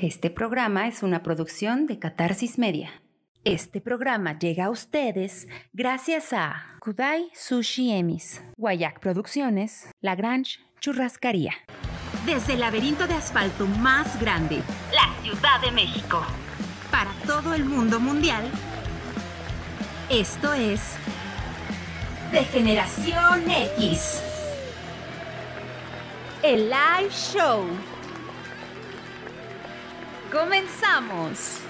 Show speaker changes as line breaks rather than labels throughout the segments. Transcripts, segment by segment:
Este programa es una producción de Catarsis Media. Este programa llega a ustedes gracias a Kudai Sushi Emis, Guayac Producciones, La Grange Churrascaría.
Desde el laberinto de asfalto más grande, la Ciudad de México. Para todo el mundo mundial, esto es De Generación X. El live show. Comenzamos.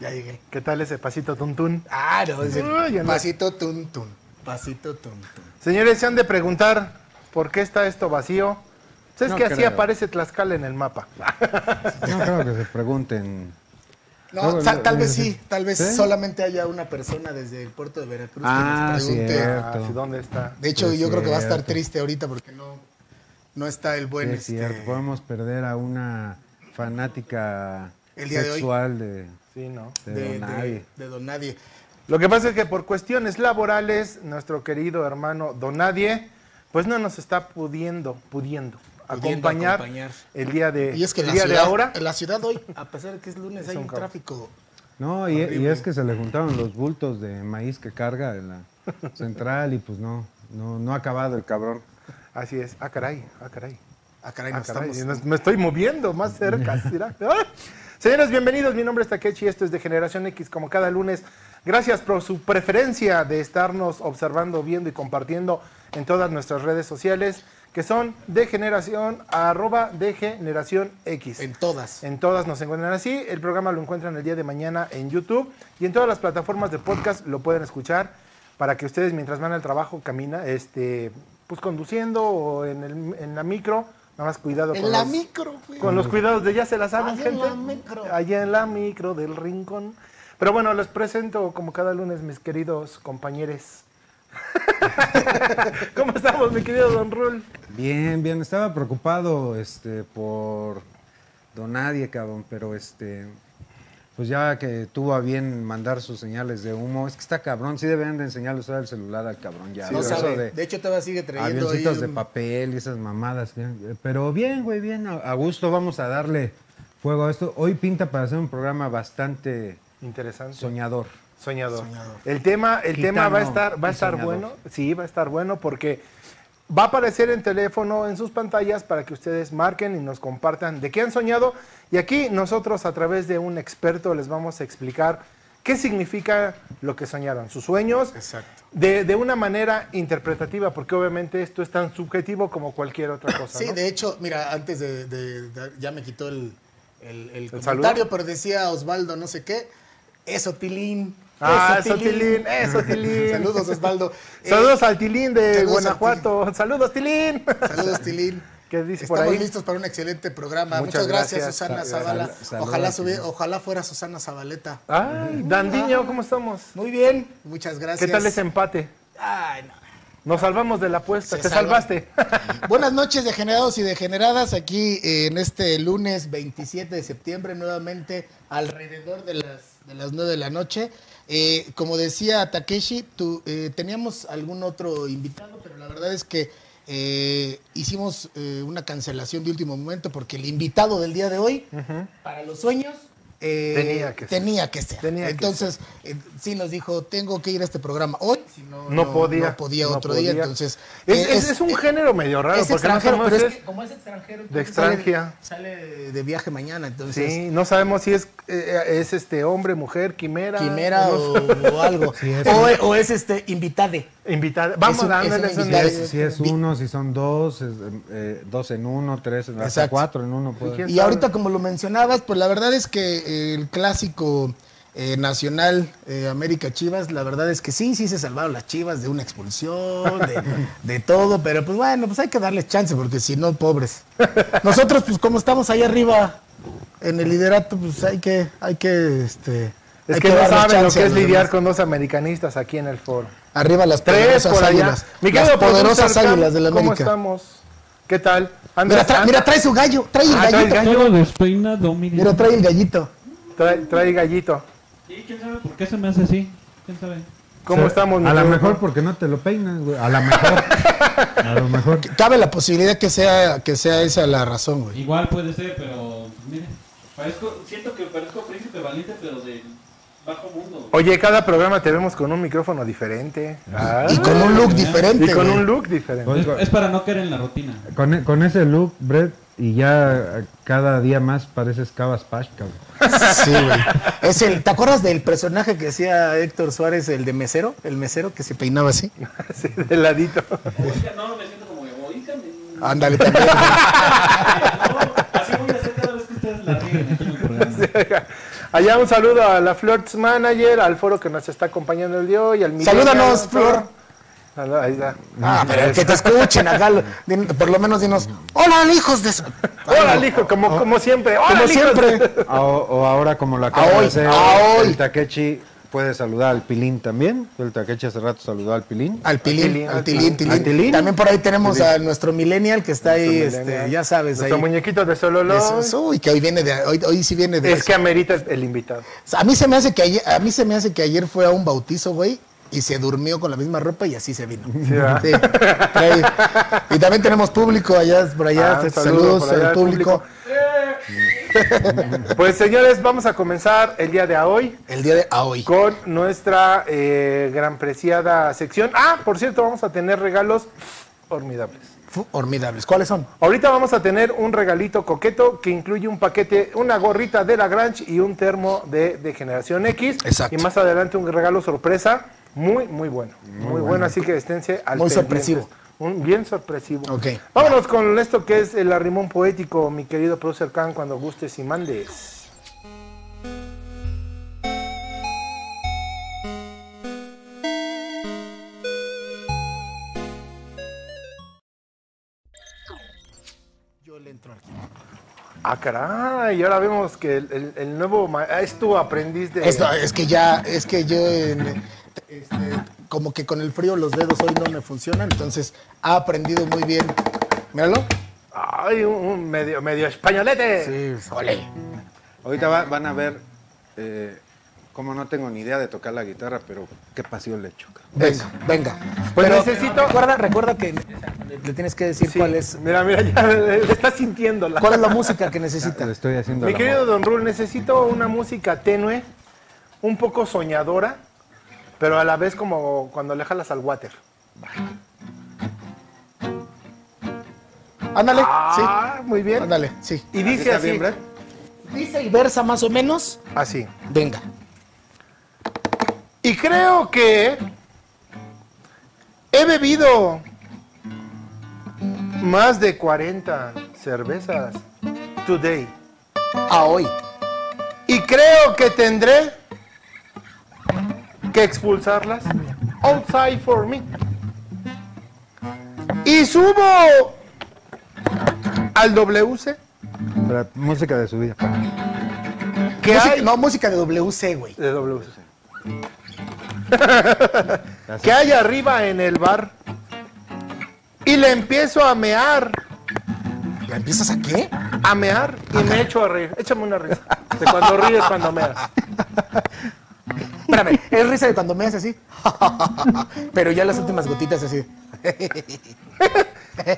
Ya llegué. ¿Qué tal ese pasito tuntún?
Ah, no, es el
Ay, ya no.
pasito tun tun, pasito tun tun.
Señores, se han de preguntar por qué está esto vacío. Pues es
No
que así
creo.
aparece Tlaxcala en el mapa.
No creo que se pregunten.
No,
No,
sa-
no,
tal
no,
vez
sí.
sí, tal vez
¿Sí?
solamente haya una persona desde el puerto de Veracruz
Ah,
que nos pregunte.
cierto.
Ah, sí, ¿Dónde está?
De hecho,
Sí, es
yo creo que va a estar
cierto.
triste ahorita porque no, no está el
Sí,
buen
es
este,
cierto, podemos perder a una fanática
El día de hoy.
sexual de,
Sí, no.
de
de, de-
Don Nadie.
de Don Nadie.
Lo que pasa es que por cuestiones laborales, nuestro querido hermano Donadie, pues no nos está pudiendo, pudiendo,
Pudiendo
acompañar,
acompañar.
el día de,
Y es que
el
la
día
ciudad,
de ahora.
en la ciudad hoy, a pesar de que es lunes, hay
un
un
caos.
tráfico.
No, y, y
Horrible.
es que se le juntaron los bultos de maíz que carga en la central y pues no, no, no ha acabado el cabrón.
Así es. Ah, caray, ah, caray.
Ah, caray,
Ah,
nos
caray,
estamos-
nos- me estoy moviendo más cerca. mira. ¡Ah! Señores, bienvenidos. Mi nombre es Takechi. Esto es de Generación X, como cada lunes. Gracias por su preferencia de estarnos observando, viendo y compartiendo en todas nuestras redes sociales, que son de generación arroba de generación X.
en todas.
En todas nos encuentran así. El programa lo encuentran el día de mañana en YouTube y en todas las plataformas de podcast lo pueden escuchar para que ustedes mientras van al trabajo camina, este, pues conduciendo o en, el- en la micro, nada más cuidado
En
con,
la
los,
micro, pues. güey.
con los cuidados de ya se la saben
Allá en
gente.
la micro.
Allá en la micro del rincón. Pero bueno, les presento como cada lunes mis queridos compañeros. ¿Cómo estamos, mi querido Don Rul?
Bien, bien, estaba preocupado este, por Don Nadie, cabrón, pero este, pues ya que tuvo a bien mandar sus señales de humo, es que está cabrón, sí deben de enseñarle a usar el celular al cabrón ya.
No
güey, eso
sabe.
de-
De, hecho, todavía sigue trayendo ahí
Avioncitos de
un-
papel y esas mamadas. ¿eh? Pero bien, güey, bien. A a gusto vamos a darle fuego a esto. Hoy pinta para hacer un programa bastante
Interesante.
soñador.
Soñador.
Soñador.
El tema, el
Gitano
tema va a estar, va a
y
estar
soñador.
bueno, sí, va a estar bueno porque va a aparecer en teléfono, en sus pantallas para que ustedes marquen y nos compartan de qué han soñado y aquí nosotros a través de un experto les vamos a explicar qué significa lo que soñaron, sus sueños,
Exacto.
de, de una manera interpretativa, porque obviamente esto es tan subjetivo como cualquier otra cosa.
Sí,
¿no?
de hecho, mira, antes de, de- de- ya me quitó el, el, el
saludo?
comentario, pero decía Osvaldo no sé qué. Eso, Tilín.
Ah, eso, Tilín, eso, Tilín.
Saludos, Osvaldo. Eh,
Saludos al Tilín de
saludos al
Guanajuato. Saludos, Tilín.
Eh, saludos, Tilín.
¿Qué dice por
Estamos
ahí?
listos para un excelente programa.
Muchas
Muchas, gracias,
gracias.
Susana
Sal-
Zavala.
sal- saludos,
ojalá,
Tilín.
subie- ojalá fuera Susana Zabaleta.
Ay, Dandiño, ¿cómo estamos?
Muy bien, muchas gracias.
¿Qué tal ese empate?
Ay, no.
Nos salvamos de la apuesta,
Se
te
salva. Eh,
salvaste.
Buenas noches, degenerados y degeneradas. Aquí eh, en este lunes 27 de septiembre, nuevamente alrededor de las, de las 9 de la noche. Eh, como decía Takeshi, tú, eh, teníamos algún otro invitado, pero la verdad es que eh, hicimos eh, una cancelación de último momento porque el invitado del día de hoy, para los sueños, eh,
Tenía que ser.
tenía que ser.
Tenía que
entonces, eh, sí nos dijo, tengo que ir a este programa hoy. si no,
No, podía.
No podía
no
otro día,
podía.
entonces.
Es,
eh,
es- es un género medio raro,
es
porque no
extranjero,
sabemos
pero
si
es
es-
que como es extranjero,
de
entonces sale-
extranjía.
Sale, de viaje mañana, entonces.
Sí, no sabemos si es, eh, es este hombre, mujer, quimera.
Quimera
no
o, o algo.
Sí, es
o, o es este invitade.
sé, invitada. Vamos
es un-
dándole
es
eso.
un
Si
Dale,
es, si
dale.
es uno, si son dos, es, eh, dos en uno, tres, en, hasta
Exacto.
cuatro en uno. pues. puede.
quién
Y
sabe?
ahorita, como lo mencionabas, pues la verdad es que eh, el clásico eh, nacional eh, América Chivas, la verdad es que sí, sí se salvaron las Chivas de una expulsión, de, de todo, pero pues bueno, pues hay que darles chance, porque si no, pobres. Nosotros, pues como estamos ahí arriba en el liderato, pues hay que, hay que, este.
Es
hay
que no
darle
saben lo
chance
que
a
es
los
lidiar
demás.
con dos americanistas aquí en el foro.
Arriba las
Tres
poderosas
por allá.
águilas.
Mi
las
querido producer
poderosas
Cam,
águilas del
¿Cómo
América.
estamos? ¿Qué tal?
Mira,
¿Andas-
tra- mira, trae su gallo, trae el
Ah, trae el
gallito.
gallo.
Todo despeinado, miren.
Mira, trae el gallito.
Trae, trae gallito.
Sí, quién sabe por qué se me hace así. ¿Quién sabe?
¿Cómo
Se-
estamos? mi
A lo
querido?
mejor porque no te lo peinas, güey. A lo mejor. a lo mejor.
Cabe la posibilidad que sea, que sea esa la razón, güey.
Pues Igual puede ser, pero pues, miren, parezco, siento que parezco príncipe valiente, pero del bajo mundo.
Oye, cada programa te vemos con un micrófono diferente. Ah,
Y con un look diferente.
y con
güey.
un look diferente.
Es, es para no caer en la rutina.
Con, e- con ese look, Brett, y ya eh, cada día más pareces Cabas Pash, cabrón.
Sí, güey. Es el, ¿Te acuerdas del personaje que hacía Héctor Suárez, el de mesero? El mesero que se peinaba así.
Sí, de ladito.
Oiga, no, me siento como egoísta. me-
Ándale también. güey.
No, así voy a hacer cada vez que ustedes la ríen aquí en el programa.
Allá un saludo a la Flirts Manager, al foro que nos está acompañando el día de hoy, al Miguel.
Salúdanos, Flor.
Salud- Ahí está.
Ah, pero que te escuchen acá. lo- din- Por lo menos dinos, hola hijos de... su-".
Ah, Hola, hijo, como, como siempre. Hola,
ah, Como
hijo.
siempre.
A- o, o ahora, como la
A
acaba
hoy,
de hacer
a hoy.
el Takechi, puede saludar al Pilín también. El Takechi hace rato saludó al Pilín.
Al pilín,
Pilín,
al
al
tilín,
Pilín.
tilín.
Al Tilín.
También por ahí tenemos a nuestro millennial que está ahí, este,
Millennial.
ya sabes, ahí.
Nuestro muñequito de solo
Eso, eso, uy, que hoy viene de, hoy, hoy sí viene de
Es
eso.
que amerita el, el invitado.
A mí se me hace que ayer, a mí se me hace que ayer fue a un bautizo, güey, y se durmió con la misma ropa y así se vino.
Sí, ¿verdad?
Sí, trae- Y también tenemos público allá por allá.
Ah, un saludo
saludos
por allá
al
al
público.
Pues señores, vamos a comenzar el día de hoy
el día de a hoy.
con nuestra eh, gran preciada sección. Ah, por cierto, vamos a tener regalos formidables.
Fu- Formidables. ¿Cuáles son?
Ahorita vamos a tener un regalito coqueto que incluye un paquete, una gorrita de Lagrange y un termo de, de Generación X.
Exacto.
Y más adelante un regalo sorpresa muy, muy bueno. Muy, bueno. así que esténse al
Muy
pendiente.
sorpresivo.
Un bien sorpresivo.
Ok.
Vámonos con esto que es el arrimón poético, mi querido producer Khan, cuando gustes y mandes.
Yo le entro aquí.
Ah, caray, y ahora vemos que el, el- el nuevo ma- ah, es tu aprendiz de.
Esto, es que ya, es que yo en- este, como que con el frío los dedos hoy no me funcionan, entonces ha aprendido muy bien. Míralo.
Ay, un, un medio, medio españolete.
Sí, ole.
Ahorita va- van a ver eh, cómo no tengo ni idea de tocar la guitarra, pero qué pasión le choca.
Venga, venga.
Pues necesito-
Recuerda, recuerda que le, le tienes que decir
Sí,
cuál es
Mira, mira, ya eh, está sintiéndola.
cuál es la música que
Le
necesita.
estoy haciendo
Mi
el
querido
amor.
Don Rul, necesito una música tenue, un poco soñadora, pero a la vez como cuando le jalas al water.
Ándale,
Ah, muy
sí.
bien.
Ándale, sí.
Y dice
¿Está
así,
bien, ¿eh? Brad?
Dice y versa más o menos.
así.
Venga.
Y creo que he bebido más de 40 cervezas today.
A hoy.
Y creo que tendré que expulsarlas outside for me. Y subo al WC
Brad, música de su vida.
que
Música-
hay
No, música de WC, güey.
de WC. que hay arriba en el bar. Y le empiezo a mear,
¿La empiezas a qué?
a mear y me echo a reír. Échame una risa. De cuando ríes cuando meas.
Espérame, es risa de cuando me haces así. Pero ya las últimas gotitas así.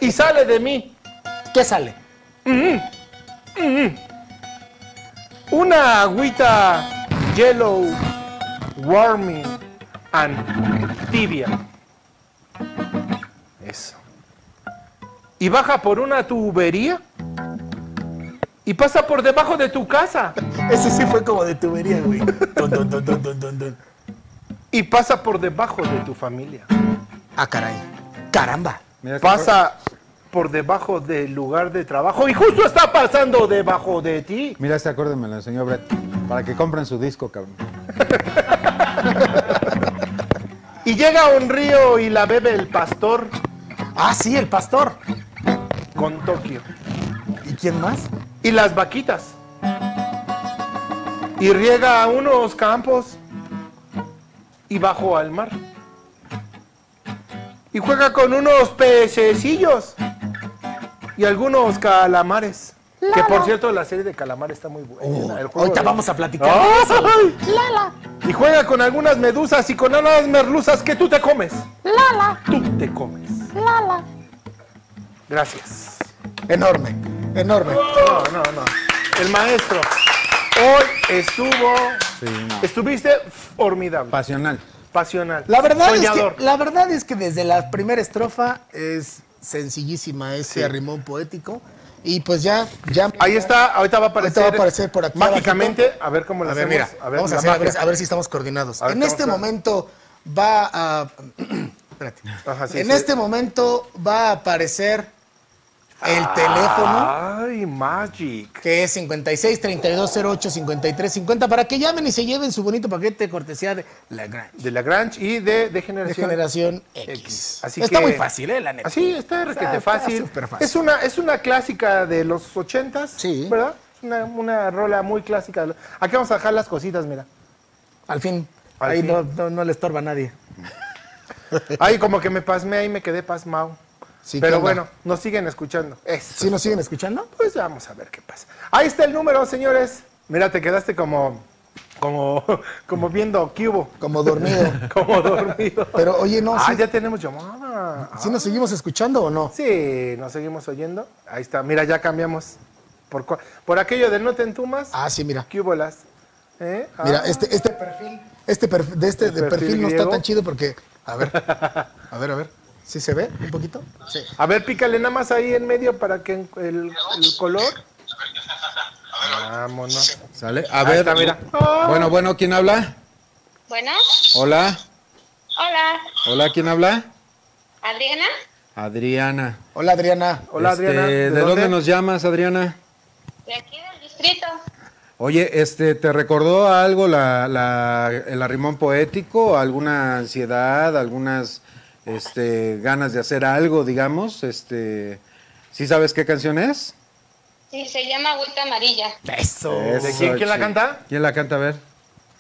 Y sale de mí
¿Qué sale?
una agüita yellow, warming and tibia. Eso. Y baja por una tubería y pasa por debajo de tu casa
Ese sí fue como de tubería, güey. Tun, tun, tun, tun, tun, tun, tun.
y pasa por debajo de tu familia.
Ah, caray. Caramba.
Mira, este
Pasa por debajo del lugar de trabajo y justo está pasando debajo de ti.
Mira, este acorde me lo enseñó Brett. Para que compren su disco, cabrón.
Y llega a un río y la bebe el pastor
Ah, sí, el pastor.
con Tokio.
¿Y quién más?
y las vaquitas. Y riega unos campos y bajo al mar. Y juega con unos pececillos y algunos calamares. Que por cierto, la serie de calamares está muy buena.
Oh,
El juego
ahorita
de-
vamos a platicar.
¡Ay! Y juega con algunas medusas y con algunas merluzas que tú te comes.
Lala,
Tú te comes.
Lala.
Gracias.
Enorme, enorme.
No, no, no. El maestro. Hoy estuvo.
Sí, no.
Estuviste formidable.
Pasional.
pasional.
La verdad, es
Soñador.
que, la verdad es que desde la primera estrofa es sencillísima ese arrimón poético. Y pues ya, ya.
Ahí está, ahorita va a aparecer.
Ahorita va a aparecer por aquí
Mágicamente, a ver cómo lo
A ver, mira,
hacemos.
vamos a
la
hacer, a ver,
magia.
a ver si estamos coordinados.
A ver,
en
estamos
este
claros.
momento va a. espérate.
Ajá, sí,
en
sí.
este momento va a aparecer el teléfono
Ay, Magic.
que es 56 32 08 53 50 para que llamen y se lleven su bonito paquete de cortesía de la gran
De Lagrange y de, de
de
Generación.
generación X.
X. Así
está
que-
muy fácil, ¿eh? La neta.
Así, está requete
está
fácil.
súper fácil.
Es una, es una clásica de los ochentas,
Sí.
¿verdad? Es Una, una rola muy clásica. de los- Aquí vamos a dejar las cositas, mira.
Al fin,
Al
ahí
fin.
No, no- no le estorba a nadie.
Ay, como que me pasmé ahí, me quedé pasmado.
Sí, ¿qué
Pero
onda?
bueno, nos siguen escuchando. Eso.
¿Sí nos siguen escuchando?
Pues vamos a ver qué pasa. Ahí está el número, señores. Mira, te quedaste como, como, como viendo cubo,
Como dormido.
como dormido.
Pero oye, no,
ah,
sí,
ya tenemos llamada.
¿sí nos seguimos escuchando o no?
Sí, nos seguimos oyendo. Ahí está, mira, ya cambiamos. Por, cua- por aquello de no te entumas,
Ah, sí, mira.
¿qué hubo las? ¿Eh? Ah,
Mira, este, este perfil, este perfil, de este de
perfil
perfil, no está
griego.
tan chido porque, a ver, a ver, a ver, ¿sí se ve un poquito? Sí.
A ver, pícale nada más ahí en medio para que en- el, el color. Vámonos.
¿Sale? A
Ahí
ver.
está, mira.
Bueno, bueno, ¿quién habla?
Bueno,
Hola.
hola,
Hola, ¿quién habla?
Adriana,
Adriana.
Hola Adriana,
Hola,
Este,
Adriana.
¿De, dónde? nos llamas, Adriana?
de aquí del distrito.
Oye, este, ¿te recordó a algo la, la- el arrimón poético? ¿Alguna ansiedad? ¿Algunas este, ganas de hacer algo, digamos? Este, ¿Sí sabes qué canción es?
Sí, se llama Agüita Amarilla.
eso.
Eso,
quién- quién la
chi-
canta?
¿Quién la canta? A ver.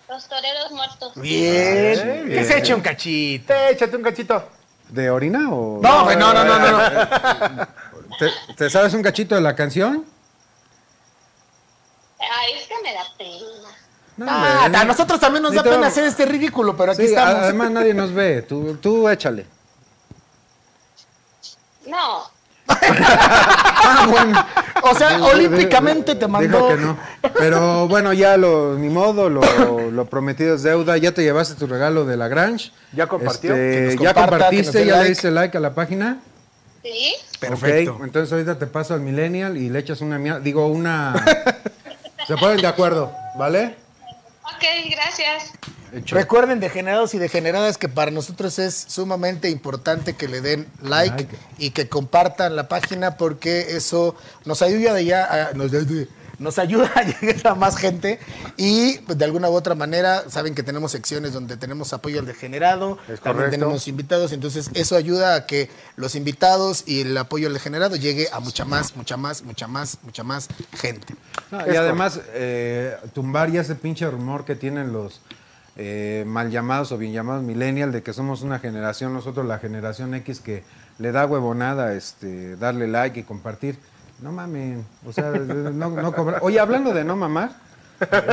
Los toreros muertos.
Bien.
Ah, sí,
Que
bien.
se eche un cachito.
Te, Eh, échate un cachito.
¿De orina o...?
No, güey, no, no, no, no, no.
¿Te, te sabes un cachito de la canción?
Ay, es que me da pena.
No,
Ah,
hombre, no.
a nosotros también nos
Ni
da
te
pena
vamos.
hacer este ridículo, pero aquí
Sí,
estamos.
además nadie nos ve. Tú, tú échale.
No,
Ah, bueno.
O sea,
Dijo-
olímpicamente te
dijo
mandó.
que no. Pero bueno, ya lo, ni modo, lo, lo prometido es deuda. Ya te llevaste tu regalo de la Grange.
Ya compartió.
Este,
Que nos
ya
comparta, que nos
compartiste,
dé
ya
like.
le diste like a la página.
sí,
Perfecto.
Ok, entonces ahorita te paso al Millennial y le echas una mia- digo una. Se ponen de acuerdo, ¿vale?
ok, gracias.
Hecho.
Recuerden, degenerados y degeneradas, que para nosotros es sumamente importante que le den like,
Like.
y que compartan la página porque eso nos ayuda de ya a- nos, ayuda- nos ayuda a llegar a más gente y pues, de alguna u otra manera saben que tenemos secciones donde tenemos apoyo al degenerado, también
Es correcto.
tenemos invitados, entonces eso ayuda a que los invitados y el apoyo al degenerado llegue a mucha más, mucha más, mucha más, mucha más gente.
No, y
Es
además, eh, tumbar ya ese pinche rumor que tienen los eh, mal llamados o bien llamados millennial de que somos una generación, nosotros la generación X que le da huevonada este, darle like y compartir. No mamen, o sea, no, no cobrar. Oye, hablando de no mamar,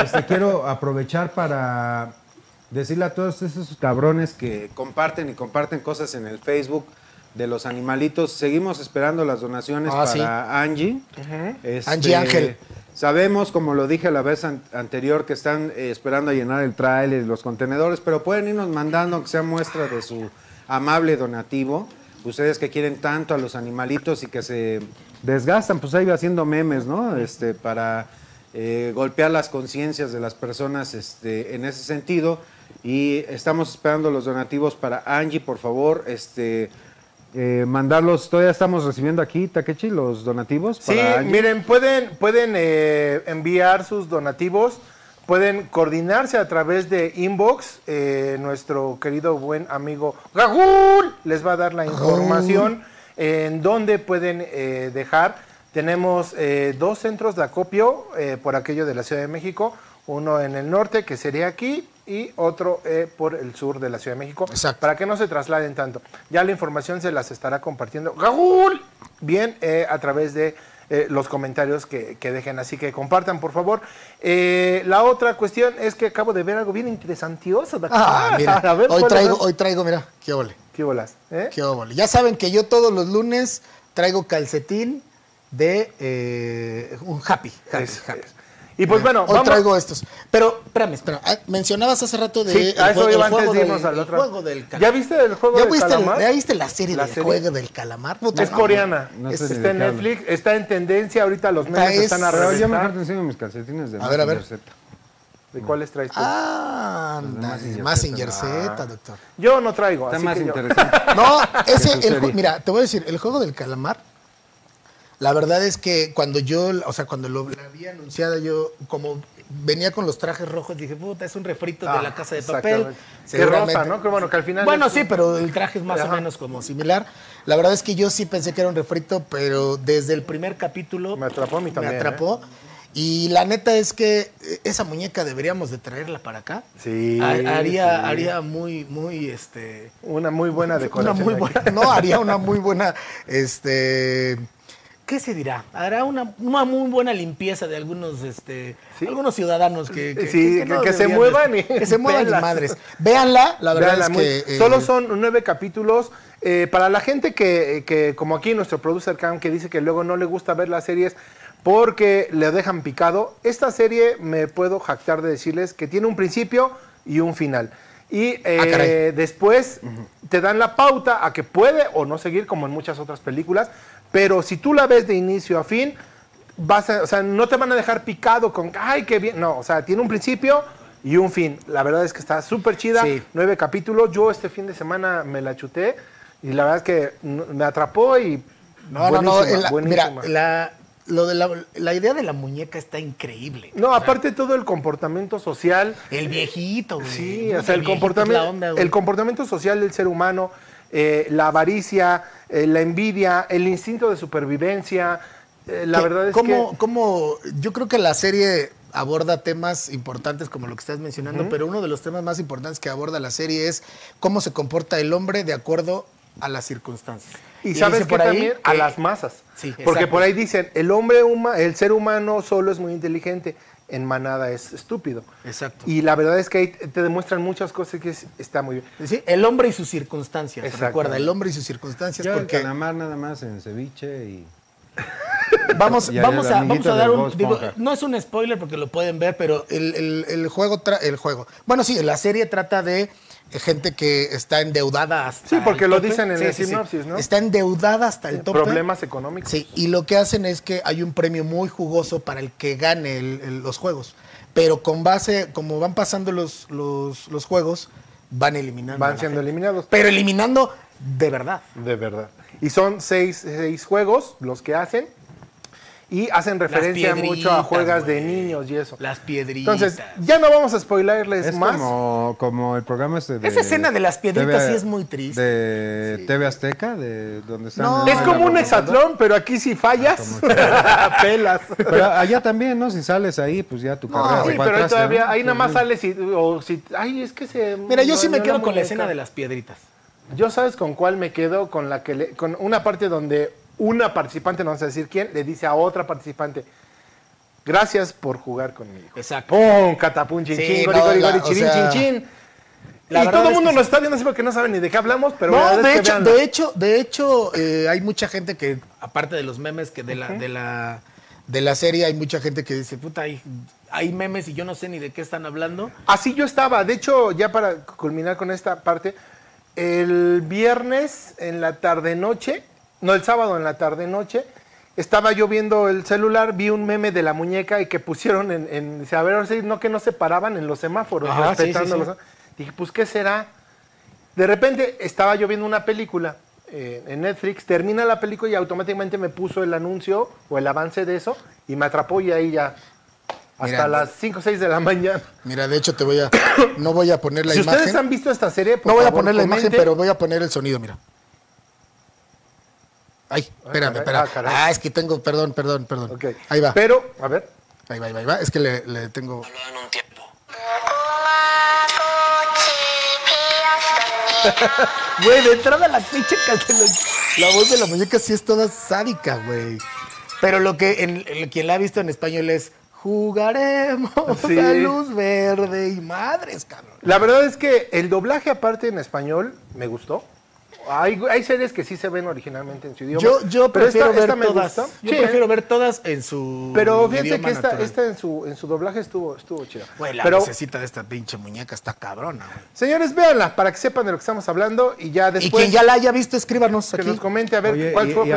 este, quiero aprovechar para decirle a todos esos cabrones que comparten y comparten cosas en el Facebook de los animalitos. Seguimos esperando las donaciones
Ah,
para
sí.
Angie. Este,
Angie Ángel.
Sabemos, como lo dije la vez an- anterior, que están eh, esperando a llenar el trailer y los contenedores, pero pueden irnos mandando, aunque sea muestra de su amable donativo. Ustedes que quieren tanto a los animalitos y que se desgastan, pues ahí haciendo memes, ¿no? Este, para eh, golpear las conciencias de las personas este, en ese sentido. Y estamos esperando los donativos para Angie, por favor. Este, eh, mandarlos, todavía estamos recibiendo aquí, Takechi, los donativos.
Sí,
para Angie.
miren, pueden, pueden eh, enviar sus donativos, pueden coordinarse a través de inbox. eh, nuestro querido buen amigo Gagul les va a dar la información en dónde pueden eh, dejar. Tenemos eh, dos centros de acopio eh, por aquello de la Ciudad de México, uno en el norte que sería aquí y otro eh, por el sur de la Ciudad de México
Exacto.
para que no se trasladen tanto. Ya la información se las estará compartiendo Gaúl bien eh, a través de eh, los comentarios que, que dejen. Así que compartan, por favor. Eh, la otra cuestión es que acabo de ver algo bien interesantioso. de acá.
Ah, mira,
A ver,
hoy
¿cuál
traigo,
es?
hoy traigo, mira, qué ole,
¿Qué bolas? eh?
qué ole. Ya saben que yo todos los lunes traigo calcetín de eh, un happy, happy,
Es-
happy.
es. Y pues bueno,
hoy
vamos.
traigo estos. Pero, espérame, espérame. Ah, Mencionabas hace rato de
Sí, a
el
eso
jue-
iba
el
antes
juego
de
del-
irnos al
el
otro.
juego del
¿Ya
calamar.
viste el juego
¿Ya
del
viste, el-
calamar?
¿Ya viste la serie
La
del
serie.
juego del calamar? Puta
Es
madre.
coreana.
No
Es-
sé ni de
Está en
qué hablo.
Netflix, está en tendencia, ahorita los memes
Está-
están a
Ah, es-
Pero yo
reventar.
mejor te enseño mis calcetines de
A ver, a ver.
Mazinger Z.
¿De cuáles traes tú?
Ah, anda,
Mazinger Z.
más Z, doctor.
Yo no traigo,
Está
así
más
que yo-
interesante.
No,
Que
ese,
tu
el ju-
serie.
mira, te voy a decir, el juego del calamar, la verdad es que cuando yo, o sea, cuando lo, la vi anunciada, yo como venía con los trajes rojos, dije, puta, es un refrito
Ah,
de la casa de papel.
exactamente. Qué
seguramente.
rosa, ¿no? Que bueno, que al final
Bueno,
es-
sí, pero el traje es más
Ajá.
o menos como similar. La verdad es que yo sí pensé que era un refrito, pero desde el primer capítulo...
Me atrapó a mí también, ¿eh?
Me atrapó. Y la neta es que eh, esa muñeca deberíamos de traerla para acá.
Sí,
Ha- Haría,
sí.
haría muy, muy, este...
Una muy buena
Una
decoración.
muy
aquí.
buena, no, haría una muy buena, este, ¿qué se dirá? Hará una, una muy buena limpieza de algunos, este,
Sí.
algunos ciudadanos que,
Sí, que- que se
deberían
muevan
de-
y-
que se muevan y
velas.
madres. Véanla, la verdad
Véanla
es
muy-
que eh,
Solo son nueve capítulos. Eh, para la gente que, que, como aquí nuestro producer Cam, que dice que luego no le gusta ver las series porque le dejan picado, esta serie me puedo jactar de decirles que tiene un principio y un final. Y eh,
Ah, caray.
después te dan la pauta a que puede o no seguir, como en muchas otras películas, pero si tú la ves de inicio a fin, vas a- o sea, no te van a dejar picado con, ay, qué bien. No, o sea, tiene un principio y un fin. La verdad es que está súper chida,
Sí.
nueve capítulos. Yo este fin de semana me la chuté y la verdad es que n- me atrapó y...
No, no, no,
buenísima,
la-
buenísima.
mira, la, lo de la, la idea de la muñeca está increíble.
No, aparte todo el comportamiento social,
El viejito, güey.
Sí,
Puta,
o sea,
viejito
el
es pues, la
comportamiento,
onda, güey.
el comportamiento social del ser humano, eh, la avaricia, eh, la envidia, el instinto de supervivencia. eh, la
que-
verdad es
cómo-
que.
cómo- yo creo que la serie aborda temas importantes como lo que estás mencionando, pero uno de los temas más importantes que aborda la serie es cómo se comporta el hombre de acuerdo a las circunstancias.
Y sabes
dice
que
por ahí
también a
que-
las masas.
Sí,
porque
exacto.
por ahí dicen, el hombre huma- el ser humano solo es muy inteligente, en manada es estúpido.
Exacto.
Y la verdad es que ahí te demuestran muchas cosas que es- está muy bien.
Sí, el hombre y sus circunstancias.
Exacto.
Recuerda, el hombre y sus circunstancias.
Yo el
porque
calamar nada más en ceviche y...
vamos,
Y al
vamos, a, vamos
amiguito
a dar
de
un.
Bob
digo,
Esponja.
no es un spoiler porque lo pueden ver, pero el, el- el juego. tra- el juego. Bueno, sí, la serie trata de eh, gente que está endeudada hasta.
Sí, porque
el
lo
tope.
dicen en la sinopsis, ¿no?
Está endeudada hasta el tope.
Problemas económicos.
Sí, y lo que hacen es que hay un premio muy jugoso para el que gane el- el- los juegos. Pero con base, como van pasando los, los, los juegos, van eliminando. a
Van
la
siendo
gente.
eliminados.
Pero eliminando de verdad.
De verdad. Y son seis, seis juegos los que hacen. Y hacen referencia mucho a
piedritas,
juegas de
güey.
niños y eso.
Las piedritas.
Entonces, ya no vamos a spoilerles
Es
más.
como, como el programa este de...
Esa escena de las piedritas
TV
sí es muy triste.
De TV Azteca, de donde están...
No. Ah,
en
Es
la
como un
rotonda.
hexatlón, pero aquí si fallas, pelas.
Pero allá también, ¿no? Si sales ahí, pues ya tu carrera
Ah, Sí,
se fue
pero ahí
atrás,
todavía,
¿no?
ahí nada más
Pues,
sales y, o si, ay, es que se...
Mira, yo sí me
no,
quedo con la
muñeca.
escena de las piedritas.
Yo sabes con cuál me quedo, con la que le- con una parte donde una participante, no vamos a decir quién, le dice a otra participante, gracias por jugar conmigo.
Exacto.
¡Pum! Catapum, chin,
Sí,
chin, gori,
no,
gori,
la-
gori,
o
chirín,
sea,
chin, chin.
la
Y
verdad
todo el
es
mundo
que
nos está viendo así porque no saben ni de qué hablamos, pero la
No,
verdad es
de
que
hecho,
véanla.
de hecho, de hecho, eh, hay mucha gente que, aparte de los memes que de la, de la, de la serie, hay mucha gente que dice, puta, hay, hay memes y yo no sé ni de qué están hablando.
Así yo estaba. De hecho, ya para culminar con esta parte, el viernes en la tarde-noche, no, el sábado en la tarde-noche, estaba yo viendo el celular, vi un meme de la muñeca y que pusieron en, en dice, a ver, ahora sí, no que no se paraban en los semáforos,
Ajá,
respetando
sí, sí,
los- Dije, pues, ¿qué será? De repente estaba yo viendo una película eh, en Netflix, termina la película y automáticamente me puso el anuncio o el avance de eso y me atrapó y ahí ya hasta
Mira,
las 5 o 6 de la mañana.
Mira, de hecho, te voy a, no voy a poner la
Si
imagen.
ustedes han visto esta serie, por
no voy a
favor,
poner la imagen,
comenten.
pero voy a poner el sonido, mira. Ay, espérame,
caray,
espérame.
ah,
Ah,
caray.
es que tengo, perdón, perdón, perdón.
Ok.
Ahí va.
Pero, a ver,
Ahí va, ahí va, ahí va. Es que le, le tengo.
en un tiempo.
Güey, de entrada la pinche canción. La voz de la muñeca sí es toda sádica, güey. Pero lo que en, en- quien la ha visto en español es jugaremos
Sí.
a luz verde y madres, cabrón.
La verdad es que el doblaje aparte en español me gustó. Hay, hay series que sí se ven originalmente en su idioma.
Yo, yo
pero
prefiero
esta-
ver
esta me
todas.
gusta.
Yo
Sí,
prefiero ver todas en su.
Pero fíjense
idioma
que esta,
natural.
esta en, su, en su doblaje estuvo, estuvo chida.
Güey, la
pero,
lucecita de esta pinche muñeca está cabrona, güey.
señores, véanla para que sepan de lo que estamos hablando y ya
Y
después
quien ya la haya visto, escríbanos
que
aquí.
nos comente a ver
Oye,
cuál
y,
fue
y
su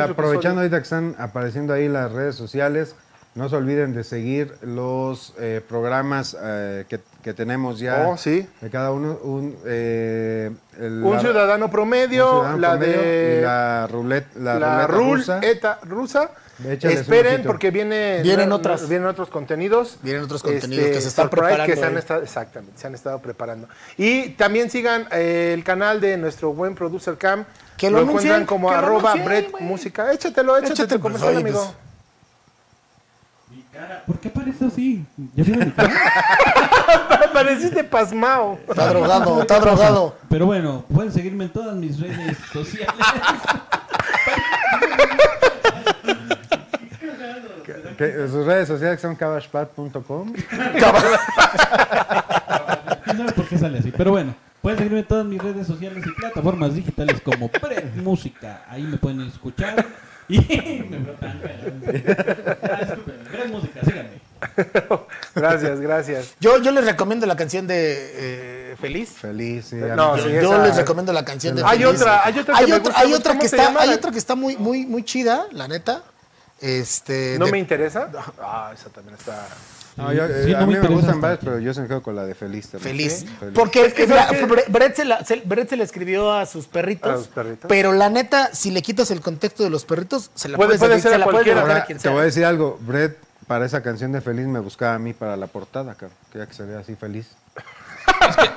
episodio.
aprovechando ahorita que están apareciendo ahí las redes sociales, no se olviden de seguir los eh, programas eh, que, que tenemos ya.
Oh, sí.
De cada uno. Un, eh, el-
Un
la-
ciudadano
un
promedio,
ciudadano
la
promedio
de
y la ruleta, la
la
ruleta
rule
rusa.
ETA rusa.
Échales un
Esperen
ojito.
porque viene,
Vienen
no-
otras.
no- vienen otros contenidos. Este,
Vienen otros contenidos que se están
Surprise,
preparando
que se han
ahí.
estado- exactamente, se han estado preparando. Y también sigan eh, el canal de nuestro buen producer Cam.
Que lo anuncien,
encuentran como
que lo
arroba
anuncien,
Brett
güey.
Música. Échatelo, échate,
Échate,
tu
pues,
comercial,
oye,
amigo.
pues.
Mi cara, ¿por qué parece así? ¿Ya vieron mi cara?
Pareciste pasmao.
Está drogado, está drogado.
Pero bueno, pueden seguirme en todas mis redes sociales.
que- sus redes sociales son cabashpad.com.
¿Quién sabe por qué sale así? Pero bueno, pueden seguirme en todas mis redes sociales y plataformas digitales como Pred Música. Ahí me pueden escuchar. Y me veo tan pelón. Ah, disculpen, Pred Música, síganme.
gracias, gracias.
Yo, yo les recomiendo la canción de eh, Feliz.
Feliz. sí,
No,
a-
sí,
yo
esa-
les recomiendo la canción de
Hay
Feliz.
otra, hay otra que
hay
me
otra,
gusta
hay
mucho.
otra
¿Cómo
que
se
está,
llama?
hay otra que está muy, muy, muy chida, la neta. Este.
¿No
de-
me interesa? Ah, esa también está...
no, yo-
Sí,
eh,
no
a
me
mí me
interesa
gustan
tanto.
varias, pero yo se me quedo con la de Feliz también.
Feliz.
Sí,
Porque mira,
¿sabes qué?
Bre- Brett, se la, se- Brett se la escribió a sus perritos.
A sus perritos.
Pero la neta, si le quitas el contexto de los perritos, se la
Puede-
puedes
puede
dedicar-
ser
se
a
la puedes
cualquiera.
dedicar
Ahora,
a quien
te voy a
sea.
decir algo, Brett, para esa canción de Feliz me buscaba a mí para la portada, cabrón. Quería que se vea así feliz.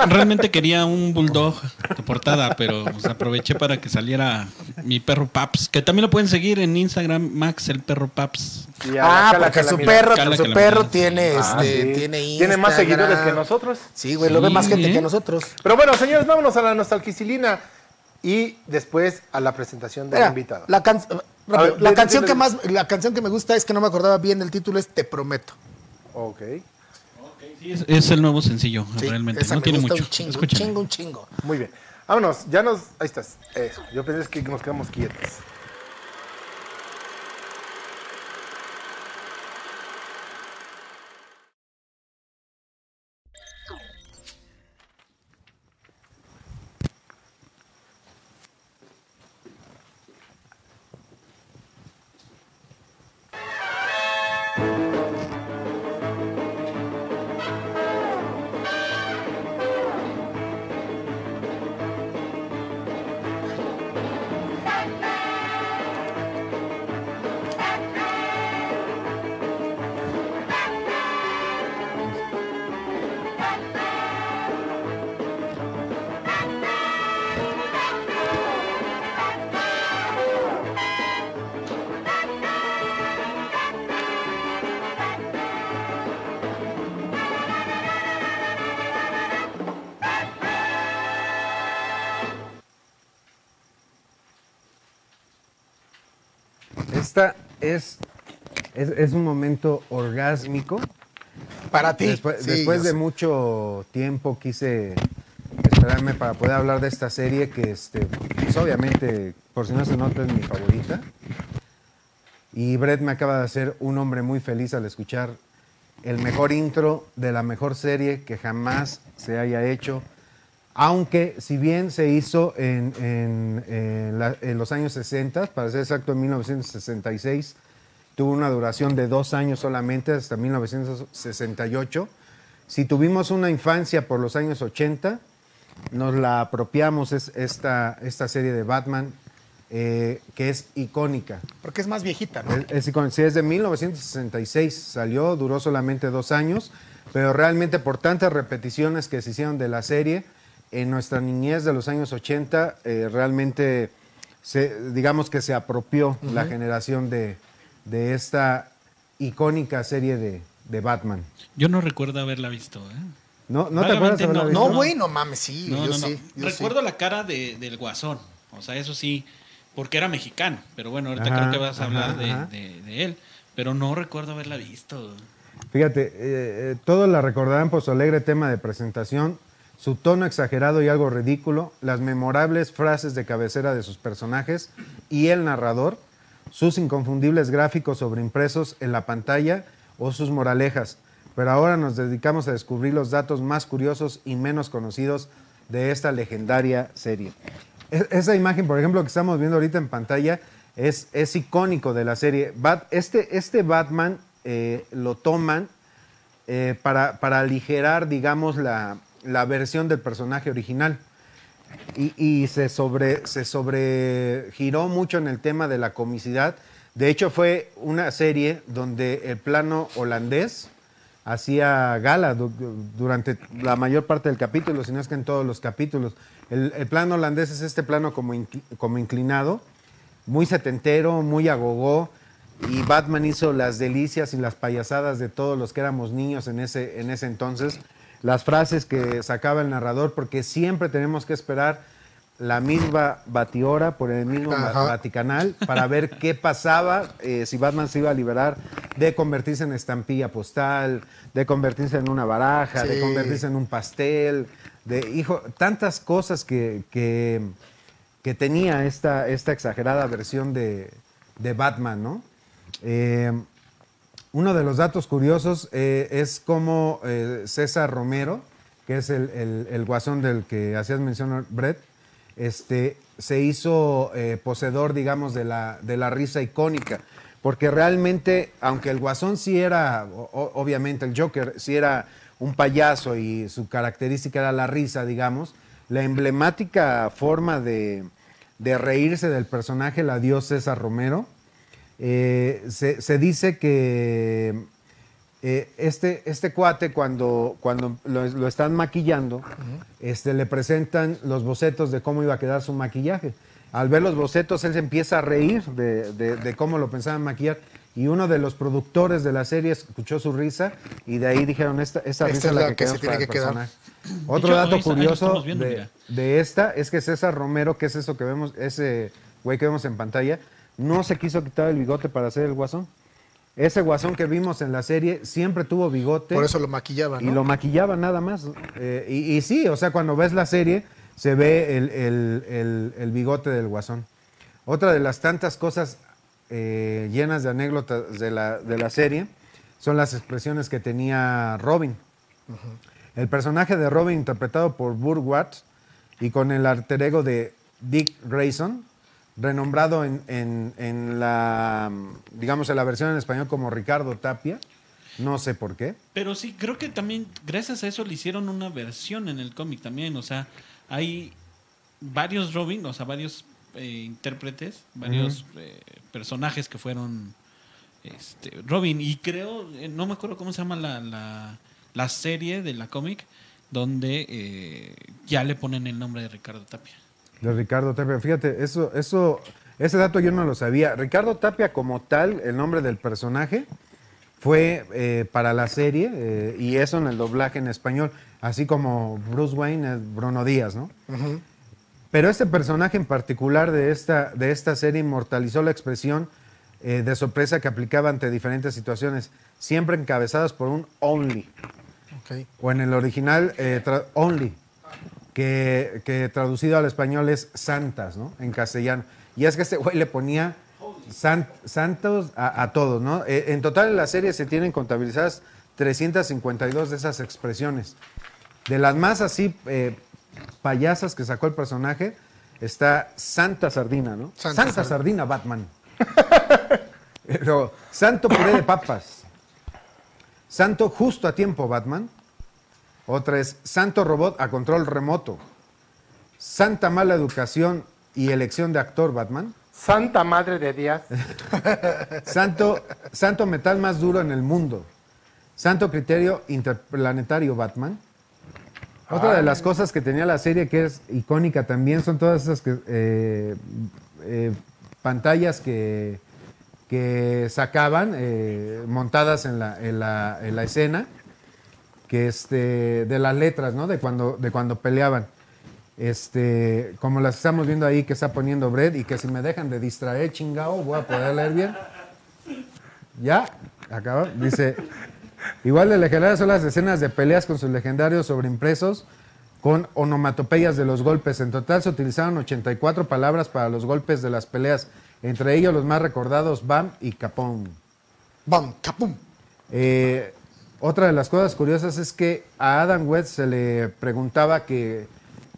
Realmente quería un bulldog de portada, pero pues, aproveché para que saliera mi perro Paps, que también lo pueden seguir en Instagram, Max el perro Paps.
Y a la
Ah,
cala
porque
que la
su
mira.
perro,
Cala
su
que la
perro
mira.
tiene,
Ah,
este,
sí.
tiene
Tiene más
Instagram.
seguidores que nosotros.
Sí, güey, lo ve
Sí,
más gente
¿eh?
que nosotros.
Pero bueno, señores, vámonos a la nostalquicilina y después a la presentación del
Mira,
invitado.
La, can- rápido,
ver,
la
dile,
canción
dile,
que más, la canción que me gusta es que no me acordaba bien del título es Te prometo.
Ok.
Sí, es, es el nuevo sencillo,
Sí,
realmente.
esa
No
me
tiene
gusta
mucho.
un chingo, un
Escúchame.
chingo, un chingo.
Muy bien. Vámonos, ya nos. Ahí estás. Eso. Yo pensé que nos quedamos quietos.
Esta es, es, es un momento orgásmico.
Para ti.
Después,
Sí,
después
yo
de
sé.
mucho tiempo quise esperarme para poder hablar de esta serie que, este, pues, obviamente, por si no se nota, es mi favorita. Y Brett me acaba de hacer un hombre muy feliz al escuchar el mejor intro de la mejor serie que jamás se haya hecho. Aunque, si bien se hizo en, en- en la- en los años 60, para ser exacto, en 1966, tuvo una duración de dos años solamente, hasta 1968. Si tuvimos una infancia por los años 80, nos la apropiamos es- esta, esta serie de Batman, eh, que es icónica.
Porque es más viejita, ¿no?
Es, es icónica. Sí, es de 1966, salió, duró solamente dos años, pero realmente por tantas repeticiones que se hicieron de la serie, en nuestra niñez de los años 80, eh, realmente, se, digamos que se apropió la generación de, de esta icónica serie de, de Batman.
Yo no recuerdo haberla visto. ¿eh?
¿No, ¿No te
Vagamente
acuerdas? haberla
no.
visto?
No, güey, no mames, sí,
No,
yo
no, no.
sí. yo sí.
Recuerdo la cara de- del guasón. O sea, eso sí, porque era mexicano. Pero bueno, ahorita
Ajá,
creo que vas
ajá,
a hablar de,
ajá.
de- de él. Pero no recuerdo haberla visto.
Fíjate, eh, eh, todos la recordarán por su alegre tema de presentación, su tono exagerado y algo ridículo, las memorables frases de cabecera de sus personajes y el narrador, sus inconfundibles gráficos sobreimpresos en la pantalla o sus moralejas. Pero ahora nos dedicamos a descubrir los datos más curiosos y menos conocidos de esta legendaria serie. E- esa imagen, por ejemplo, que estamos viendo ahorita en pantalla, es, es icónico de la serie. Bat- este, este Batman eh, lo toman eh, para, para aligerar, digamos, la, la versión del personaje original. Y, y se, sobre, se sobregiró mucho en el tema de la comicidad. De hecho, fue una serie donde el plano holandés hacía gala du- durante la mayor parte del capítulo, si no es que en todos los capítulos. El, el plano holandés es este plano como, incl- como inclinado, muy setentero, muy agogó. Y Batman hizo las delicias y las payasadas de todos los que éramos niños en ese, en ese entonces. Las frases que sacaba el narrador, porque siempre tenemos que esperar la misma batihora por el mismo ba-
Ajá.
baticanal para ver qué pasaba, eh, si Batman se iba a liberar de convertirse en estampilla postal, de convertirse en una baraja, de
Sí.
convertirse en un pastel, de, hijo, tantas cosas que, que, que tenía esta, esta exagerada versión de, de Batman, ¿no? Eh, uno de los datos curiosos eh, es cómo eh, César Romero, que es el, el- el guasón del que hacías mención, Brett, este, se hizo eh, poseedor, digamos, de la, de la risa icónica. Porque realmente, aunque el guasón sí era, o- o- obviamente el Joker, sí era un payaso y su característica era la risa, digamos, la emblemática forma de, de reírse del personaje la dio César Romero. Eh, se, se dice que eh, este, este cuate, cuando, cuando lo, lo están maquillando, este, le presentan los bocetos de cómo iba a quedar su maquillaje. Al ver los bocetos, él se empieza a reír de, de- de cómo lo pensaban maquillar. Y uno de los productores de la serie escuchó su risa y de ahí dijeron, esta,
Esta
esta risa
es
es la,
la
que,
que se
queremos para
tiene
el
que quedar.
personaje". Otro
hecho,
dato
ahí- ahí lo
curioso
estamos viendo,
de-
mira.
de esta es que César Romero, que es eso que vemos, ese güey que vemos en pantalla, no se quiso quitar el bigote para hacer el guasón. Ese guasón que vimos en la serie siempre tuvo bigote
Por eso lo maquillaban,
y
¿no?
lo maquillaba nada más. Eh, y, y sí, o sea, cuando ves la serie se ve el, el- el- el bigote del guasón. Otra de las tantas cosas eh, llenas de anécdotas de la, de la serie son las expresiones que tenía Robin. El personaje de Robin, interpretado por Burt Watts y con el alter ego de Dick Grayson, renombrado en, en- en la, digamos, en la versión en español como Ricardo Tapia, no sé por qué.
Pero sí, creo que también, gracias a eso, le hicieron una versión en el cómic también. O sea, hay varios Robin, o sea, varios eh, intérpretes, varios eh, personajes que fueron este, Robin. Y creo, eh, no me acuerdo cómo se llama la, la, la serie de la cómic, donde eh, ya le ponen el nombre de Ricardo Tapia.
De Ricardo Tapia. Fíjate, eso, eso, ese dato yo no lo sabía. Ricardo Tapia, como tal, el nombre del personaje fue eh, para la serie eh, y eso en el doblaje en español, así como Bruce Wayne es Bruno Díaz, ¿no? Pero este personaje en particular de esta, de esta serie inmortalizó la expresión eh, de sorpresa que aplicaba ante diferentes situaciones, siempre encabezadas por un only
Ok.
o en el original eh, tra- Only, que, que traducido al español es Santas, ¿no? En castellano. Y es que este güey le ponía san- Santos a, a todos, ¿no? Eh, en total en la serie se tienen contabilizadas 352 de esas expresiones. De las más así eh, payasas que sacó el personaje está Santa Sardina, ¿no?
Santa
Santa, Sardina Batman. Pero, Santo puré de papas. Santo justo a tiempo, Batman. Otra es Santo Robot a control remoto. Santa mala educación y elección de actor, Batman.
Santa madre de Díaz.
Santo, santo metal más duro en el mundo. Santo criterio interplanetario, Batman. Otra de las cosas que tenía la serie que es icónica también son todas esas que, eh, eh, pantallas que, que sacaban eh, montadas en la, en la- en la escena que este, de las letras, ¿no? De cuando, de cuando peleaban. Este, como las estamos viendo ahí que está poniendo Brett y que si me dejan de distraer, chingao, voy a poder leer bien. Ya, acaba. Dice, igual de legendarias son las escenas de peleas con sus legendarios sobreimpresos con onomatopeyas de los golpes. En total se utilizaron 84 palabras para los golpes de las peleas. Entre ellos los más recordados, Bam y Capón.
¡Bam! ¡Capum!
Eh, otra de las cosas curiosas es que a Adam West se le preguntaba que,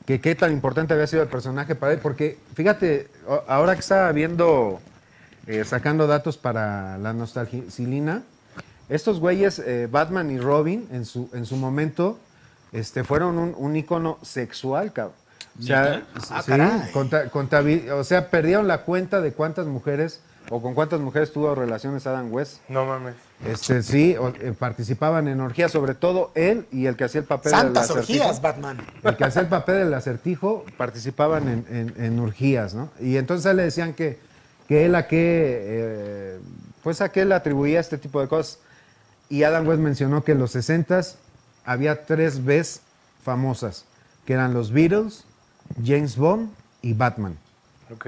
que qué tan importante había sido el personaje para él, porque fíjate, o- ahora que estaba viendo, eh, sacando datos para la nostalgicilina, estos güeyes, eh, Batman y Robin, en su, en su momento, este, fueron un, un ícono sexual, cabrón. O sea,
Ah,
sí,
caray.
conta- contabi- o sea, perdieron la cuenta de cuántas mujeres o con cuántas mujeres tuvo relaciones Adam West.
No mames.
Este, sí, o- eh, participaban en orgías, sobre todo él y el que hacía el papel del
¡Santas
acertijo.
orgías, Batman!
El que hacía el papel del acertijo participaban en, en- en orgías, ¿no? Y entonces a él le decían que, que él a qué, eh, pues a qué le atribuía este tipo de cosas. Y Adam West mencionó que en los 60s había tres Bs famosas, que eran los Beatles, James Bond y Batman.
Ok.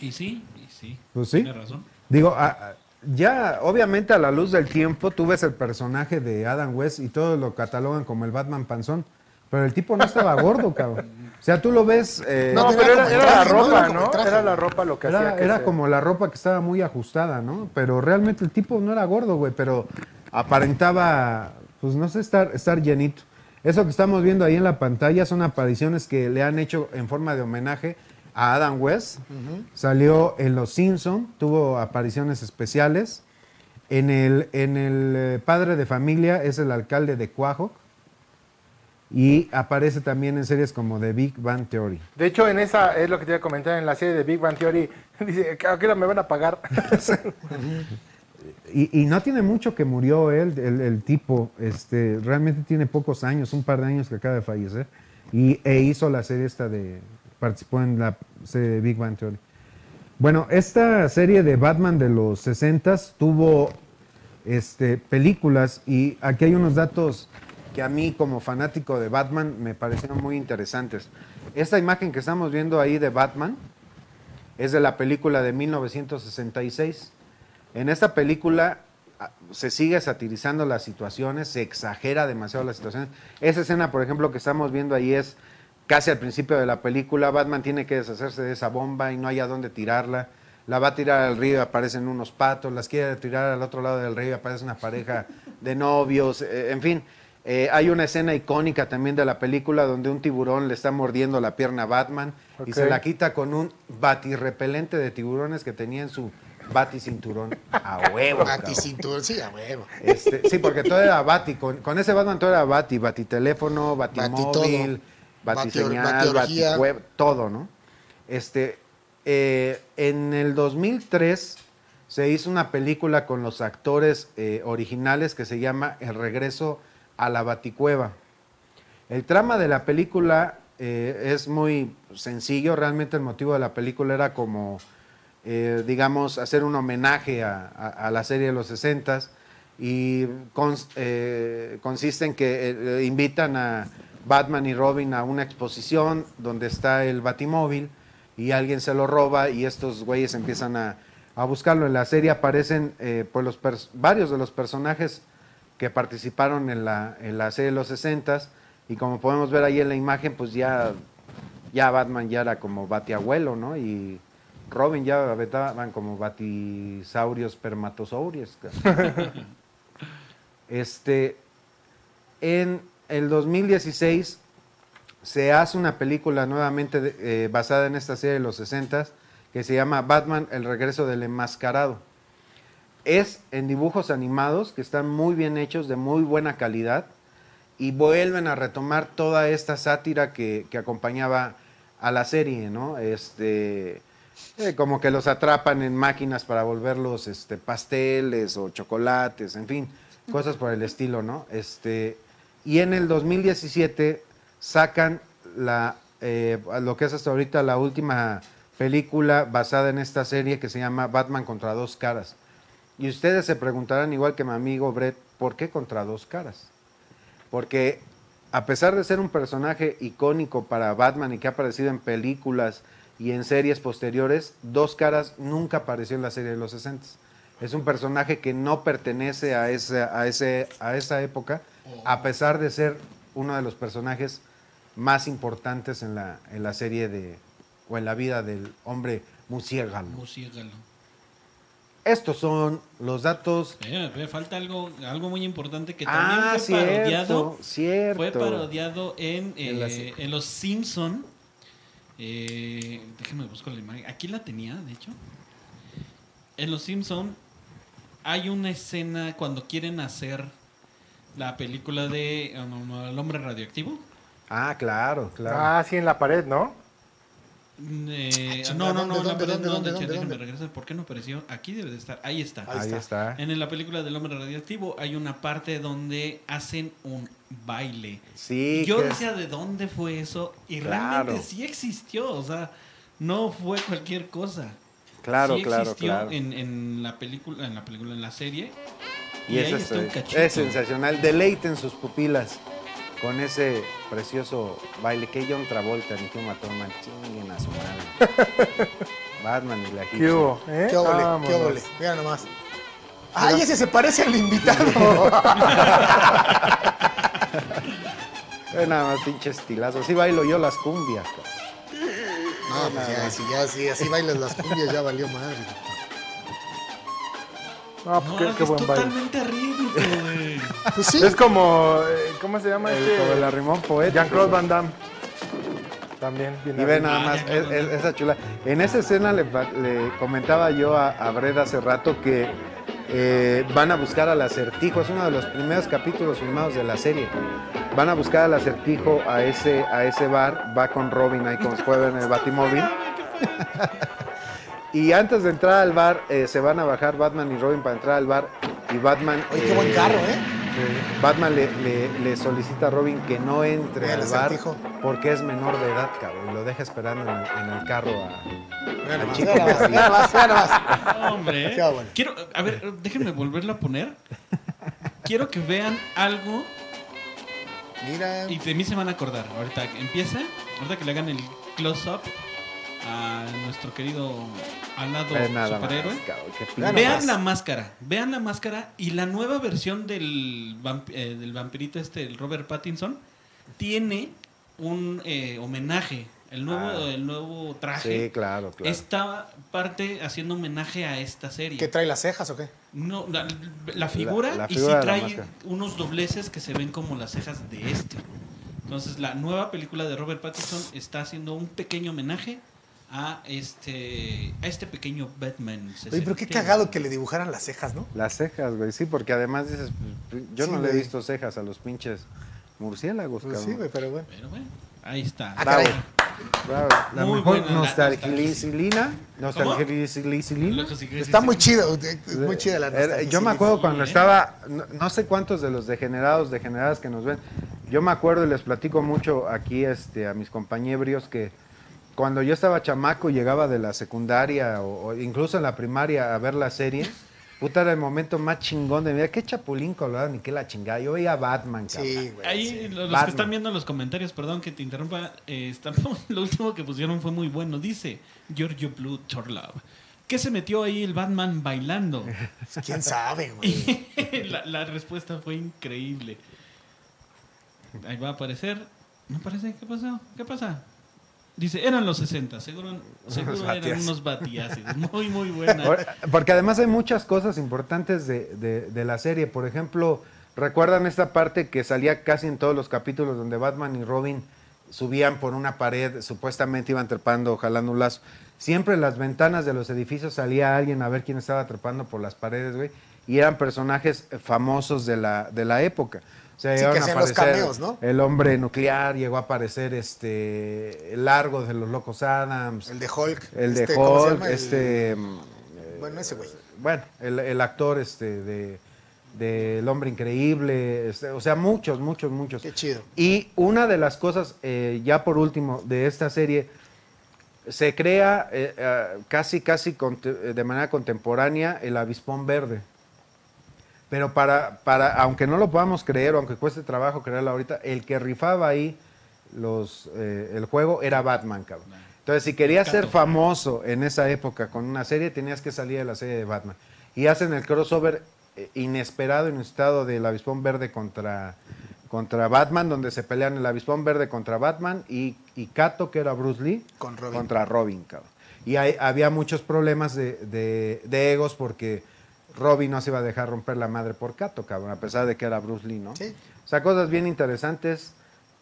Y sí, y sí.
Pues sí.
Tiene razón.
Digo, a- a- ya obviamente a la luz del tiempo tú ves el personaje de Adam West y todos lo catalogan como el Batman panzón, pero el tipo no estaba gordo, cabrón. O sea, tú lo ves... eh,
No,
tenía
pero era,
como
era
traje,
la
¿no? Era
ropa,
como
¿no?
traje.
Era la ropa lo que hacía
era,
que
era
se-
como la ropa que estaba muy ajustada, ¿no? Pero realmente el tipo no era gordo, güey, pero aparentaba, pues no sé, estar, estar llenito. Eso que estamos viendo ahí en la pantalla son apariciones que le han hecho en forma de homenaje a Adam West. Salió en Los Simpson, tuvo apariciones especiales. En el, en el eh, padre de familia es el alcalde de Cuajo. Y aparece también en series como The Big Bang Theory.
De hecho, en esa, es lo que te iba a comentar, en la serie de Big Bang Theory, dice, ¿a qué hora me van a pagar?
Y, y no tiene mucho que murió él, el, el tipo. Este, realmente tiene pocos años, un par de años que acaba de fallecer. Y, e hizo la serie esta de. Participó en la serie de Big Bang Theory. Bueno, esta serie de Batman de los 60 tuvo este, películas. Y aquí hay unos datos que a mí, como fanático de Batman, me parecieron muy interesantes. Esta imagen que estamos viendo ahí de Batman es de la película de 1966. En esta película ah, se sigue satirizando las situaciones, se exagera demasiado las situaciones. Esa escena, por ejemplo, que estamos viendo ahí es casi al principio de la película. Batman tiene que deshacerse de esa bomba y no hay a dónde tirarla. La va a tirar al río y aparecen unos patos. Las quiere tirar al otro lado del río y aparece una pareja de novios. eh, en fin, eh, hay una escena icónica también de la película donde un tiburón le está mordiendo la pierna a Batman y se
Ok.
la quita con un batirrepelente de tiburones que tenía en su baticinturón a huevo.
Bati
cabrón.
cinturón, sí, a huevo.
Este, sí, porque todo era bati. Con, con ese Batman todo era bati. Batiteléfono, batimóvil,
Bati todo.
batiseñal,
Batior- batiorgía.
batiweb, todo, ¿no? Este, eh, en el 2003 se hizo una película con los actores eh, originales que se llama El regreso a la baticueva. El trama de la película eh, es muy sencillo. Realmente el motivo de la película era como, eh, digamos, hacer un homenaje a, a- a la serie de los 60 y cons- eh, consiste en que eh, eh, invitan a Batman y Robin a una exposición donde está el batimóvil y alguien se lo roba y estos güeyes empiezan a, a buscarlo. En la serie aparecen eh, pues los pers- varios de los personajes que participaron en la, en la serie de los 60 y como podemos ver ahí en la imagen, pues ya, ya Batman ya era como batiabuelo, ¿no? Y Robin ya aventaban como batisaurios permatosaurios. cabrón. este, en el 2016 se hace una película nuevamente de- eh, basada en esta serie de los 60 que se llama Batman, el regreso del enmascarado es en dibujos animados que están muy bien hechos, de muy buena calidad, y vuelven a retomar toda esta sátira que, que acompañaba a la serie, ¿no? Este, eh, como que los atrapan en máquinas para volverlos este, pasteles o chocolates, en fin, cosas por el estilo, ¿no? Este, y en el 2017 sacan la, eh, lo que es hasta ahorita la última película basada en esta serie que se llama Batman contra dos caras. Y ustedes se preguntarán, igual que mi amigo Brett, ¿por qué contra dos caras? Porque a pesar de ser un personaje icónico para Batman y que ha aparecido en películas y en series posteriores, dos caras nunca apareció en la serie de los 60. Es un personaje que no pertenece a, ese, a, ese, a esa época, a pesar de ser uno de los personajes más importantes en la, en la serie de, o en la vida del hombre murciélago.
Murciélago.
Estos son los datos.
Espera, espera, Eh, falta algo, algo muy importante que también
Ah,
fue parodiado.
cierto, cierto.
Fue parodiado en, eh,
En
en,
las-
Los Simpson. Eh, déjenme buscar la imagen. Aquí la tenía, de hecho. En Los Simpson hay una escena cuando quieren hacer la película de ah, no, no, El hombre radioactivo.
Ah, claro, claro.
Ah, sí, en la pared, ¿no?
Mm, eh,
Ah, chinga,
no, no,
¿dónde,
no, la
dónde,
verdad,
dónde,
no,
dónde,
de hecho,
dónde,
déjenme
dónde?
regresar. ¿Por qué no apareció? Aquí debe de estar. Ahí está.
Ahí está.
En la película del hombre radioactivo hay una parte donde hacen un baile.
Sí,
Y yo
que-
decía de dónde fue eso y
Claro.
realmente sí existió, o sea, no fue cualquier cosa.
claro,
sí
claro,
existió
claro.
En, en la película, en la película, en la serie.
Y
ahí
eso
está un
es,
cachito.
es sensacional. Deleiten sus pupilas con ese precioso baile que John Travolta ni Hugh Matoma chinguen a su madre. Batman y la
¿Qué hubo?
Hitch.
¿Eh?
Qué ole, qué
Vámonos.
ole. Mira nomás. ¡Ay, ese se parece al invitado!
pues Eh, Nada más pinches estilazos. Así bailo yo las cumbias. cabrón.
No, pues ya, si ya si así bailas las cumbias, ya valió madre.
No, pues
No,
qué,
es
qué buen baile.
totalmente ridículo, güey.
Pues sí,
Es como, eh, ¿cómo se llama
El-
este?
Como el arrimón poeta.
Jean-Claude Van Damme. También. bien
Y ve
arrimado.
nada
Ah,
más, es- es- esa chula. En esa escena le, pa- le comentaba yo a, a Breda hace rato que eh, van a buscar al acertijo, es uno de los primeros capítulos filmados de la serie. Van a buscar al acertijo a ese, a ese bar, va con Robin ahí con juega en el Batimóvil. y antes de entrar al bar, eh, se van a bajar Batman y Robin para entrar al bar. Y Batman.
oye, qué buen
eh,
carro, ¿eh?
Batman le, le- le solicita a Robin que no entre
Mira el
al bar
acertijo.
porque es menor de edad, cabrón. Lo deja esperando en, el- en el carro a-
Mira
al
nomás,
chico.
mira nomás, mira nomás, mira nomás.
Hombre, eh.
Qué bueno.
quiero, a ver, déjenme volverlo a poner. Quiero que vean algo
Mira,
Y de mí se van a acordar. Ahorita que empieza, ahorita que le hagan el close-up a nuestro querido alado
Ve Eh, nada más,
superhéroe.
cabrón, qué
Ve
pinche-
nada
Vean
más.
la máscara, vean la máscara y la nueva versión del, vamp- eh, del vampirito este, el Robert Pattinson, tiene un eh, homenaje. El nuevo,
Ah.
el nuevo traje
Sí, claro, claro.
está parte haciendo homenaje a esta serie.
¿qué trae las cejas o qué?
No, la, la figura,
La- la
y sí
figura de la
trae
máscara.
unos dobleces que se ven como las cejas de este. Entonces, la nueva película de Robert Pattinson está haciendo un pequeño homenaje a este a este pequeño Batman.
Oye, pero qué
sesentero.
cagado que le dibujaran las cejas, ¿no?
Las cejas, güey. Sí, porque además dices, pues, yo
Sí,
no le he
güey.
visto cejas a los pinches murciélagos,
Pues
cabrón.
sí, güey, pero bueno.
Pero bueno, ahí está.
Ah,
Bravo.
caray.
Bravo. La
Muy
mejor
buena la-
nostalgilicilina. Nostalgilicilina.
Está muy chido, eh, muy chida la
Era-
nostalgia,
Yo me
sí.
acuerdo cuando
¿eh?
estaba, no, no sé cuántos de los degenerados, degeneradas que nos ven, yo me acuerdo y les platico mucho aquí este, a mis compañeros que cuando yo estaba chamaco llegaba de la secundaria o, o incluso en la primaria a ver la serie, puta era el momento más chingón de mi vida, qué chapulín colorado ni qué la chingada, yo veía Batman, cabrón.
Sí, güey.
Ahí
sí.
los
Batman.
que están viendo los comentarios, perdón que te interrumpa, eh, está- lo último que pusieron fue muy bueno. Dice Giorgio Blue Torlov. ¿Qué se metió ahí el Batman bailando?
Pues, ¿Quién sabe, güey?
Y la, la respuesta fue increíble. Ahí va a aparecer. No parece. ¿Qué pasó? ¿Qué pasa? Dice, eran los 60, seguro, seguro eran
batiácidos.
unos batiácidos. Muy, muy buena.
Ahora, Porque además hay muchas cosas importantes de, de- de la serie. Por ejemplo, ¿recuerdan esta parte que salía casi en todos los capítulos donde Batman y Robin subían por una pared, supuestamente iban trepando, jalando un lazo? Siempre en las ventanas de los edificios salía alguien a ver quién estaba trepando por las paredes, güey. Y eran personajes famosos de la, de la época. O sea,
Sí,
llegaron
que
a
hacían los
aparecer
cameos, ¿no?
El hombre nuclear, llegó a aparecer este Largo de los Locos Adams,
El de Hulk.
el, de
este, ¿cómo se
Hulk,
llama? El-
este...
Bueno, ese güey.
Bueno, el, el actor este de, de El Hombre Increíble, este, o sea, muchos, muchos, muchos.
Qué chido.
Y una de las cosas, eh, ya por último, de esta serie, se crea eh, eh, casi, casi conte- eh, de manera contemporánea el avispón verde. Pero para, para, aunque no lo podamos creer, o aunque cueste trabajo creerlo ahorita, el que rifaba ahí los, eh, el juego era Batman, cabrón. Entonces, si querías ser
Cato.
famoso en esa época con una serie, tenías que salir de la serie de Batman. y hacen el crossover eh, inesperado, inusitado del Avispón Verde contra, contra Batman, donde se pelean el Avispón Verde contra Batman y, y Kato, que era Bruce Lee,
Con Robin.
contra Robin. cabrón. Y hay- había muchos problemas de, de- de egos porque Robin no se iba a dejar romper la madre por Kato, cabrón, a pesar de que era Bruce Lee, ¿no?
Sí.
O sea, cosas bien interesantes.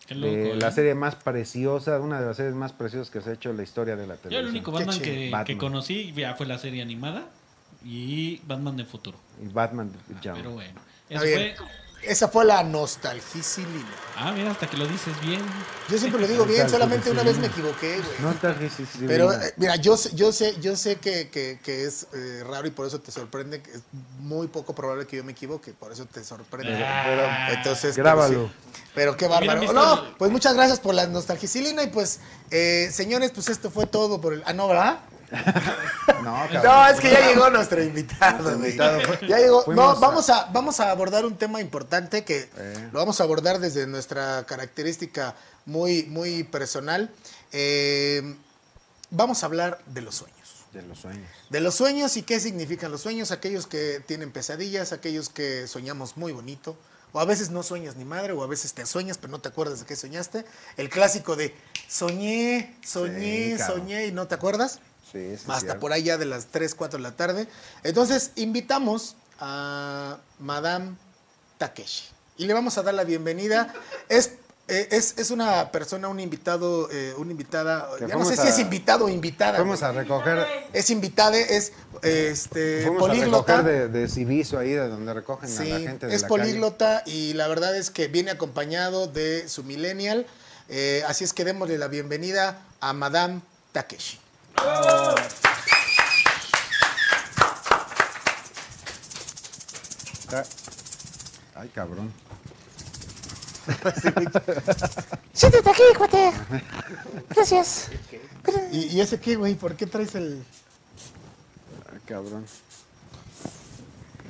Qué loco,
de
¿eh?
la serie más preciosa, una de las series más preciosas que se ha hecho en la historia de la
Yo
televisión.
el único Batman
chido.
que,
Batman.
que conocí ya fue la serie animada y Batman de futuro.
Y Batman ya.
Pero bueno.
Está
eso
bien.
fue-
Esa fue la nostalgicilina.
Ah, mira, hasta que lo dices bien.
Yo siempre lo digo bien, solamente una vez me equivoqué, güey.
No te hagas ese- ese
Pero
vida.
eh, mira, yo sé, yo sé, yo sé que, que- que es eh, raro y por eso te sorprende, que es muy poco probable que yo me equivoque, por eso te sorprende.
Pero-
Entonces, pero
Grábalo.
sí. Pero qué
Hubieran
bárbaro.
visto
No,
el-
pues muchas gracias por la nostalgicilina y pues, eh, señores, pues esto fue todo por el... Ah, no, ¿verdad?
No,
No,
cabrón.
es que ya llegó nuestro invitado.
Nuestro
güey.
invitado fue-
Ya llegó. No,
fuimos a-
vamos a, vamos a abordar un tema importante que
Eh.
lo vamos a abordar desde nuestra característica muy, muy personal. Eh, vamos a hablar de los sueños
De los sueños.
de los sueños y qué significan los sueños, aquellos que tienen pesadillas, aquellos que soñamos muy bonito, o a veces no sueñas ni madre, o a veces te sueñas pero no te acuerdas de qué soñaste, el clásico de soñé, soñé,
Sí, cabrón.
soñé y no te acuerdas,
Sí, sí,
hasta
cierto.
por allá de las 3, 4 de la tarde. Entonces invitamos a Madame Takeshi y le vamos a dar la bienvenida. Es, eh, es, es una persona, un invitado, eh, una invitada,
Que
ya no sé
fuimos
si
a-
es invitado o invitada.
Fuimos
güey.
a recoger,
Es invitada, es este,
fuimos a
políglota.
recoger de, de Civiso ahí, de donde recogen
Sí,
a la gente. de
es
la
políglota y la verdad es que viene acompañado de su millennial. Eh, así es que démosle la bienvenida a Madame Takeshi.
calle. Está- Ay, cabrón.
Siéntate aquí, cuate. Gracias.
¿Y, y ese qué, güey? ¿Por qué traes el...?
Ay, cabrón.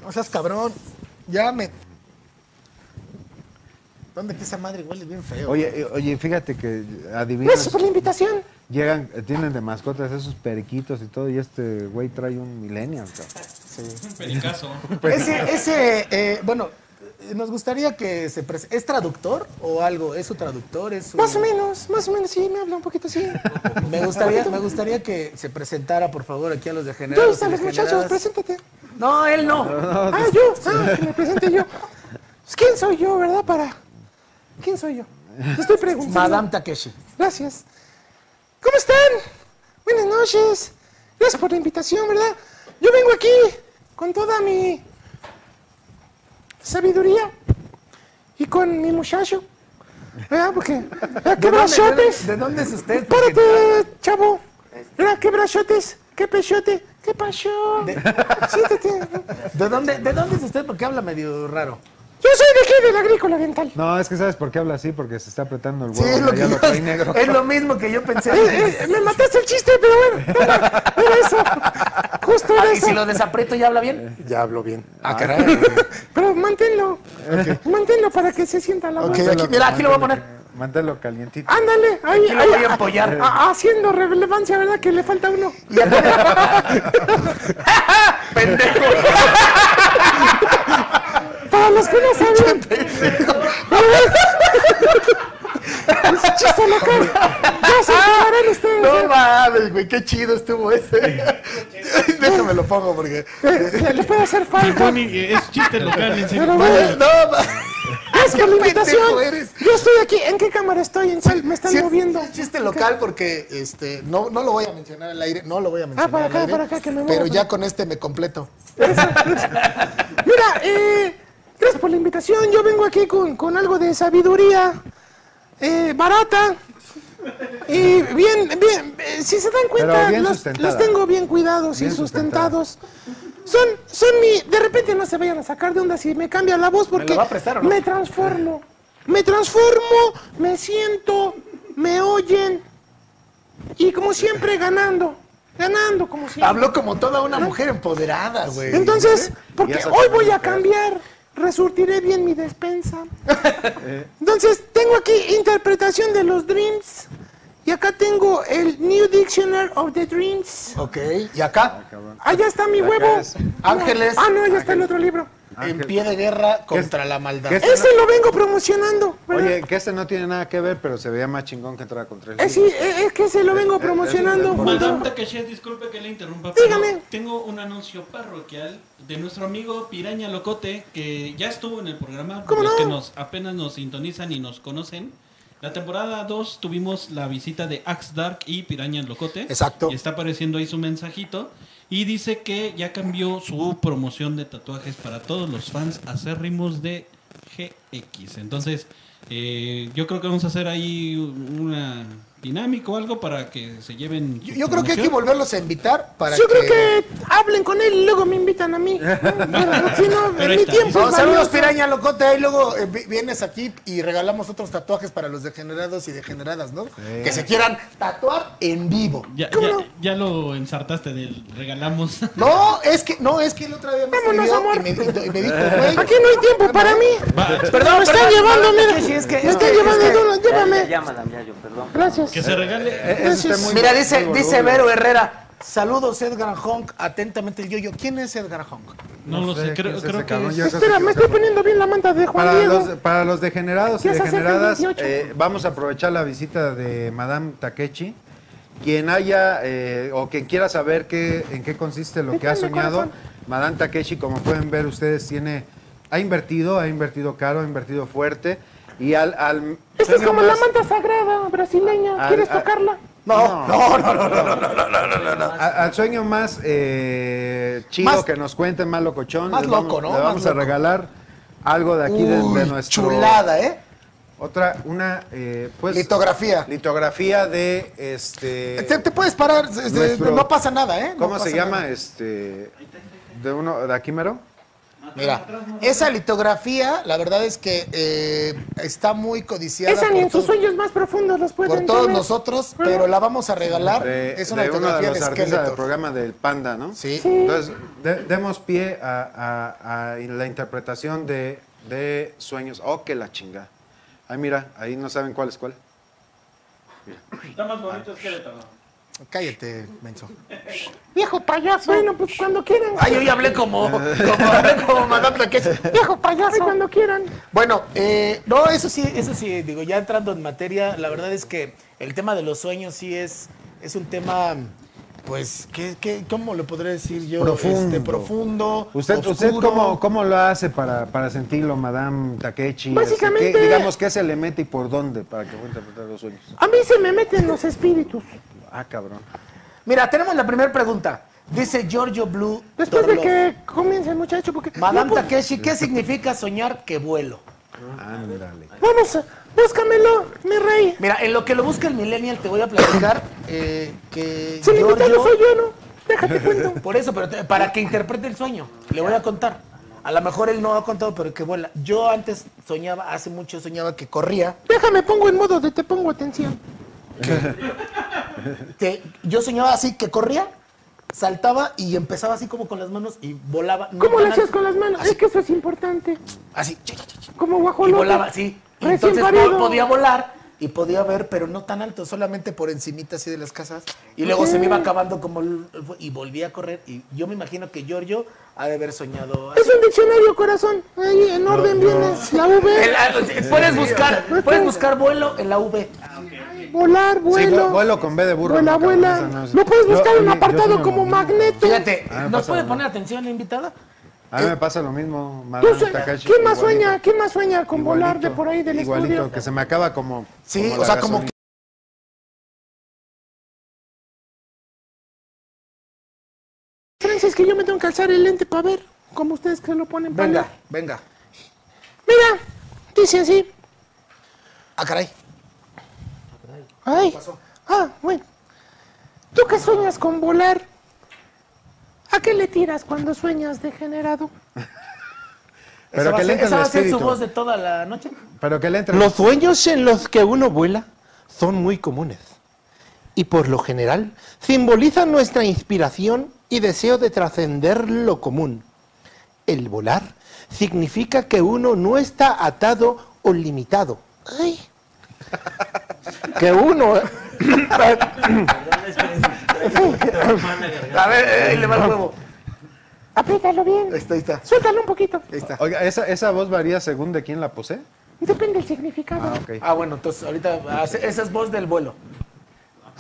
O sea, cabrón. Ya me... ¿Dónde que esa madre huele bien feo?
Oye, eh, oye, fíjate que
Gracias
adivinas.
por la invitación.
Llegan, eh, tienen de mascotas esos periquitos y todo, y este güey trae un millennial, cabrón.
Un pericazo.
pues,
Ese, ese eh, bueno, eh, nos gustaría que se... prese- ¿Es traductor o algo? ¿Es su traductor? ¿Es su-
Más o menos, más o menos, sí, me habla un poquito así.
Me gustaría, me gustaría que se presentara, por favor, aquí a los
Yo
degenerados.
están
y
los muchachos,
degeneradas.
preséntate.
No, él no. pues,
Ah, yo, ah, que me presente yo. Pues, ¿Quién soy yo, verdad? Para. ¿Quién soy yo? Te estoy preguntando.
Madame Takeshi.
Gracias. ¿Cómo están? Buenas noches. Gracias por la invitación, ¿verdad? Yo vengo aquí con toda mi sabiduría y con mi muchacho. ¿Verdad? Porque. ¿verdad? ¿Qué brazotes?
¿De dónde Este. es usted? Porque-
Párate, chavo. ¿Verdad? ¿Qué brazotes? ¿Qué pechote? ¿Qué pasión? Siéntate.
¿De dónde, ¿De dónde es usted? Porque habla medio raro.
Yo soy de aquí, del agrícola oriental.
No, es que sabes por qué habla así, porque se está apretando el
Sí,
huevo.
es
ya
lo, que
lo
yo-
trae negro.
es lo mismo que yo pensé.
Eh, eh, me mataste el chiste, pero bueno, era, era eso. Justo era
Ah, ¿Y
eso.
si lo desaprieto ya habla bien? Ya hablo bien. Ah, caray.
Pero manténlo. Manténlo para que se sienta la voz.
Ok, aquí- mira, aquí lo voy a poner.
Mándalo calientito.
Ándale, ahí,
Aquí lo
ahí,
voy a apoyar.
a- haciendo relevancia, ¿verdad? Que le falta uno.
Y acá- Pendejo.
Para los que no saben. Es chiste local. Ya se enterarán ustedes. ¿eh?
No mames, güey, qué chido estuvo ese. Déjame lo pongo porque.
Eh, Les puede hacer falta.
Perdón, y- eh, es chiste local, en serio.
Pero
Vale,
bueno,
No, ma-
gracias por la invitación.
pendejo eres.
Yo estoy aquí. ¿En qué cámara estoy? En sal- me están
sí,
moviendo.
Es chiste local porque este, no, no lo voy a mencionar al aire. No lo voy a mencionar.
Ah, para
al
acá,
aire,
para acá, que me mueva,
Pero
para
ya
acá.
con este me completo.
Mira, eh, gracias por la invitación. Yo vengo aquí con, con algo de sabiduría eh, barata. Y bien, bien, eh, si se dan cuenta,
Pero bien
los,
sustentada.
los tengo bien cuidados
Bien
y sustentados. Son, son mi. De repente no se vayan a sacar de onda si me cambia la voz porque
va a prestar o no?
me transformo. Me transformo, me siento, me oyen. Y como siempre, ganando. Ganando, como siempre.
Habló como toda una mujer empoderada, güey.
Ah. Entonces,
Ya
porque
sacó
hoy voy
el
a
pedazo.
cambiar, resurtiré bien mi
Eh,
despensa. Entonces, tengo aquí interpretación de los dreams Y acá tengo el New Dictionary of the Dreams.
Ok, y acá,
Allá está mi
Acá
huevo.
es.
Ángeles.
Ah, no, allá está el otro libro.
en pie de guerra contra la maldad.
qué Ah, es-
Ese lo vengo promocionando. ¿verdad?
Oye, que este no tiene nada que ver, pero se veía más chingón que entrar contra el
Eh, sí,
libro.
eh, es que se lo vengo
Eh, eh,
promocionando.
eh, por
justo.
eso.
Madame Takeshi, disculpe que le interrumpa. pero
Dígame.
Tengo un anuncio parroquial de nuestro amigo Piraña Locote, que ya estuvo en el programa.
¿Cómo
los
no?
que nos apenas nos sintonizan y nos conocen. La temporada 2 tuvimos la visita de Axe Dark y Piraña Locote.
Exacto.
Y está apareciendo ahí su mensajito. Y dice que ya cambió su promoción de tatuajes para todos los fans acérrimos de GX. Entonces, eh, yo creo que vamos a hacer ahí una dinámica o algo para que se lleven. su
Yo, yo creo que hay que
promoción.
volverlos a invitar para
Yo
que...
creo que hablen con él y luego me invitan a mí. ¿no? Pero si no,
Pero ahí
mi
está.
tiempo
No,
es
Oh, saludos
valioso.
Piraña Locote, ahí luego eh, vi- vienes aquí y regalamos otros tatuajes para los degenerados y degeneradas, ¿no? Que se quieran tatuar en vivo.
Ya,
¿Cómo
ya-
no?
ya lo ensartaste del regalamos.
No, es que, no, es que el otro día me
Vámonos,
escribió
amor.
y me, y me dijo, güey,
Aquí no hay tiempo para mí.
perdón,
me están
perdón,
llevando,
perdón,
mira.
Takeshi, es que-
me
es
están
que-
llevando,
es que-
Dolo, llévame.
Llámala, ya, yo, perdón.
Gracias.
que se regale.
Eh, ese está muy
Pues Mira,
vol-
dice,
muy
dice
voluble.
Vero Herrera, saludos Edgar Honk, atentamente el yo-yo. ¿Quién es Edgar Honk?
No, lo sé, creo, creo que. es-
Espera, me estoy poniendo bien la manta de Juan
Para
Diego.
los, para los degenerados y
Ya se acerca el
degeneradas,
18.
eh, vamos a aprovechar la visita de Madame Takechi. Quien haya eh, o quien quiera saber qué, en qué consiste lo que ha
Déjame,
soñado,
corazón.
Madame Takechi, como pueden ver ustedes, tiene ha invertido, ha invertido caro, ha invertido fuerte. Y al, al
Esta es
sueño
como la
más-
manta sagrada brasileña.
Al-
¿Quieres
al-
tocarla?
No, no, no, no, no, no, no,
a- al sueño más eh, chido
Más-
que nos cuenten, más locochón.
más
les vamos-
loco, ¿no?
Le
Más
vamos a
loco.
regalar algo de aquí, de-
Uy,
de, nuestro...
chulada, ¿eh?
Otra, una, eh, pues...
Litografía.
Litografía de, este...
te, te puedes parar, se- se-
nuestro-
no pasa nada, ¿eh? No
¿Cómo se
pasa
llama?
nada.
Este... De uno, de aquí mero.
Mira, esa litografía, la verdad es que eh, está muy codiciada
Esa ni en sus
todo-
sueños más profundos los pueden
por todos
tener.
nosotros, pero la vamos a regalar.
De,
Ah, es una
de uno de
litografía
los
de,
artistas del
esqueleto.
programa del Panda, ¿no?
Sí.
Entonces, de- demos pie a, a- a la interpretación de, de sueños. Oh, que la chinga. Ay, mira, ahí no saben cuál es cuál.
Está más bonito es Querétaro.
Cállate, menso.
Viejo payaso. Bueno, pues cuando quieran.
Ay, hoy hablé como, como, como Madame Takeshi.
Viejo payaso. cuando quieran.
Bueno, eh, no, eso sí, eso sí, digo, ya entrando en materia, la verdad es que el tema de los sueños sí es, es un tema, pues, ¿qué, qué, cómo lo podré decir yo?
Profundo.
Este, profundo.
¿Usted,
oscuro.
usted cómo, cómo lo hace para, para sentirlo, Madame Takechi? Este,
Básicamente-
¿qué- digamos, ¿qué se le mete y por dónde para que pueda interpretar los sueños?
A mí se me meten los espíritus.
Ah, cabrón.
Mira, tenemos la primera pregunta. Dice Giorgio Blue.
Después de
Torloff.
que comience el muchacho, porque.
Madame
No, pues,
Takeshi, ¿qué significa soñar que vuelo?
Ándale.
Vamos, búscamelo, mi rey.
Mira, en lo que lo busca el Millennial te voy a platicar eh, que.
Si el invitado
Giorgio-
soy yo, ¿no? Déjate cuento.
Por eso, pero te- para que interprete el sueño, le voy a contar. A lo mejor él no ha contado, pero que vuela. Yo antes soñaba, hace mucho soñaba que corría.
Déjame, pongo en modo de te pongo atención.
Que yo soñaba así, que corría, saltaba y empezaba así como con las manos y volaba. No,
¿Cómo lo
ganas-
hacías con las manos?
Así,
Es que eso es importante.
así, ch- ch- ch-
Como
y
guajolote.
volaba así. Y
Recién
entonces
parido.
po- podía volar y podía ver, pero no tan alto, solamente por encimita así de las casas. Y luego se me iba acabando como... el- el fu- y volvía a correr. Y yo me imagino que Giorgio ha de haber soñado así.
Es un diccionario, corazón. Ahí en orden viene la
El-
V.
ah, puedes buscar, puedes buscar vuelo en la V.
Volar, vuelo.
Sí, vuelo con B de burro.
Vuela,
no, cabrón,
vuela.
esa no es-
No puedes
Yo-
buscar
a mí-
un
yo sí
apartado
me
como
moví.
magneto.
Fíjate,
Ah,
¿nos
pasa
puede
la
poner atención la invitada?
A mí me pasa lo mismo,
Tú
Madame
sue-
Takeshi.
¿Quién más
igualito,
sueña? ¿Quién más sueña con volar de
igualito,
por ahí del
igualito,
estudio?
que se me acaba como.
Sí,
la
o sea, como
gasolina.
La diferencia es que yo me tengo que alzar el lente para ver, como ustedes que lo ponen para
Venga,
leer.
venga.
Mira, dice así.
Ah, caray.
Ay. Ah, bueno. ¿Tú qué sueñas con volar? ¿A qué le tiras cuando sueñas degenerado?
Pero
Esa va
que
a
le
ser-
entre
esa
el
va a ser su
espíritu.
voz de toda la noche.
Pero que le entre.
Los sueños en los que uno vuela son muy comunes y por lo general simbolizan nuestra inspiración y deseo de trascender lo común. El volar significa que uno no está atado o limitado. Ay. Que uno
A ver, ahí le va el huevo.
Apriétalo bien.
Ahí está, ahí está.
Suéltalo un poquito.
Ahí está.
Oiga, ¿esa, ¿esa voz varía según de quién la posee?
Depende del significado.
Ah, ok.
Ah, bueno, entonces ahorita hace- esa es voz del vuelo.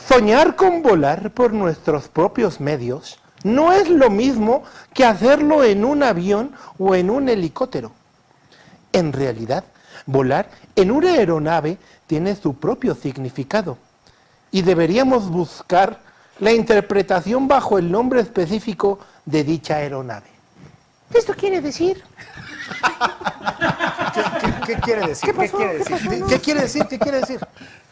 Soñar con volar por nuestros propios medios no es lo mismo que hacerlo en un avión o en un helicóptero. En realidad, volar en una aeronave tiene su propio significado y deberíamos buscar la interpretación bajo el nombre específico de dicha aeronave. ¿Esto quiere decir?
¿Qué, qué- qué quiere decir?
¿Qué pasó?
quiere
¿Qué
decir?
pasó? No.
¿Qué quiere decir? ¿Qué quiere decir?
Es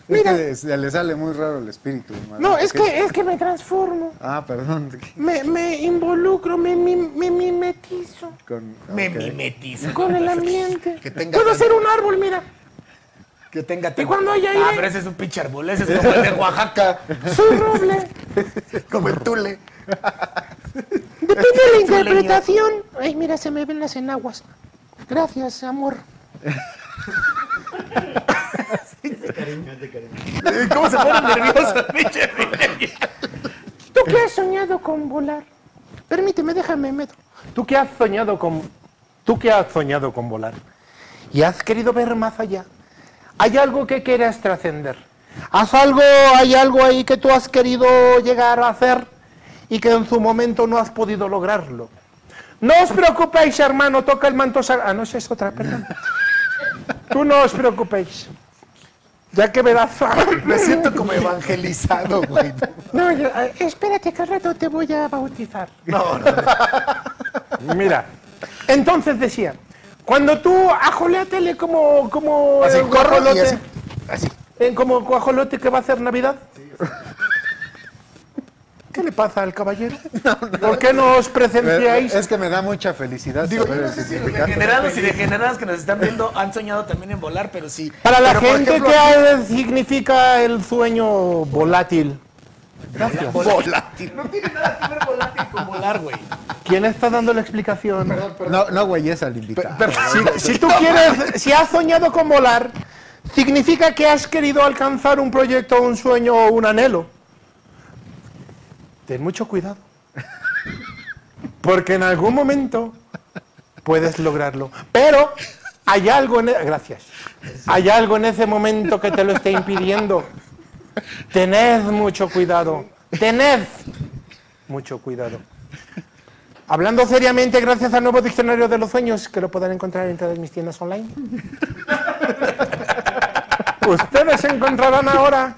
Mira.
que se le sale muy raro el espíritu. madre.
No, es
¿Qué?
que, es que me transformo,
Ah, perdón.
me, me involucro, me, mim- me mimetizo.
Con-
Me
ok.
mimetizo.
Con el ambiente.
Que tenga
Puedo
tanto.
ser un árbol, mira.
Que tenga
¿Y cuando haya
Ah,
aire?
pero ese es un pinche árbol, ese es como el de Oaxaca,
Soy roble.
como el Tule.
Depende de la interpretación. Ay, mira, se me ven las enaguas. Gracias, amor.
Eh, ¿Cómo se ponen nerviosos, pinche?
¿Tú qué has soñado con volar? Permíteme, déjame, meto. ¿Tú qué has soñado con... ¿Tú qué has soñado con volar? Y has querido ver más allá. Hay algo que quieras trascender. Haz algo, hay algo ahí que tú has querido llegar a hacer y que en su momento no has podido lograrlo. No os preocupéis, hermano, toca el manto sagrado. Ah, no, esa es otra, perdón. Tú no os preocupéis. Ya que verás...
Me siento como evangelizado, güey.
No, yo- eh, espérate que al rato te voy a bautizar.
No, no, no.
Mira. Entonces decía, cuando tú ajoleatele como, como
Así,
el
corro y
guajolote,
así. Así.
eh, como guajolote que va a hacer Navidad. ¿Qué le pasa al caballero? ¿Por qué no Eh, os presenciáis?
Es que me da mucha felicidad
Digo, yo
saber
no
el
sé si los
significado.
degenerados y degeneradas que nos están viendo han soñado también en volar, pero sí.
Para la
Pero, por
gente
ejemplo,
que ha- significa el sueño volátil. Gracias.
Volátil. No tiene nada que ver volátil con volar, güey.
¿Quién está dando la explicación?
No, no, güey, es al invitado.
Si, si tú quieres, si has soñado con volar, significa que has querido alcanzar un proyecto, un sueño o un anhelo. Ten mucho cuidado. Porque en algún momento puedes lograrlo. Pero hay algo en e- Gracias. Hay algo en ese momento que te lo está impidiendo. Tened mucho cuidado. Tened mucho cuidado. Hablando seriamente, gracias al nuevo diccionario de los sueños, que lo podrán encontrar en todas mis tiendas online. Ustedes encontrarán ahora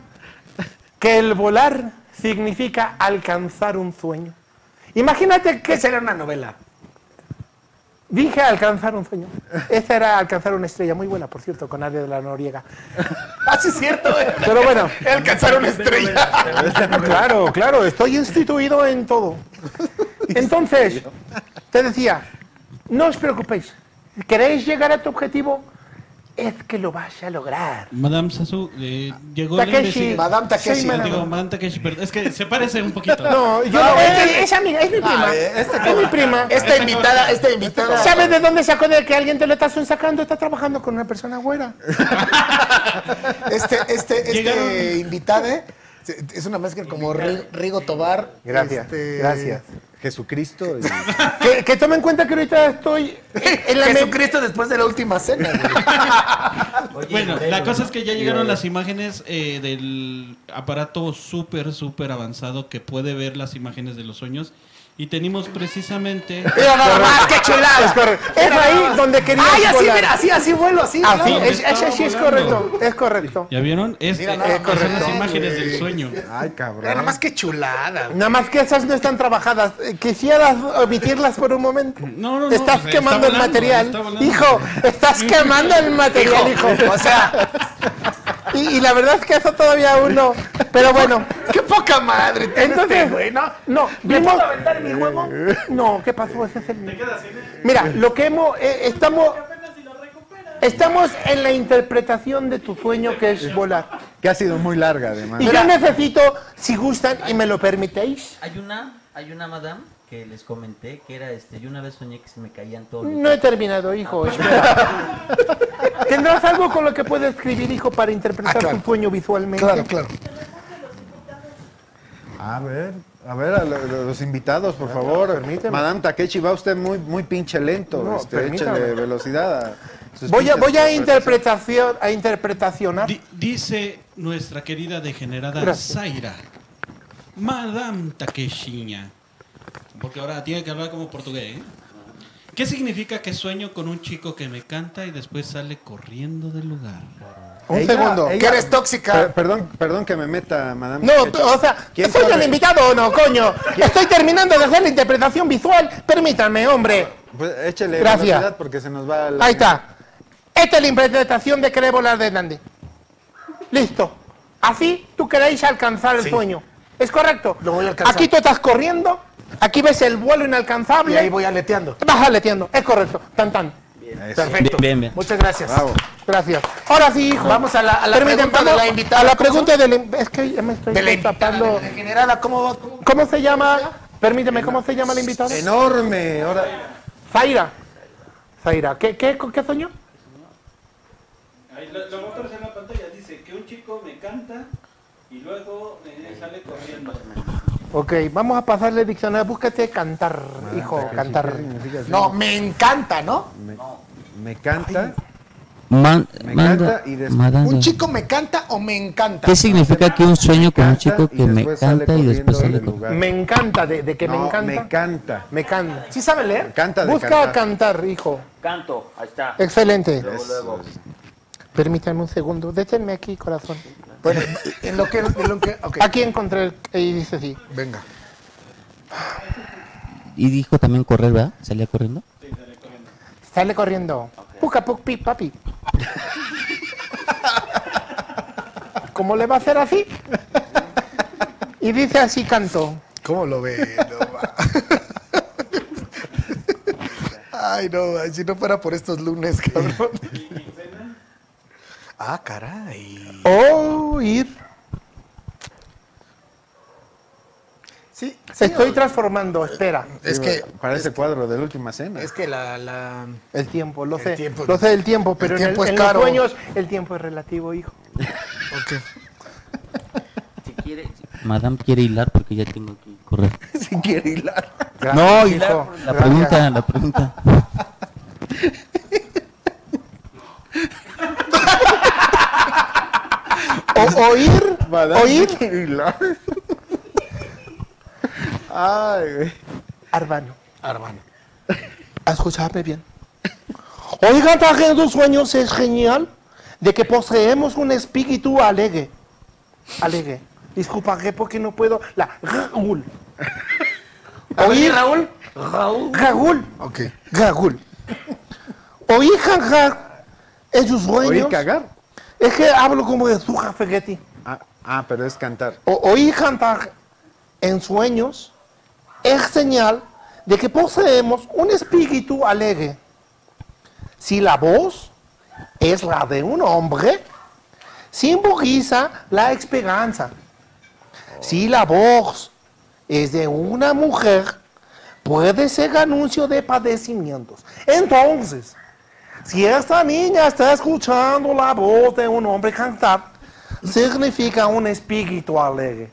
que el volar significa alcanzar un sueño. Imagínate que
Esa era una novela.
Dije alcanzar un sueño. Esa era alcanzar una estrella muy buena, por cierto, con Nadia de la Noriega.
Ah, sí, es cierto, eh.
Pero bueno,
Alcanzar una estrella.
claro, claro, estoy instituido en todo. Entonces, te decía, no os preocupéis. ¿Queréis llegar a tu objetivo? Es que lo vas a lograr.
Madame Sasu, eh, llegó la
Takeshi.
investigación.
Madame Takeshi.
Sí,
Ah,
madame.
Digo, Madame Takeshi, perdón. Es que se parece un poquito.
No, yo no, es, es amiga, es mi prima. es mi prima.
Esta invitada, esta invitada.
¿Sabes de dónde sacó de que alguien te lo está sacando? Está trabajando con una persona güera.
Este, este, este
Llegaron.
invitado eh, se- es una mezcla como Ri- Rigo Tobar.
Gracias,
este,
gracias.
Jesucristo. y-
Que, que tome en cuenta que ahorita estoy en la me-
Jesucristo después de la última cena, güey.
Bueno, la cosa es que ya llegaron las imágenes eh, del aparato súper, súper avanzado que puede ver las imágenes de los sueños. Y tenemos precisamente...
Mira nada más, qué chulada. Es, ahí donde querías
Ay, así,
volar.
mira, así, así vuelo, así.
Así,
claro.
es, es- es- es correcto, es correcto.
¿Ya vieron? Es,
Mira
eh,
nada
son
más,
las
güey.
imágenes del sueño.
Ay,
Mira, nada
cabrón.
más que chulada. güey.
Nada más que esas no están trabajadas. Eh, Quisieras omitirlas por un momento.
No, no, no,
Te estás
o sea,
quemando
está volando,
el material.
está volando.
Hijo, estás quemando el material, hijo.
O sea,
Y, y la verdad es que eso todavía aún no. Pero bueno.
qué poca madre tiene
Entonces,
este güey, ¿no?
no,
¿Le
vimos-
puedo aventar mi huevo?
No, ¿qué pasó? Ese es el mío. Mira, lo que hemos. eh, estamos. Estamos en la interpretación de tu sueño que es volar.
Que ha sido muy larga, además.
Y yo necesito, si gustan y me lo permitéis,
Hay una, hay una madame que les comenté que era este, yo una vez soñé que se me caían todos los
no he terminado, hijo. espera. ¿Tendrás algo con lo que pueda escribir, hijo, para interpretar
Ah, claro.
tu sueño visualmente?
Claro, claro.
A ver, a ver, a lo- lo- los invitados,
Ah,
por favor.
permíteme.
Madame Takechi, va usted muy, muy pinche lento.
No,
este,
permítame.
échale velocidad a sus
Voy a,
pinches
voy a
interpretaciones.
interpretación, a interpretacionar.
Di- dice nuestra querida degenerada
Gracias.
Zaira, Madame Takeshiña, porque ahora tiene que hablar como portugués. ¿eh? ¿Qué significa que sueño con un chico que me canta y después sale corriendo del lugar?
Un
Ella-
segundo.
ella-
que eres
Per-
tóxica.
perdón, perdón que me meta, Madame
No,
Takechi.
tú- o sea,
¿Quién
¿soy
corre?
el invitado o no, coño? Estoy terminando de hacer la interpretación visual. Permítanme, hombre.
Pues échale
Gracias.
velocidad porque se nos va la...
Ahí está. Esta es la interpretación de querer volar de Hernández. Listo. Así tú queréis alcanzar el sueño. ¿Es correcto?
Lo voy a alcanzar.
Aquí tú estás corriendo, aquí ves el vuelo inalcanzable.
Y ahí voy aleteando.
Vas aleteando. Es correcto. Tan tan.
Perfecto.
Bien, bien.
Muchas gracias.
Bravo.
Gracias. Ahora sí, hijo.
Vamos a la- a la
Permíteme,
pregunta de
vamos
la invitada.
a la pregunta de la- Es que ya me estoy
De la invitada,
tapando.
de la degenerada, ¿cómo va? ¿Cómo?
¿Cómo se llama? Permíteme, ¿cómo se llama la invitada?
Eh,
Enorme. Ahora,
Zaira. Zaira, ¿qué, qué, qué soñó?
Ahí lo, lo voy a aparecer en la pantalla, dice que un chico me canta y luego eh, sale corriendo.
Ok, vamos a pasarle diccionario. Búscate cantar, hijo,
Takeshi,
cantar.
¿qué significa?
No, me encanta, ¿no?
Me, me canta,
Man-
me
manda-
canta y después...
mandando.
Un chico me canta o me encanta.
¿Qué significa que un sueño con un
Canta
chico
y
que me
después sale
canta y después
corriendo
sale
del
con-
lugar.
Me encanta, de, de que
No,
me encanta.
Me canta.
Me canta.
¿Sí sabe leer?
Canta de
Busca
cantar.
cantar, hijo.
Canto, ahí está.
Excelente.
Luego, luego.
Permítame un segundo. Détenme aquí, corazón.
Bueno, en lo que... En lo que ok,
Aquí encontré el... Y dice sí.
venga.
Y dijo también correr, ¿verdad? Salía corriendo.
Sale corriendo. Busca pupi, papi. ¿Cómo le va a hacer así? Y dice así canto.
¿Cómo lo ve? No, ma- Ay, no, ma, si no fuera por estos lunes, cabrón. Ah, caray.
Oír.
Sí, sí,
Se estoy
o-
transformando, espera.
Es que,
Parece cuadro de la última cena.
es que la, la...
El tiempo, lo
El
sé.
tiempo.
Lo sé del tiempo, pero en,
tiempo
el-
es
en los
caro.
sueños el tiempo es relativo, hijo.
ok.
Si quieres,
Madame quiere hilar porque ya tengo que correr.
si quiere hilar.
no,
hijo.
hijo. La
Gracias.
pregunta, la pregunta.
O- oír, oír,
Ay, güey.
Arbano.
Arbano.
Escuchadme bien. Oigan, en los sueños es genial de que poseemos un espíritu alegre. Alegre. Disculparé porque no puedo. La Raúl. Oír, Raúl. Raúl. Raúl.
Ok.
Raúl. Oír cantar en sus
Oír
sueños.
cagar.
Es que hablo como de su Ferretti.
Ah, ah, pero es cantar.
O- oír cantar en sueños es señal de que poseemos un espíritu alegre. Si la voz es la de un hombre, simboliza la esperanza. Si la voz es de una mujer, puede ser anuncio de padecimientos. Entonces, si esta niña está escuchando la voz de un hombre cantar, significa un espíritu alegre.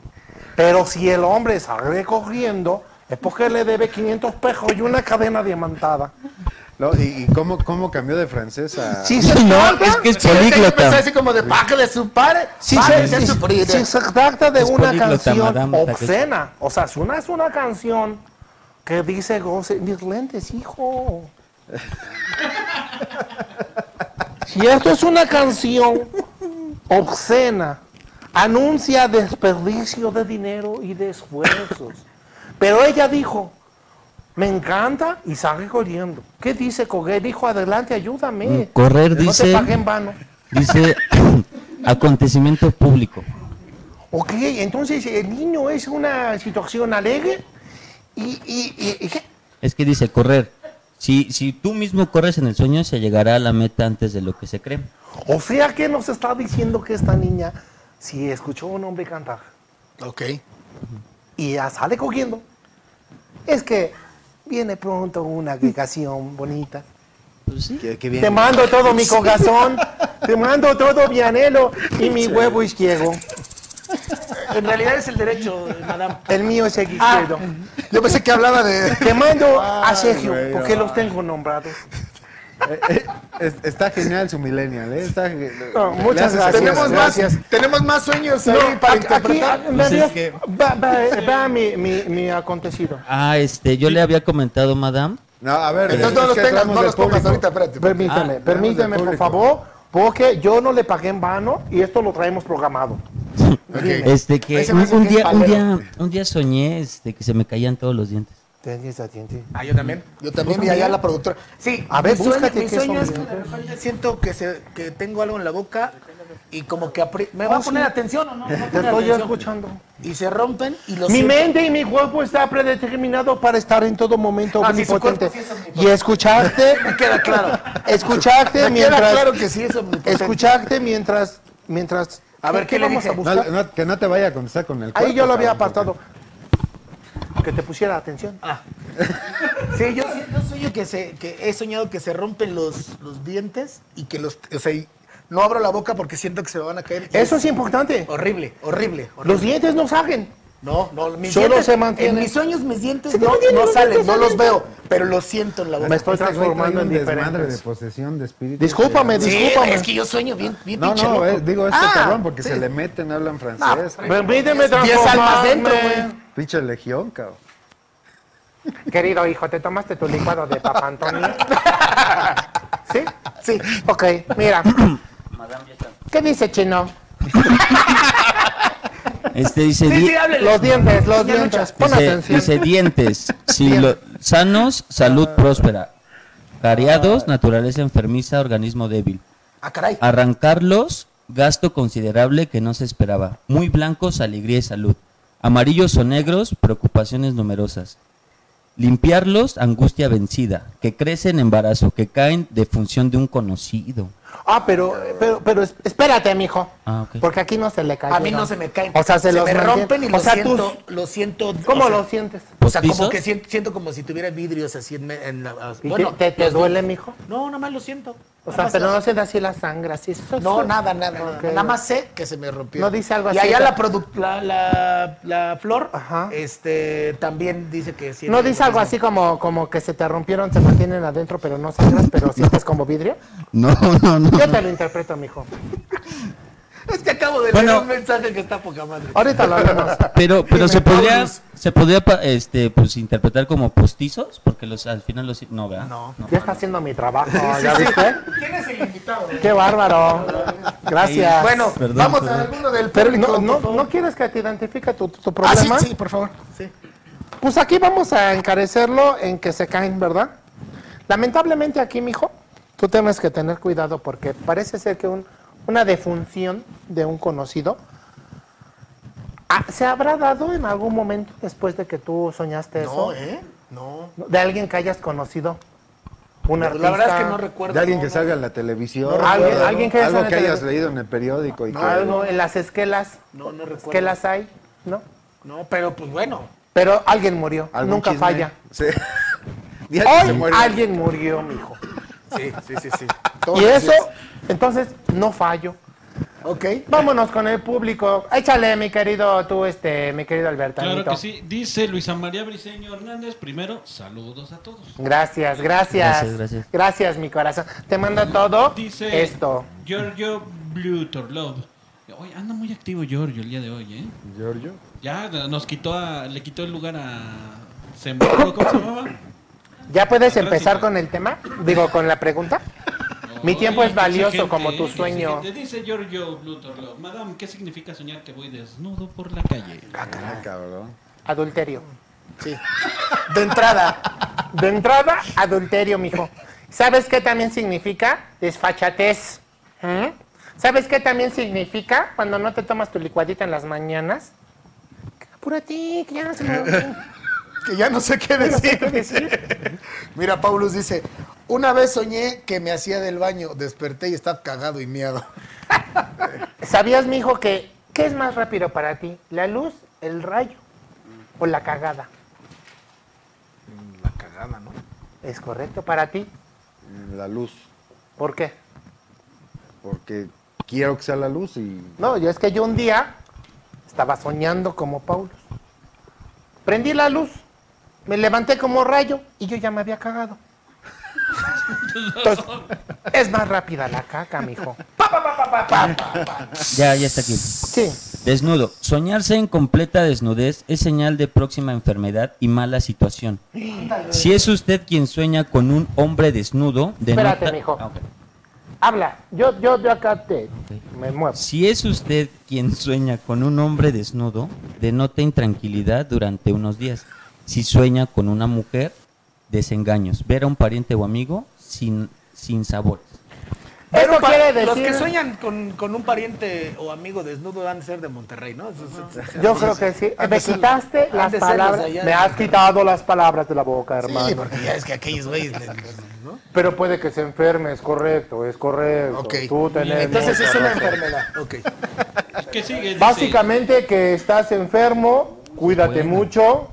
Pero si el hombre sale corriendo, es porque le debe 500 pesos y una cadena diamantada.
No, ¿Y, y cómo, cómo cambió de francés a...?
Si se
No,
"Ah,
trata,
es que es
Yo pensé
políglota.
así como de paca de su padre.
si
padre
se,
de
si-
su padre.
si se trata de
Es
una
políglota,
canción
Madame
obscena, o sea, es una, es una canción que dice goce, mis lentes, hijo. Si esto es una canción obscena, anuncia desperdicio de dinero y de esfuerzos. Pero ella dijo, me encanta y sale corriendo. ¿Qué dice Cogué? Dijo, adelante, ayúdame.
Mm, correr,
No te
dice.
pagué en vano.
Dice acontecimiento público.
Ok, entonces eh, el niño es una situación alegre y, y- y- y ¿qué?
Es que dice correr. Si, si tú mismo corres en el sueño, se llegará a la meta antes de lo que se cree.
o sea que nos está diciendo que esta niña si escuchó a un hombre cantar
Ok.
y ya sale cogiendo es que viene pronto una agregación bonita.
Qué- qué
Te mando todo mi corazón, te mando todo mi anhelo y mi huevo izquierdo.
En realidad es el derecho, madame. Ah.
El mío es el izquierdo.
yo pensé que hablaba de.
Te mando a
Ay,
Sergio,
güey,
porque
ay.
los tengo nombrados.
Eh, eh, es- está genial su millennial, ¿eh? Está ge-
No,
le
muchas
haces
gracias.
Tenemos
Gracias.
más.
Tenemos más sueños
No,
ahí para
aquí-
interpretar.
aquí, en realidad, va, va- va mi, mi- mi acontecido.
Ah, este, yo le había comentado, madame.
No, a ver.
Entonces no los tengas, no los pongas ahorita, espérate.
Permítame,
Ah,
permítame, por favor, porque yo no le pagué en vano y esto lo traemos programado.
Este que
Ese
un,
parece
un
que es
día, un
palero.
día, un día soñé este, que se me caían todos los dientes.
Tenis a diente.
Ah, yo también. Yo también, y allá la productora. Sí,
A ver,
mi sueño,
búscate
mi
qué
sueño
son.
es que de repente siento que, se, que tengo algo en la boca y como que apri- ¿Me va a
Oh,
poner
sí.
atención o no? Me va a
Te
poner
estoy
atención.
escuchando.
Y se rompen y los.
Mi
siento.
mente y mi cuerpo está predeterminado para estar en todo momento
Ah, sí, su
omnipotente.
cuerpo sí es omnipotente.
y escucharte,
Me queda claro.
escucharte
Me
mientras,
Queda claro que sí, eso.
escucharte mientras, mientras.
A ver, ¿qué le
vamos
dije?
a buscar?
No, no, que no te vaya a contestar con el
Ahí yo lo había
cabrón,
apartado. Que te pusiera atención.
Sí, yo, yo sueño que, se, que he soñado que se rompen los, los dientes y que los. O sea, y no abro la boca porque siento que se me van a caer. Y
Eso es importante.
Horrible, horrible. horrible.
Los dientes no salen.
No, no, mis
Solo
dientes.
se mantienen.
En mis sueños, mis dientes
Se
no,
mantienen
no
los
salen,
dientes
no los
saliendo.
veo, pero los siento en la boca.
Me estoy
Este güey trae
transformando en
un desmadre
diferentes.
de posesión de espíritu.
Discúlpame,
Sí.
Sí,
discúlpame.
es que yo sueño bien, bien
No,
pinche
no,
loco.
eh, digo este
Ah,
cabrón porque
sí.
se le meten, hablan francés.
No,
güey.
Permíteme
Diez almas dentro,
transformarme.
güey.
Pinche legión, cabrón.
Querido hijo, ¿te tomaste tu licuado de papá Antonio? ¿Sí? Sí. Ok, mira.
Madame ya está.
¿Qué dice Chino?
Este dice,
Sí,
di-
sí, háblele.
Los dientes, los
Doña
dientes.
Lucha.
Pon
dice-
atención.
dice dientes, si lo- sanos, salud próspera. Cariados,
Ah.
naturaleza enfermiza, organismo débil.
Ah, caray.
Arrancarlos, gasto considerable que no se esperaba. Muy blancos, alegría y salud. Amarillos o negros, preocupaciones numerosas. Limpiarlos, angustia vencida. Que crece en embarazo, que caen de función de un conocido.
Ah, pero, pero, pero es- espérate, mijo.
Ah, ok.
Porque aquí no se le cae.
A mí no se me caen.
O sea, se, los
me
mantiene.
rompen y
O
los
sea, tú-
siento, los siento.
¿Cómo
o sea,
lo sientes?
O sea, como
¿Postizos?
que siento, siento como si tuviera vidrios así en, me- en la.
¿Y
bueno,
te, te- te
los-
duele, mijo?
No, nada más lo siento.
O
Nada
sea,
más
pero
lo-
no se da así la sangre, así.
No, nada, nada.
Ok.
Nada más sé que se me rompió.
No dice algo así,
Y allá
o sea-
la, produ- la, la, la flor
Ajá.
este, también dice que siente.
¿No dice algo así como, como que se te rompieron, se mantienen adentro, pero no sangras, pero sientes como vidrio?
No, no, no.
Yo te lo interpreto, mijo.
Es que acabo de
Bueno.
leer un mensaje que está poca madre.
Ahorita lo hablamos.
Pero, pero se
Dime,
podría,
Paulus.
se podría pa- este, pues, interpretar como postizos, porque los, al final los... No, ¿verdad?
No.
Ya está haciendo mi trabajo, ¿ya viste?
¿Quién es el invitado?
¡Qué bárbaro! Gracias.
Bueno,
Perdón,
vamos
perdón.
a alguno del
Pero
público,
no, no,
por favor.
¿no quieres que te identifique tu, tu
Ah, sí,
problema?
sí, por favor. Sí.
Pues aquí vamos a encarecerlo en que se caen, ¿verdad? Lamentablemente aquí, mijo, tú tienes que tener cuidado porque parece ser que un- una defunción de un conocido ah, se habrá dado en algún momento después de que tú soñaste
No,
eso.
¿eh? No.
De alguien que hayas conocido. Un artista.
La verdad es que no recuerdo.
De alguien
no,
que
no.
salga en la televisión.
No recuerdo,
algo,
alguien que salga
algo
en la
que hayas
tele-
leído en el periódico y que...
Algo en las esquelas.
No, no recuerdo.
Esquelas hay, ¿no?
No, pero pues bueno.
Pero alguien murió.
algún
Nunca
chisme.
falla.
Sí. Día que se
Hoy
muere.
alguien murió, mijo.
Sí, sí, sí, sí.
Y eso, entonces, no fallo.
Ok.
Vámonos con el público. Échale, mi querido, tú, este, mi querido Alberto.
Claro que sí. Dice Luisa María Briseño Hernández, primero, saludos a todos.
Gracias, gracias.
Gracias, gracias.
Gracias, mi corazón. Te mando todo
Dice
esto.
Giorgio Blutorlov. Oye, anda muy activo Giorgio el día de hoy, ¿eh?
Giorgio.
Ya nos quitó a, le quitó el lugar a Sembrado, ¿cómo se llamaba?
¿Ya puedes
Atrás,
empezar
sí.
con el tema? Digo, con la pregunta. Mi tiempo
Oye,
es valioso
exigente,
como
¿eh?
tu sueño.
Exigente. Dice Giorgio Blutorlov. Madame, ¿qué significa soñar que voy desnudo por la calle?
Ah, cabrón.
Adulterio.
Sí. De entrada.
De entrada, adulterio, mijo. ¿Sabes qué también significa? Desfachatez. ¿Mm? ¿Sabes qué también significa cuando no te tomas tu licuadita en las mañanas? Apúrate, que ya no se me...
Que ya no sé qué decir. Mira, Paulus dice, una vez soñé que me hacía del baño, desperté y estaba cagado y miado.
¿Sabías, mijo, que qué es más rápido para ti? ¿La luz, el rayo o la cagada?
La cagada, ¿no?
Es correcto para ti.
La luz.
¿Por qué?
Porque quiero que sea la luz y...
No, yo es que yo un día Estaba soñando como Paulus. Prendí la luz, me levanté como rayo y yo ya me había cagado. Entonces, es más rápida la caca, mijo. Pa, pa, pa, pa, pa, pa, pa, pa.
Ya, ya está aquí. Desnudo. Soñarse en completa desnudez es señal de próxima enfermedad y mala situación. Si es usted quien sueña con un hombre desnudo, denota...
Espérate, mijo. Habla, yo, yo, yo acá te... Me muevo.
Si es usted quien sueña con un hombre desnudo, denota intranquilidad durante unos días. Si sueña con una mujer, desengaños. Ver a un pariente o amigo sin, sin sabores.
Esto
pa-
quiere decir...
Los que sueñan con, con un pariente o amigo desnudo han de ser de Monterrey, ¿no? Eso- eso- eso-
Yo creo que
Eh,
sí.
Han de
pues,
Me
ser-
quitaste
han
las
de ser los de
palabras.
allá
Me
de
has
Monterrey.
quitado las palabras de la boca, hermano.
Sí, porque ya es que aquellos güeyes. le- ¿no?
Pero puede que se enferme, es correcto, es correcto.
Ok.
Tú tenés
Entonces
mucha
es una
razón.
enfermedad. Ok.
¿Qué sigue? Dice,
Básicamente que estás enfermo, cuídate mucho.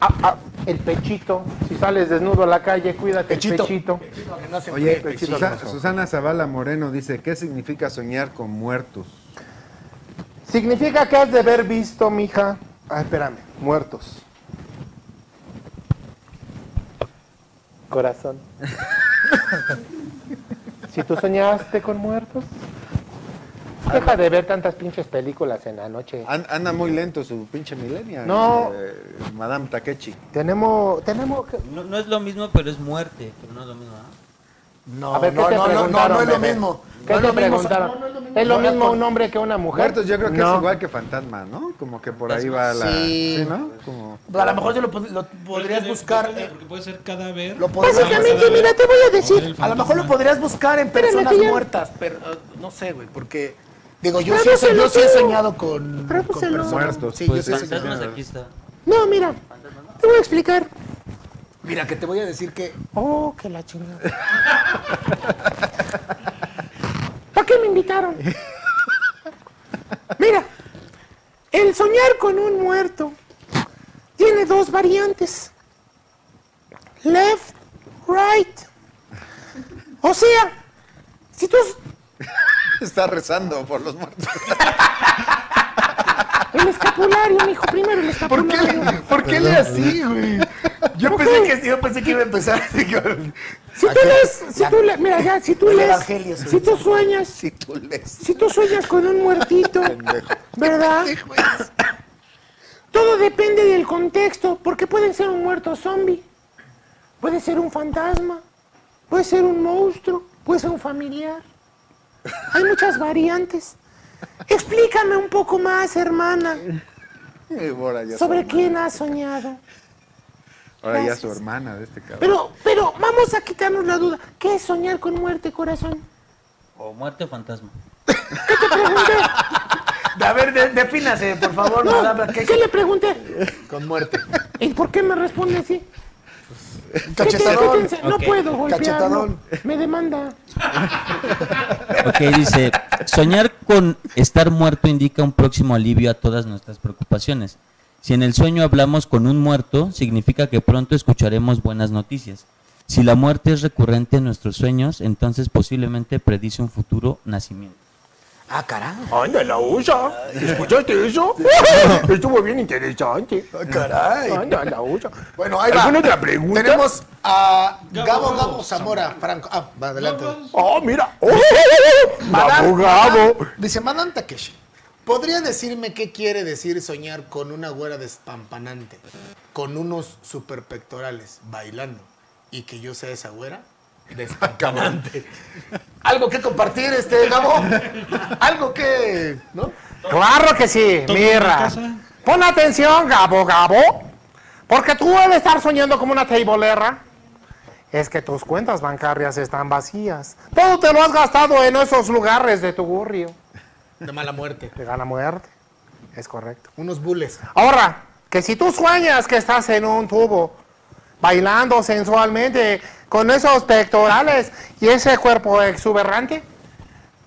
Ah, ah, el pechito, si sales desnudo a la calle, cuídate el pechito.
Oye,
Pechito
Susa-
hermoso.
Susana Zavala Moreno dice, ¿qué significa soñar con muertos?
Significa que has de haber visto, mija. Ah, espérame, muertos. Corazón. si tú soñaste con muertos, deja de ver tantas pinches películas en la noche.
An- anda muy lento su pinche milenia.
No.
eh, Madame Takechi.
Tenemos, tenemos que...
No, no es lo mismo, pero es muerte. Pero no es lo mismo, ¿ah?
No,
A ver, ¿qué
no,
te
no, no, no,
preguntaron,
no es lo
bebé?
mismo.
¿Qué
No es
te
lo mismo,
preguntaron?
no, no es lo mismo.
¿Es lo
No,
mismo
no,
un hombre que una mujer?
Muertos yo creo que
No.
es igual que fantasma, ¿no? Como que por ahí va la...
Sí.
¿no? Como...
A lo mejor yo lo, pod- lo podrías
de-
buscar.
depende,
eh,
porque puede ser cadáver.
lo podrías
Básicamente, mira,
te voy a
decir.
A lo mejor lo podrías buscar en
Espérame,
personas
que ya-
muertas, pero eh, no sé, güey, porque. Digo, yo sí, he,
Tradúcelo
yo sí he
tú.
soñado con, con
Tradúcelo.
personas
Muertos,
Sí,
pues,
yo sí he soñado.
fantasmas,
Fantasmas, aquí está.
pues, No, mira, te voy a explicar.
Mira, que te voy a decir que.
Oh, que la chingada. ¿Para qué me invitaron? Mira, el soñar con un muerto tiene dos variantes. Left, right. O sea, si tú...
Está rezando por los muertos.
El escapulario, mijo, primero el
¿Por qué,
escapulario.
le- ¿Por qué le así, güey? Yo pensé, que, yo pensé que iba a empezar así con.
Si tú
Aquel-
lees, si
la-
tú le- mira ya, si tú
El
lees,
Evangelio, sí.
si tú sueñas, si
tú lees.
tú sueñas con un muertito, ¿verdad? Todo depende del contexto, porque puede ser un muerto zombie, puede ser un fantasma, puede ser un monstruo, puede ser un familiar. Hay muchas variantes. Explícame un poco más, hermana,
Y Ahora ya, su,
sobre quién has soñado.
ahora ya su hermana de este cabrón.
Pero, pero, vamos a quitarnos la duda. ¿Qué es soñar con muerte, corazón?
O muerte o fantasma.
A ver, de- defínase, por favor, madame. ¿Qué,
¿Qué le pregunté?
Con muerte.
¿Y por qué me responde así? ¿Qué te- qué te
Cachetadón.
ense- No
Ok.
puedo golpearlo.
Cachetadón.
Me demanda.
Ok, dice, soñar con estar muerto indica un próximo alivio a todas nuestras preocupaciones. Si en el sueño hablamos con un muerto, significa que pronto escucharemos buenas noticias. Si la muerte es recurrente en nuestros sueños, entonces posiblemente predice un futuro nacimiento.
Ah, carajo.
Anda, la usa. ¿Escuchaste eso? Estuvo bien interesante.
Ah, Caray.
Anda, la usa.
Bueno, ahí va.
¿Alguna otra pregunta?
Tenemos a
Gabo,
Gabo
Gabo
Gabo Zamora, Franco. Ah, va, adelante.
Oh, mira. Oh,
Madame-
Gabo, Gabo.
Madame- Dice Madame Takeshi. ¿Podría decirme qué quiere decir soñar con una güera despampanante, con unos superpectorales bailando y que yo sea esa güera? Despampanante. Algo que compartir, este Gabo. Algo que. ¿No?
Claro que sí,
¿Todo en la
mira.
casa?
Pon atención, Gabo, Gabo. Porque tú debes estar soñando como una teibolera. Es que tus cuentas bancarias están vacías. Todo te lo has gastado en esos lugares de tu gurrio.
De mala muerte.
De gana muerte. Es correcto.
Unos bules.
Ahora, que si tú sueñas que estás en un tubo, bailando sensualmente, con esos pectorales y ese cuerpo exuberante,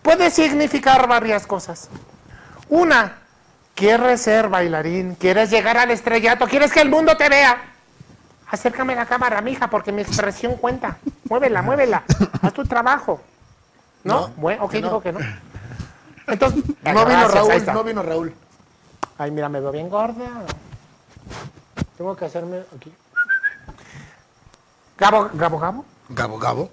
puede significar varias cosas. Una, quieres ser bailarín, quieres llegar al estrellato, quieres que el mundo te vea. Acércame la cámara, mija, porque mi expresión cuenta. Muévela, muévela. Haz tu trabajo.
No,
¿No? bueno, ok,
que no.
dijo que no. Entonces,
No vino
gracias, ahí
Raúl,
está.
no vino Raúl.
Ay, mira, me veo bien gorda. Tengo que hacerme aquí. Gabo, Gabo, Gabo.
Gabo Gabo.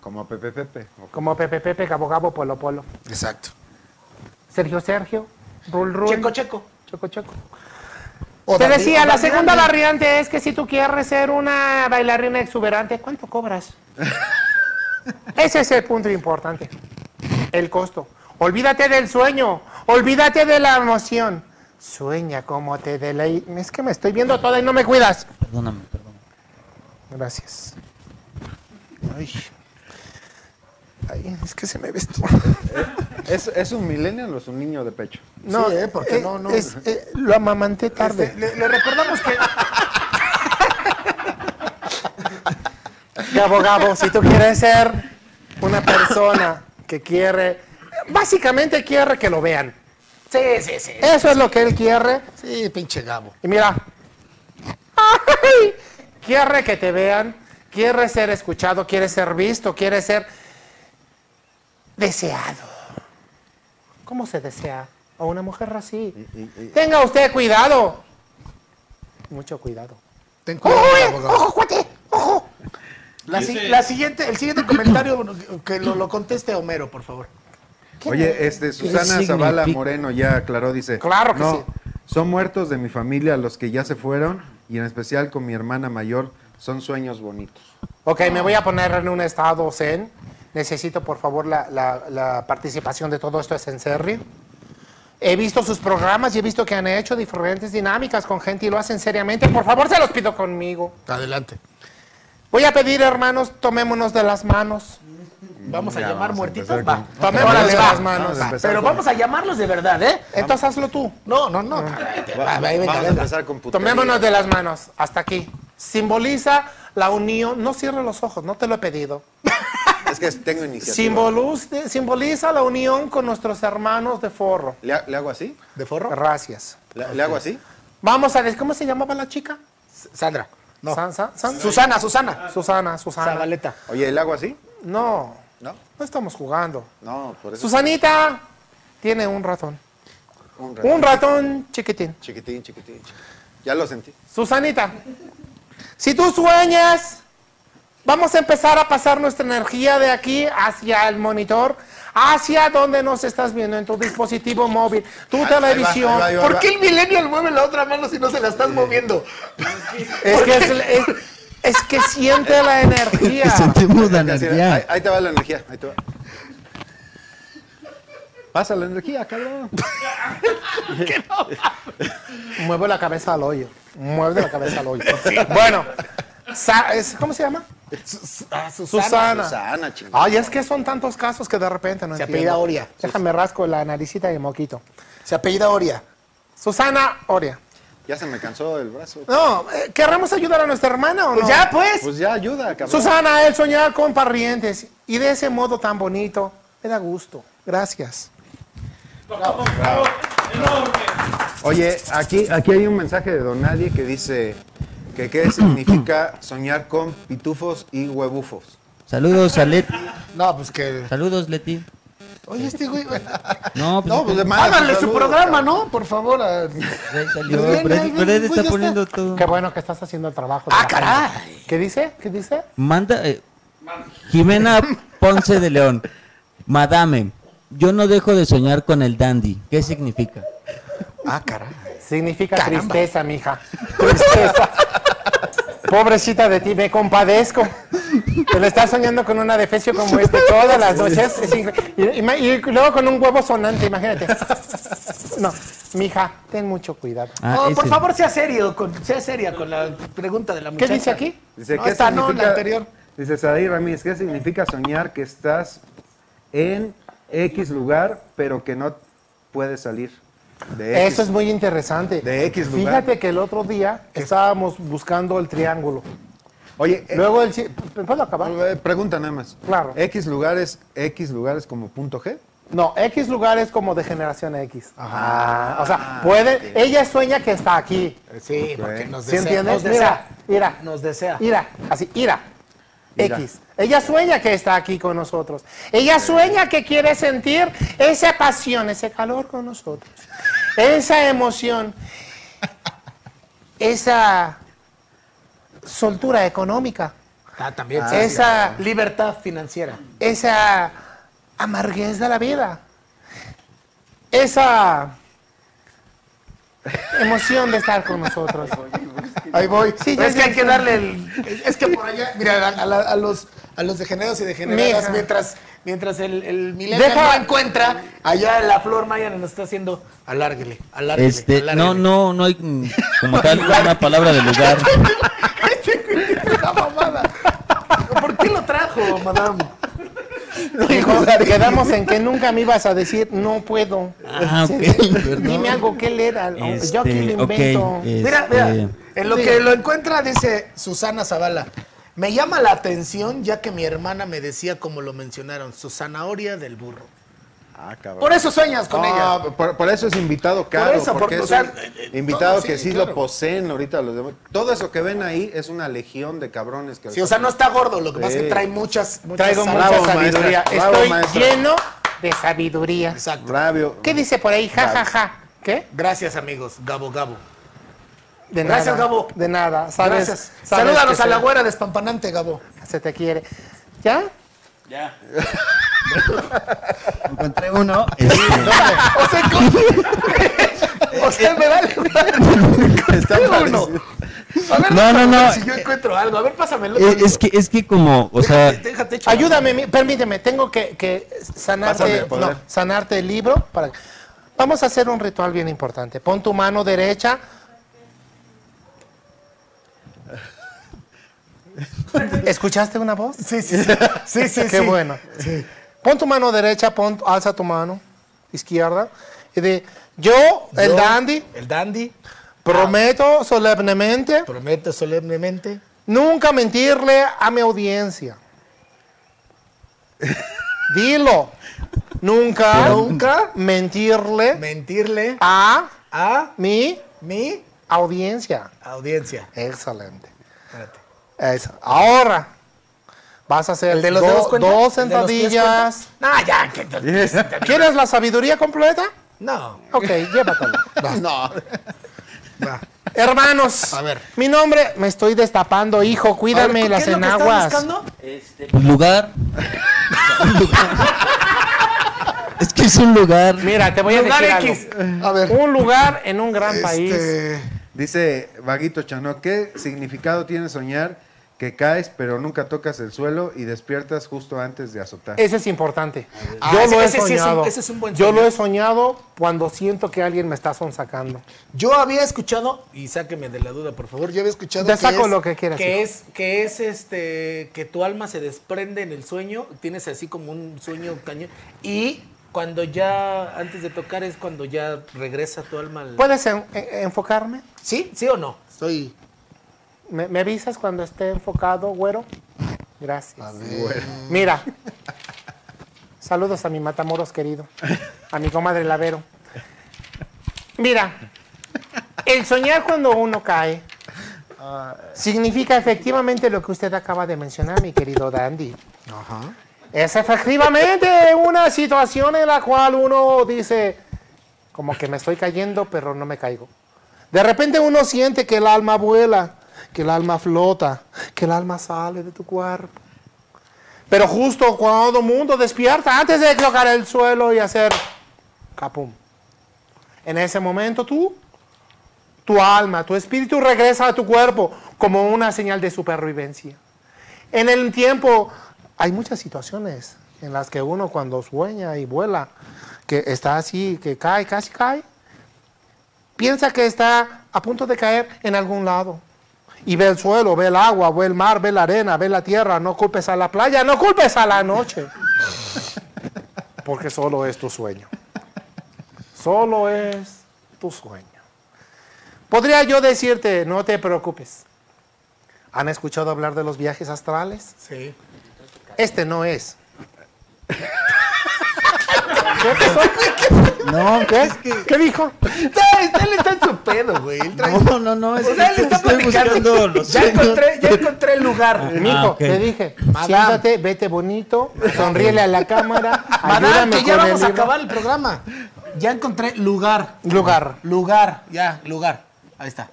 Como Pepe Pepe. o
Como Pepe Pepe, Gabo Gabo, Polo Polo.
Exacto.
Sergio Sergio. Rul Rul.
Checo Checo.
Checo Checo.
O
Te
Darri-
decía,
o
la
Darriante.
segunda variante es que si tú quieres ser una bailarina exuberante, ¿cuánto cobras? Ese es el punto importante, el costo. Olvídate del sueño, olvídate de la emoción. Sueña como te delay. Es que me estoy viendo toda y no me cuidas.
Perdóname, perdón.
Gracias. Ay. Ay, es que se me ve esto.
¿Es, ¿Es un millennial o es un niño de pecho?
No,
Sí, ¿eh? Porque
eh,
no, no.
es, eh, lo amamanté tarde.
Le, le recordamos que
Gabo, Gabo, si tú quieres ser una persona que quiere, básicamente quiere que lo vean.
Sí, sí, sí.
Eso es lo que él quiere.
Sí, pinche Gabo.
Y mira, ¡ay! quiere que te vean, quiere ser escuchado, quiere ser visto, quiere ser deseado. ¿Cómo se desea a una mujer así? Tenga usted cuidado. Mucho cuidado.
Ten
¡Ojo,
cuidado,
eh!
Gabo Gabo.
¡Ojo, cuate! ¡Ojo!
La, si-
Dice-
la siguiente, el siguiente comentario bueno, que lo, lo conteste Homero, por favor.
Oye, este, Susana
significa?
Zavala Moreno ya aclaró, dice.
Claro que
no,
sí.
Son muertos de mi familia los que ya se fueron y en especial con mi hermana mayor. Son sueños bonitos.
Ok, me voy a poner en un estado zen. Necesito, por favor, la, la- la participación de todo esto es en serio. He visto sus programas y he visto que han hecho diferentes dinámicas con gente y lo hacen seriamente. Por favor, se los pido conmigo.
Adelante.
Voy a pedir, hermanos, tomémonos de las manos.
Vamos a
Mm, Ya,
llamar
vamos a
muertitos.
empezar
va.
con-
Tomémonos
Órale,
de
va.
las manos.
Vamos a
Va,
empezar
Pero
con-
vamos a llamarlos de verdad, ¿eh?
Entonces hazlo tú.
No, no, no. Ah, Va, va, venga,
Vamos a
venga.
empezar con putería.
Tomémonos de las manos. Hasta aquí. Simboliza la unión. No cierres los ojos, no te lo he pedido.
Es que tengo iniciativa.
Simboluce- simboliza la unión con nuestros hermanos de forro.
¿Le, ha- le hago así?
¿De forro?
Gracias.
¿Le, le hago así?
Vamos a ver, ¿cómo se llamaba la chica?
Sandra. No.
San- San- San-
Susana, Susana.
Susana, Susana.
Zabaleta.
Oye, ¿le hago así?
No,
No,
no estamos jugando.
no, por eso.
Susanita tiene un ratón.
Un ratón.
Un ratón chiquitín.
Chiquitín, chiquitín, chiquitín. Ya lo sentí.
Susanita, si tú sueñas, vamos a empezar a pasar nuestra energía de aquí hacia el monitor, hacia donde nos estás viendo en tu dispositivo móvil, tu
Ahí- ahí va,
televisión.
ahí va, ahí va.
¿Por qué el millennial mueve la otra mano si no se la estás moviendo?
Es que, es, es- es que siente la energía.
Sentimos la
Así,
energía.
ahí, ahí te va la energía. Ahí te va. Pasa la energía, cabrón.
Mueve la cabeza al hoyo. Mueve la cabeza al hoyo. Bueno, Sa- es- ¿cómo se llama? Ah, Susana.
Susana, chingada.
Ay, es que son tantos casos que de repente no
Se
entiendo.
apellida Oria.
Déjame rasco la naricita y moquito.
Se apellida Oria.
Susana Oria.
Ya se me cansó el brazo.
No, eh, ¿querremos ayudar a nuestra hermana o no?
Pues ya, pues.
Pues ya ayuda, cabrón.
Susana, el soñar con parientes y de ese modo tan bonito, me da gusto. Gracias.
Oye, aquí, aquí hay un mensaje de Don Nadie que dice que qué significa soñar con pitufos y huevufos.
Saludos a Leti.
No, pues que.
Saludos, Leti.
Oye, este güey.
No, pues,
No, pues de más.
Háganle su programa, ¿no? Por favor. a-
ahí
Pues,
salió,
Bien,
pero
Pues ahí,
él- pero él
güey,
está
ya
poniendo todo.
Qué bueno que estás haciendo el trabajo.
Ah,
de la
caray.
gente. ¿Qué dice? ¿Qué dice?
Manda. eh, Jimena Ponce de León. Madame, yo no dejo de soñar con el dandy. ¿Qué significa?
Ah, caray.
Significa
Caramba.
tristeza, mija. Tristeza. Pobrecita de ti, me compadezco. Te lo estás soñando con una defecio como este todas las noches. Es incre- y, y ma- y luego con un huevo sonante, imagínate. No, mija, ten mucho cuidado.
Ah,
No, Oh, por
ese.
favor, sea serio, con- sea seria con la pregunta de la
¿Qué
muchacha.
dice aquí?
Dice,
No,
¿qué
esta no, la
significa,
anterior.
Dice Sadir Ramírez, ¿qué significa soñar que estás en X lugar, pero que no puedes salir? De
Eso es muy interesante.
De X lugar.
Fíjate que el otro día estábamos buscando el triángulo.
Oye, eh,
Luego el... chi- ¿Puedo acabar?
eh, pregunta nada más.
Claro.
X lugares, X lugares como punto G.
No, X lugar es como de generación X. Ajá. O sea, puede... Ella sueña que está aquí.
Sí, porque nos
¿Sí
desea.
entiendes?
Nos desea.
Mira, mira.
Nos desea.
Ira, así, ira.
Ira.
X. Ella sueña que está aquí con nosotros. Ella sueña que quiere sentir esa pasión, ese calor con nosotros. esa emoción, esa soltura económica,
Ah, también.
Ah,
sí,
esa-
sí. libertad financiera.
esa amarguez de la vida, esa emoción de estar con nosotros.
Ahí voy.
Sí,
Pero
ya
es que hay
sé.
que darle el. es- Es que por allá, mira, a, a la- a los a los degenerados y degeneradas,
Mija.
mientras, mientras el, el milenio
Deja-
no encuentra, allá la flor maya
Nos está haciendo alárguele, alárguele.
Este,
alárguele.
no, no, no hay mm, como tal una palabra de lugar.
la mamada.
¿Por qué lo trajo, madame?
Dijo, quedamos en que nunca me ibas a decir no puedo.
Ah,
Sí,
ok,
sí.
perdón.
Dime algo que le da.
Este,
Yo aquí le
ok,
invento.
este-
Mira, mira, en lo
Sí.
que lo encuentra dice Susana Zavala. Me llama la atención ya que mi hermana me decía, como lo mencionaron, su zanahoria del burro.
Ah, cabrón.
Por eso sueñas con
Ah,
ella.
Por, por eso es invitado caro.
eso,
porque
por- o
es
sea,
un
eh, eh,
invitado
todo,
que
sí,
sí
claro.
lo poseen ahorita los demás. Todo eso que ven ahí es una legión de cabrones que
Sí, o sea, no está gordo, lo que pasa es que
Sí.
trae muchas, muchas
Traigo mucha
bravo,
sabiduría.
maestra,
Estoy
bravo, maestra.
lleno de sabiduría.
Exacto.
¿Qué dice por ahí? Ja, ja, ja. ¿Qué?
Gracias, amigos. Gabo, Gabo.
De
Gracias,
nada.
Gabo.
De nada. Sabes,
Gracias.
sabes
Salúdanos
que
a la
se-
güera despampanante, Gabo.
Se te quiere. ¿Ya?
Ya.
Encontré uno. este,
o sea, ¿cómo? o sea, me vale. Está uno. A ver,
No,
déjame
no, eh, no.
ver Si yo encuentro algo, a ver, pásame el otro.
Eh, es, es que, es que como, o sea,
Déjate hecho.
Ayúdame, mi- permíteme, tengo que, que
Pásame
sanarte,
el poder.
no, sanarte el libro. Para... Vamos a hacer un ritual bien importante. Pon tu mano derecha. ¿Escuchaste una voz?
Sí, sí, sí. Sí, sí,
Qué
sí.
bueno. Pon tu mano derecha, pon, alza tu mano izquierda. Y de, yo, el
Yo, Ah.
dandy,
El dandy.
prometo solemnemente
Promete solemnemente.
nunca mentirle a mi audiencia. Dilo. Nunca,
Nunca
mentirle
mentirle
a,
a
mi,
mi
audiencia.
audiencia.
Excelente.
Espérate.
Eso. Ahora vas a hacer
¿El de los
do-
dedos cuenta?
dos
¿El de los pies cuenta?
sentadillas.
No, ya. que-
¿Quieres la sabiduría completa?
No.
Ok, llévatela. Va.
No.
Hermanos,
A ver.
mi nombre, me estoy destapando, hijo, cuídame
A ver, ¿qué
las
es lo que estás
enaguas.
buscando?
Este,
un lugar. es que es un lugar.
Mira, te voy a
Lugar
decir
X. Este.
algo. Un lugar en un gran país.
Dice Vaguito Chano, ¿qué significado tiene soñar que caes pero nunca tocas el suelo y despiertas justo antes de azotar?
Ese es importante.
Ah,
Yo
ese-
lo he
ese sí es un-
soñado.
ese es un buen
Yo
sueño.
lo he soñado cuando siento que alguien me está sonsacando.
Yo había escuchado, y sáqueme de la duda, por favor, yo había escuchado
Te saco lo que quieras,
Que
hijo.
es, que es este, que tu alma se desprende en el sueño, tienes así como un sueño cañón, y cuando ya, antes de tocar, es cuando ya regresa tu alma al...
¿Puedes en- en- enfocarme?
¿Sí? ¿Sí o no? Soy...
¿Me, me avisas cuando esté enfocado, güero? Gracias. Mira. Saludos a mi matamoros querido, a mi comadre Lavero. Mira, el soñar cuando uno cae significa efectivamente lo que usted acaba de mencionar, mi querido Dandy. Es efectivamente una situación en la cual uno dice, como que me estoy cayendo, pero no me caigo. De repente uno siente que el alma vuela, que el alma flota, que el alma sale de tu cuerpo. Pero justo cuando el mundo despierta, antes de tocar el suelo y hacer capum. En ese momento tú, tu alma, tu espíritu regresa a tu cuerpo como una señal de supervivencia. En el tiempo hay muchas situaciones en las que uno cuando sueña y vuela, que está así, que cae, casi cae, piensa que está a punto de caer en algún lado. Y ve el suelo, ve el agua, ve el mar, ve la arena, ve la tierra. No culpes a la playa, no culpes a la noche. Porque solo es tu sueño. Solo es tu sueño. Podría yo decirte, no te preocupes. ¿Han escuchado hablar de los viajes astrales?
Sí.
Este no es.
No,
¿Qué? ¿Qué dijo?
Está, él está en su pedo, güey. Él trae-
No, no, no. Es
o sea, él
que
está
estoy buscando
platicando.
los
Ya
sueños.
encontré, ya encontré el lugar.
Mijo,
Ah,
ok.
te dije,
Madame.
siéntate, vete bonito, sonríele a la cámara,
Madame,
ayúdame
que ya
con el
vamos a
libro.
acabar el programa. Ya encontré lugar.
Lugar.
Lugar, ya, lugar. Ahí está.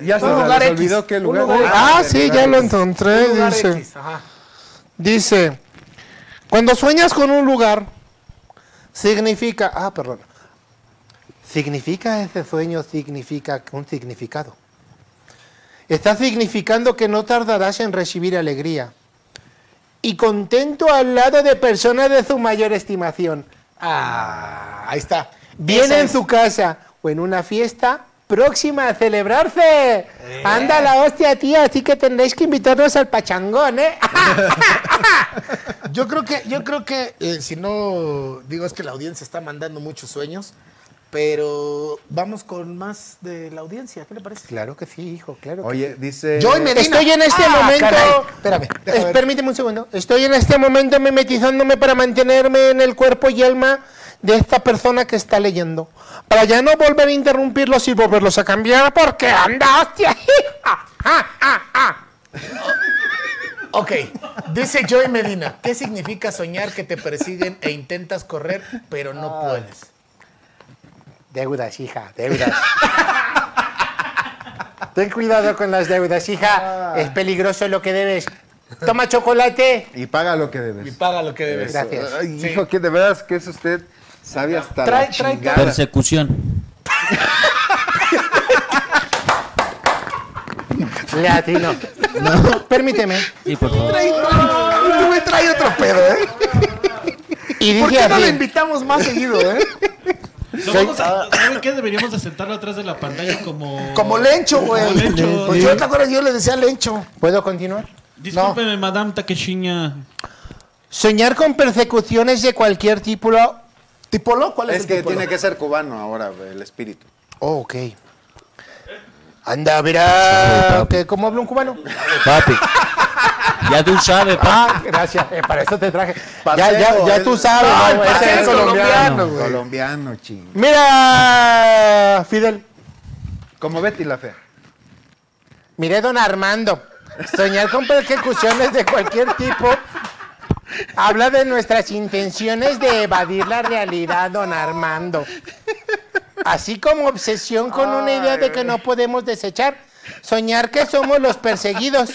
Ya se
Un
les
lugar X.
olvidó qué
Un
lugar.
lugar
Ah,
X.
sí, ya lo encontré,
Un lugar
dice.
X, ajá.
Dice, cuando sueñas con un lugar, significa, ah, perdón, significa ese sueño, significa un significado. Está significando que no tardarás en recibir alegría y contento al lado de personas de su mayor estimación.
Ah, ahí está.
Bien
Eso
en
es.
su casa o en una fiesta próxima a celebrarse. Anda la hostia, tía, así que tendréis que invitarnos al pachangón, ¿eh?
Yo creo que, yo creo que, eh, si no, digo, es que la audiencia está mandando muchos sueños, pero vamos con más de la audiencia, ¿qué le parece?
Claro que sí, hijo, claro
Oye, dice.
Joy Medina. Estoy en este
Ah,
momento.
caray. Espérame,
Eh,
déjame ver.
permíteme un segundo. Estoy en este momento memetizándome para mantenerme en el cuerpo y alma de esta persona que está leyendo. Para ya no volver a interrumpirlos y volverlos a cambiar, porque Ah, anda, hostia. ah.
Ok, dice Joy Medina, ¿qué significa soñar que te persiguen e intentas correr, pero no puedes?
Deudas, hija, deudas. Ten cuidado con las deudas, hija. Es peligroso lo que debes. Toma chocolate.
Y paga lo que debes.
Y paga lo que debes.
Gracias.
Ay,
Sí.
hijo, que de veras que es usted sabe
Trae-
hasta la
trae-
chingada.
Persecución.
Le atino. Permíteme.
Sí, por favor.
Trae- Y tú me trae otro pedo, ¿eh?
Y
¿Por
dije
qué no
así.
le invitamos más seguido, eh?
Lo vamos a- ¿Saben qué? Deberíamos de sentarlo atrás de la pantalla como...
Como Lencho, güey.
Como Lencho.
Pues yo, ¿te acuerdas? Yo le decía Lencho.
¿Puedo continuar?
Discúlpeme, Madame Takeshiña.
Soñar con persecuciones de cualquier tipo.
¿Tipolo? ¿Cuál
Es que tiene que ser cubano ahora, güey, el espíritu.
Oh, ok. Anda, verá. que ¿Cómo habla un cubano?
Papi. Ya tú sabes, papi.
Ah, gracias. eh, para eso te traje. Ya,
Parcero, eh.
ya, ya
es-
tú sabes.
No, el
¿no? Ese
parcero
es
es
colombiano, güey.
Colombiano, ching.
Mira, Fidel.
Como Betty la fea.
Mire, don Armando. Soñar con persecuciones de cualquier tipo. Habla de nuestras intenciones de evadir la realidad, don Armando. Así como obsesión con una idea de que no podemos desechar. Soñar que somos los perseguidos.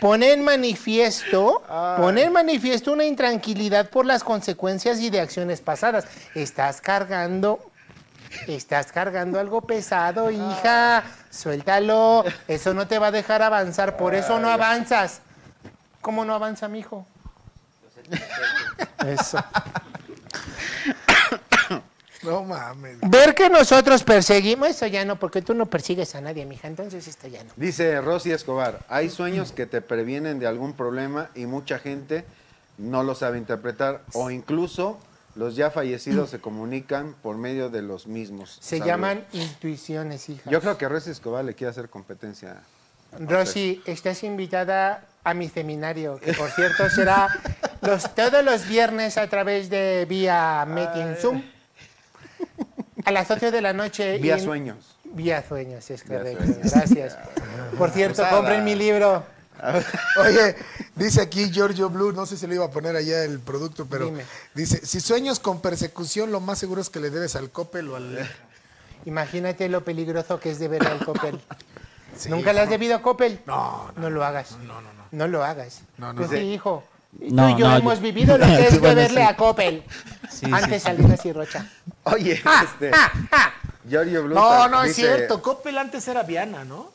Pone en manifiesto, pone en manifiesto una intranquilidad por las consecuencias y de acciones pasadas. Estás cargando Estás cargando algo pesado, hija. Suéltalo. Eso no te va a dejar avanzar. Por eso no avanzas. ¿Cómo no avanza, mijo? Eso.
No mames.
Ver que nosotros perseguimos, eso ya no, porque tú no persigues a nadie, mija. Entonces esto ya no.
Dice Rosy Escobar, hay sueños que te previenen de algún problema y mucha gente no lo sabe interpretar o incluso los ya fallecidos se comunican por medio de los mismos.
Se
Salud.
llaman intuiciones, hija.
Yo creo que Rosy Escobar le quiere hacer competencia.
Rosy, estás invitada a mi seminario, que por cierto será los, todos los viernes a través de vía Meeting Zoom a las 8 de la noche.
Vía
y-
sueños.
Vía sueños, es correcto.
sueños.
Gracias. Por cierto,
Pues
Usada.
compren mi libro.
Oye, dice aquí Giorgio Blue, no sé si lo iba a poner allá el producto, pero
Dime.
dice, si sueños con persecución, lo más seguro es que le debes al Coppel o al...
Imagínate lo peligroso que es de ver al Coppel.
Sí,
¿Nunca le has
no.
debido a Coppel?
No, no,
No lo hagas.
no, no, no.
No lo hagas.
No, no,
Tú
no.
sí, hijo.
No,
Tú y yo
no,
hemos
yo-
vivido lo que
Sí,
es
bueno,
beberle
sí.
a Coppel.
Sí, sí,
Antes
sí.
Salinas y Rocha.
Oye,
Ah,
este, Giorgio Blue
Ah, No,
ta-
no, es
dice-
cierto. Coppel antes era Viana, ¿no?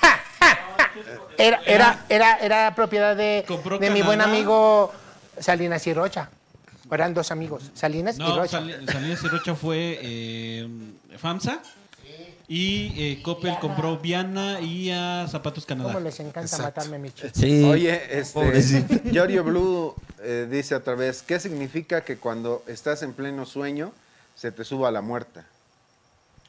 Era, era, era, era propiedad de,
Compró
de mi buen
Canadá.
amigo Salinas y Rocha. Eran dos amigos, Salinas y
No,
Rocha.
Sal- Salinas y Rocha fue eh, FAMSA. Y eh, Coppel compró Viana y a Zapatos
¿Cómo
Canadá.
les encanta matarme, mi chico?
Sí.
Oye, este,
Pobrecito.
Giorgio Blue eh, dice otra vez, ¿qué significa que cuando estás en pleno sueño se te suba la muerte?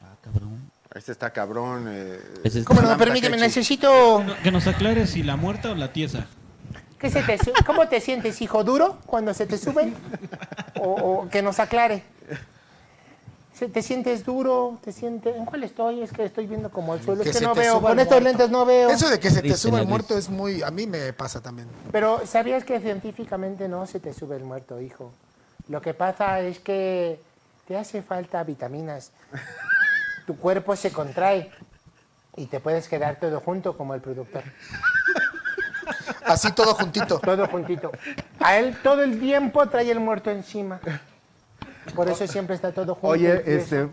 Ah, cabrón.
Este está cabrón. eh,
Ese es-
¿Cómo no?
Madame
Permíteme,
Takechi.
necesito...
No, Que nos aclare si la muerta o la tiesa.
¿Qué se te su- ¿Cómo te sientes, hijo duro, cuando se te suben? O, o que nos aclare. ¿Se- ¿Te sientes duro? ¿Te sientes... ¿En cuál estoy? Es que estoy viendo como el suelo. Es que
se
no
te
veo.
suba
Con
el
estos
muerto.
lentes no veo.
Eso de que se te
Triste,
sube el
¿no?
muerto es muy... A mí me pasa también.
Pero ¿sabías que científicamente no se te sube el muerto, hijo? Lo que pasa es que te hace falta vitaminas. Tu cuerpo se contrae y te puedes quedar todo junto como el productor.
Así todo juntito.
Todo juntito. A él todo el tiempo trae el muerto encima. Por eso siempre está todo junto. y
Oye,
tieso.
este,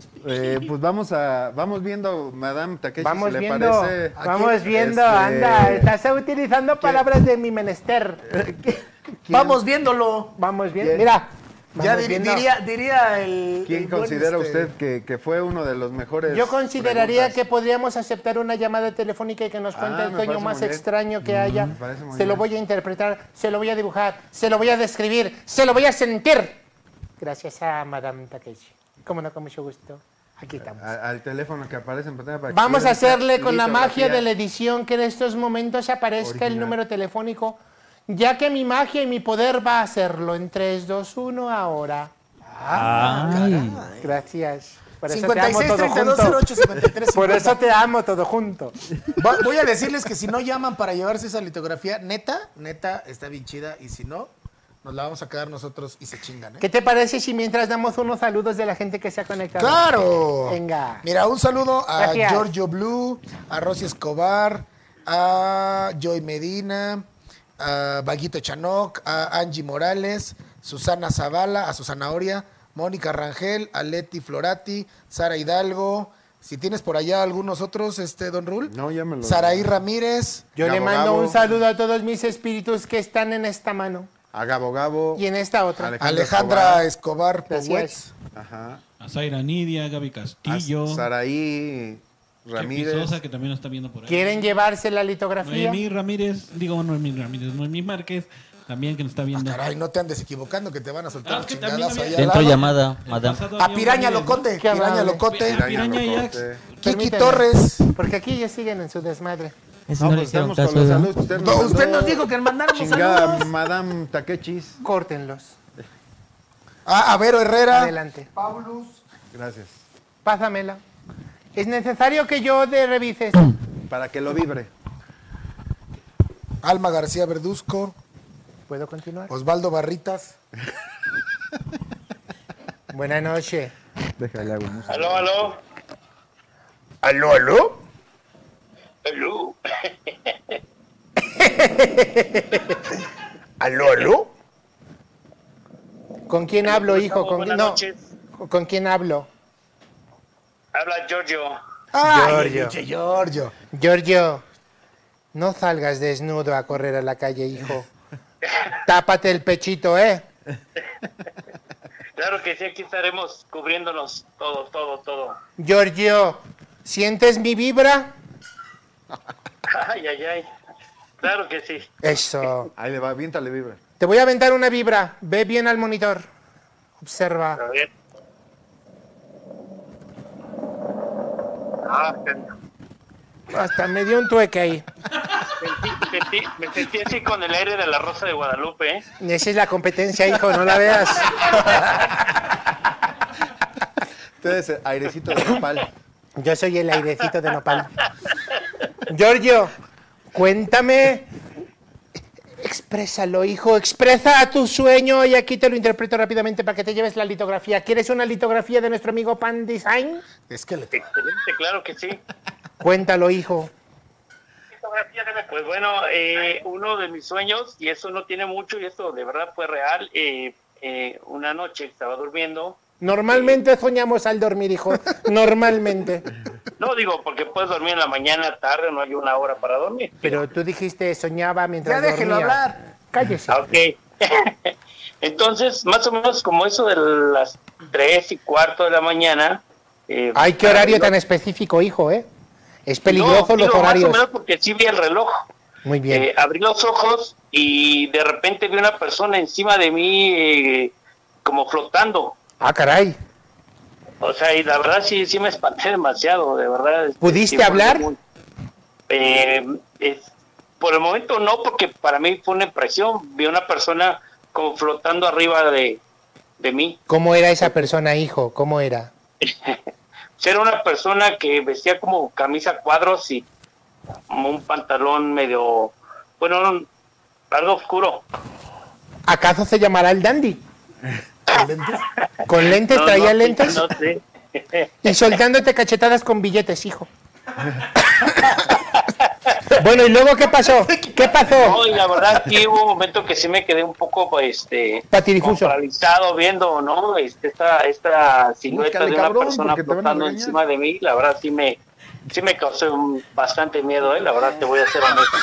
eh, pues vamos a, vamos viendo, Madame Takeshi,
Vamos
si le
viendo,
parece.
vamos viendo,
Este,
anda, estás utilizando palabras de mi menester.
Vamos viéndolo.
Vamos bien, mira.
Ya di-
vamos viendo.
diría, diría el.
¿Quién
el buen,
considera
este,
usted que, que fue uno de los mejores?
Yo consideraría
preguntas?
que podríamos aceptar una llamada telefónica y que nos cuente
Ah,
el
me
sueño
parece
más
muy bien.
extraño que
Mm,
haya.
me parece muy
Se lo
bien.
voy a interpretar, se lo voy a dibujar, se lo voy a describir, se lo voy a sentir. Gracias a Madame Takeshi. Como no, con mucho gusto. Aquí estamos.
A- al teléfono que aparece en pantalla. para que
Vamos a
vean esta
hacerle con la magia
litografía.
de la edición que en estos momentos aparezca el
Original.
número telefónico, ya que mi magia y mi poder va a hacerlo en 3, 2, 1 ahora. Gracias. Por eso te amo
56, 32,
todo junto.
08, 53,
Por
50.
eso te amo todo junto.
Va- voy a decirles que si no llaman para llevarse esa litografía, neta, neta, está bien chida. Y si no, nos la vamos a quedar nosotros y se chingan, ¿eh?
¿Qué te parece si mientras damos unos saludos de la gente que se ha conectado?
¡Claro!
Venga.
Mira, un saludo a
Gracias.
Giorgio Blue, a Rosy Escobar, a Joy Medina, a Vaguito Chanoc, a Angie Morales, Susana Zavala, a Susana Oria, Mónica Rangel, a Leti Florati, Sara Hidalgo. Si tienes por allá algunos otros, este, Don Rul.
No, ya me lo.
Saraí Ramírez.
Yo le mando un saludo a todos mis espíritus que están en esta mano
A Gabo Gabo.
y en esta otra.
Alejandra Escobar Powetz.
Gracias.
Ajá.
A Zaira Nidia, Gaby Castillo.
A Saraí Ramírez.
Chepi Sosa, que también nos está viendo por ahí.
¿Quieren llevarse la litografía?
Noemí Ramírez, digo Noemí Ramírez, Noemí Márquez, también que nos está viendo.
Ah, Caray, no te andes equivocando que te van a soltar
que también
chingadas
había-
allá. al
Dentro
lado.
llamada, madame.
A Piraña Locote,
Qué
Piraña
amable.
Locote.
A Piraña y Ax.
Kiki
Permítanme,
Torres.
Porque aquí ya siguen en su desmadre.
Ese
No,
no le
pues
hicieron
estamos con
caso,
los
¿verdad?
saludos. Usted
No, usted
mandó-
nos dijo que mandáramos
Chingada
saludos.
Madame Takechis.
Córtenlos.
A, a Vero Herrera.
Adelante.
Paulus.
Gracias.
Pásamela. Es necesario que yo de revises.
Para que lo vibre.
Alma García Verduzco.
¿Puedo continuar?
Osvaldo Barritas.
Buenas noches.
Déjale agua. ¿no?
Aló, aló.
¿Aló, aló?
Aló.
¿Aló, aló? ¿Con quién hablo,
¿Cómo
hijo?
estamos?
¿Con,
Buenas
no,
noches.
¿con quién hablo?
Habla Giorgio.
Ay,
Giorgio.
pinche Giorgio.
Giorgio, no salgas desnudo a correr a la calle, hijo. Tápate el pechito, ¿eh?
Claro que sí, aquí estaremos cubriéndonos todo, todo, todo.
Giorgio, ¿sientes mi vibra?
Ay, ay, ay. Claro que sí.
Eso.
Ahí le va, aviéntale vibra.
Te voy a aventar una vibra. Ve bien al monitor. Observa.
A ver. Ah,
Hasta me dio un tueque ahí.
sentí- sentí- me sentí así con el aire de la Rosa de Guadalupe, ¿eh?
Esa es la competencia, hijo, no la veas.
Ustedes, airecito de nopal.
Yo soy el airecito de nopal. Giorgio, cuéntame. Exprésalo, hijo. Expresa tu sueño y aquí te lo interpreto rápidamente para que te lleves la litografía. ¿Quieres una litografía de nuestro amigo Pan Design?
Es que le
Excelente, claro que sí.
Cuéntalo, hijo.
Pues bueno, eh, uno de mis sueños, y eso no tiene mucho, y esto de verdad fue real, eh, eh, una noche estaba durmiendo.
Normalmente soñamos al dormir, hijo. Normalmente.
No digo, porque puedes dormir en la mañana, tarde, no hay una hora para dormir.
Pero tú dijiste soñaba mientras
Ya déjelo
dormía.
hablar.
Cállese.
Ah, Ok. Entonces, más o menos como eso de las tres y cuarto de la mañana. eh,
Ay, qué horario
no-
tan específico, hijo, ¿eh? Es peligroso
No,
los
digo, Más o
horarios.
menos porque sí vi el reloj.
Muy bien.
Eh, abrí los ojos y de repente vi una persona encima de mí eh, como flotando.
Ah, caray.
O sea, y la verdad sí, sí me espanté demasiado, de verdad. Este,
¿Pudiste
sí fue
hablar?
muy- Eh, es- por el momento no, porque para mí fue una impresión. Vi una persona como flotando arriba de, de mí.
¿Cómo era esa persona, hijo? ¿Cómo era?
Era una persona que vestía como camisa cuadros y como un pantalón medio, bueno, un- algo oscuro.
¿Acaso se llamará el dandy?
con lentes?
¿Con lentes?
No,
¿Traía
no,
lentes?
no
sé.
Y soltándote cachetadas con billetes, hijo. bueno, ¿y luego qué pasó? ¿Qué pasó?
No, y la verdad que hubo un momento que sí me quedé un poco este
Patidifuso.
como paralizado viendo, ¿no? Este, esta esta silueta
Búscale,
de una
cabrón,
persona
porque te van a
flotando
regañar.
encima de mí, la verdad sí me sí me causó un- bastante miedo, ¿eh? La verdad te voy a ser honesto.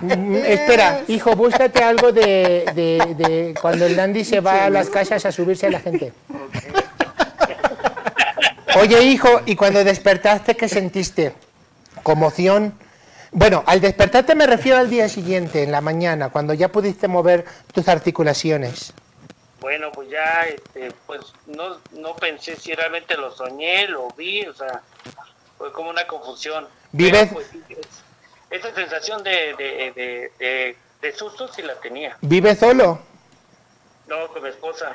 Mm, Espera, hijo, búscate algo de, de- de cuando el Dandy se va a las casas a subirse a la gente. Oye, hijo, ¿y cuando despertaste qué sentiste? ¿Conmoción? Bueno, al despertarte me refiero al día siguiente, en la mañana, cuando ya pudiste mover tus articulaciones.
Bueno, pues ya este pues no no pensé si realmente lo soñé, lo vi, o sea, fue como una confusión.
Vives-
Pero, pues, sí, es- esa sensación de de, de, de de susto sí la tenía.
¿Vive solo?
No, con mi esposa.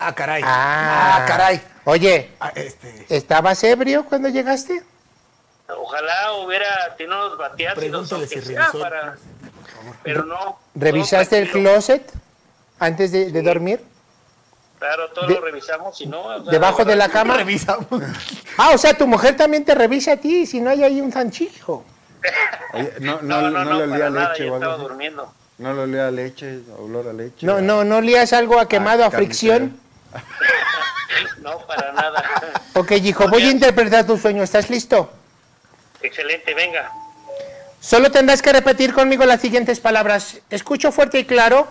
Ah, caray. Ah, caray. Oye,
Ah, este,
¿estabas ebrio cuando llegaste?
Ojalá hubiera tenido unos batiatos aunque sea para... Pero no,
¿Revisaste el closet antes de- de dormir?
claro, todo
De-
lo revisamos y no... o sea,
¿Debajo de la
verdad-
cama? Ah, o sea, tu mujer también te revisa a ti, si no hay ahí un zanchijo.
Oye, no,
No,
no, no,
no, no,
le olía
para nada,
leche
yo
o algo
estaba
así.
durmiendo.
No le olía leche, olor a leche.
No, no, no lías algo a quemado, a fricción.
No, para nada.
Ok, hijo, voy a interpretar tu sueño, ¿estás listo?
Excelente, venga.
Solo tendrás que repetir conmigo las siguientes palabras. Escucho fuerte y claro.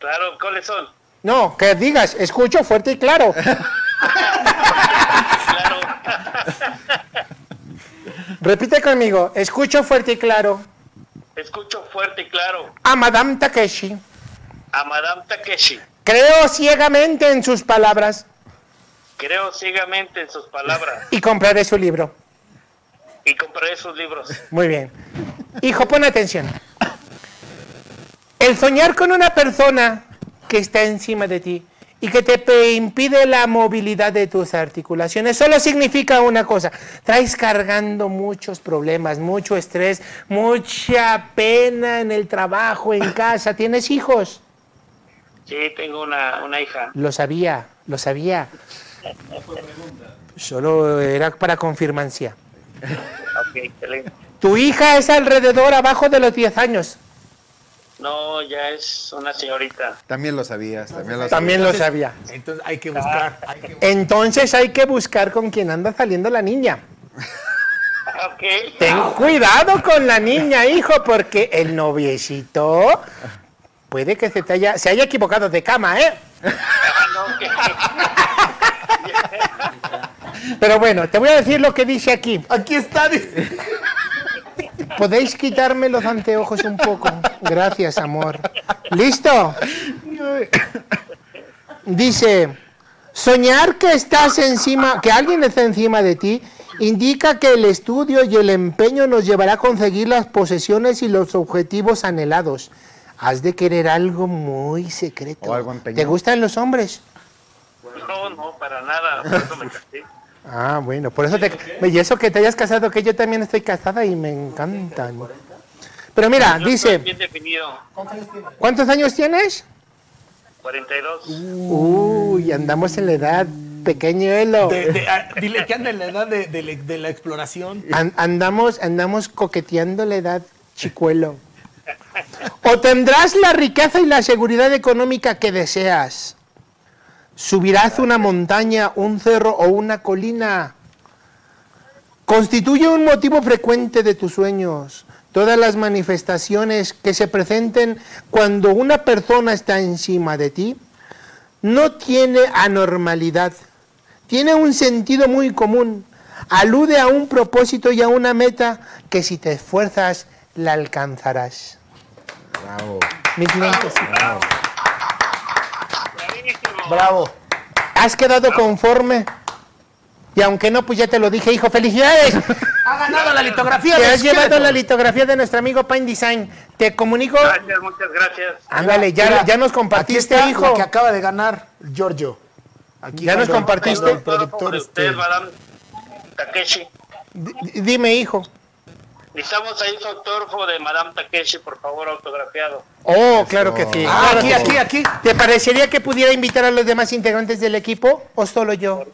Claro, ¿cuáles son?
No, que digas, escucho fuerte y claro. Repite conmigo, escucho fuerte y claro
Escucho fuerte y claro
a Madame Takeshi.
a Madame Takeshi.
Creo ciegamente en sus palabras
Creo ciegamente en sus palabras
y compraré su libro.
y compraré sus libros.
Muy bien. Hijo, pon atención. El soñar con una persona que está encima de ti y que te pe- impide la movilidad de tus articulaciones solo significa una cosa. Traes cargando muchos problemas, mucho estrés, mucha pena en el trabajo, en casa. ¿Tienes hijos?
Sí, tengo una, una hija.
Lo sabía, lo sabía. Solo era para confirmancia.
Ok, excelente.
Tu hija es alrededor abajo de los 10 años.
No, ya es una señorita.
También lo sabías, también lo
También lo sabía.
Entonces hay que buscar.
Entonces hay que buscar con quién anda saliendo la niña.
Ok.
Ten cuidado con la niña, hijo, porque el noviecito puede que se, te haya, se haya equivocado de cama, ¿eh? Pero bueno, te voy a decir lo que dice aquí. Aquí está. Podéis quitarme los anteojos un poco. Gracias, amor. ¿Listo? Dice, soñar que estás encima, que alguien está encima de ti, indica que el estudio y el empeño nos llevará a conseguir las posesiones y los objetivos anhelados. Has de querer algo muy secreto. ¿Te gustan los hombres?
No, no, para nada. Por eso me casé.
Ah, bueno, por eso te, y eso que te hayas casado, que yo también estoy casada y me encantan. Pero mira,
Yo estoy
dice,
Bien definido.
¿cuántos años tienes?
42.
Uy, andamos en la edad pequeñuelo.
De- de- ah, dile que anda en la edad de, de la- de la exploración.
An- andamos, andamos coqueteando la edad chicuelo. O tendrás la riqueza y la seguridad económica que deseas. Subirás una montaña, un cerro o una colina. Constituye un motivo frecuente de tus sueños. Todas las manifestaciones que se presenten cuando una persona está encima de ti no tiene anormalidad. Tiene un sentido muy común. Alude a un propósito y a una meta que si te esfuerzas la alcanzarás.
Bravo.
Mis lentes.
Bravo.
Bravo. ¿Has quedado conforme? Y aunque no, pues ya te lo dije, hijo, felicidades.
Ha ganado la litografía.
Te
del
has llevado
esqueleto.
la litografía de nuestro amigo Pine Design. Te comunico.
Gracias, muchas gracias.
Ándale, ya,
Mira,
ya nos compartiste,
aquí está
hijo.
La que acaba de ganar, Giorgio. Aquí
Ya nos
cuando-
compartiste.
cuando el productor
Por
este-
usted, Madame Takeshi.
D- Dime, hijo.
Necesitamos ahí su autógrafo de Madame Takeshi, por favor, autografiado.
Oh, claro que sí.
Ah,
claro
aquí,
que sí.
aquí, aquí.
¿Te parecería que pudiera invitar a los demás integrantes del equipo o solo yo?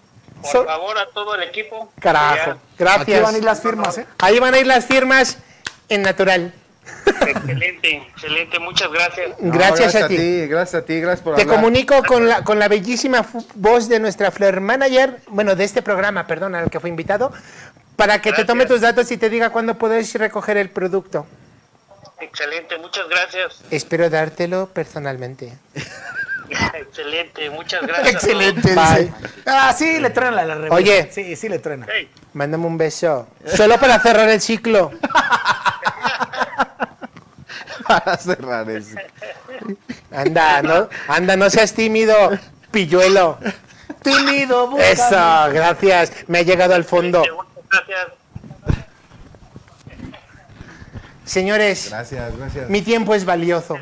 Por
So-
favor, a todo el equipo.
Carajo, gracias.
Aquí van a ir
las firmas, ¿eh? Ahí van a ir las firmas en natural.
Excelente, excelente. Muchas gracias.
No, Gracias a ti.
Gracias a ti, gracias por
Te
hablar.
comunico con la, con la bellísima fu- voz de nuestra Flair Manager, bueno, de este programa, perdón, al que fue invitado, para que te tome tus datos y te diga cuándo puedes recoger el producto.
Excelente, muchas gracias.
Espero dártelo personalmente.
excelente, muchas gracias.
Bye.
Ah, sí, le truena la, la revista.
Oye.
Sí, sí le truena.
Mándame un beso. Solo para cerrar el ciclo.
Para cerrar eso.
Anda, no, anda, no seas tímido, pilluelo.
Tímido, búscame.
Eso, gracias. Me ha llegado al fondo. Señores,
Gracias, gracias.
mi tiempo es valioso.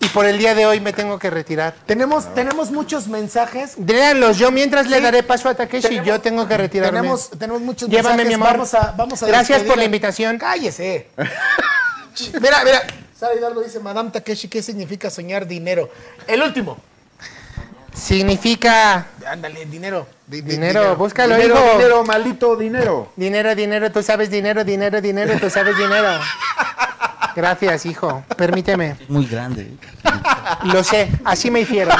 Y por el día de hoy me tengo que retirar.
Tenemos, tenemos muchos mensajes.
Léanlos, yo mientras le
Sí.
daré paso a Takeshi, yo tengo que retirarme.
Tenemos, tenemos muchos
Llévame,
mensajes.
mi amor.
Vamos a, vamos a
Gracias por
despedir.
la invitación.
Cállese. mira, mira. Sara Hidalgo dice, Madame Takeshi, ¿qué significa soñar dinero? El último.
Significa
Ándale, dinero. Di- di-
Dinero, búscalo,
Dinero,
hijo.
dinero,
maldito dinero.
dinero, dinero, tú sabes dinero, dinero, dinero, tú sabes dinero. Gracias, hijo. Permíteme.
Muy grande.
Lo sé, así me hicieron.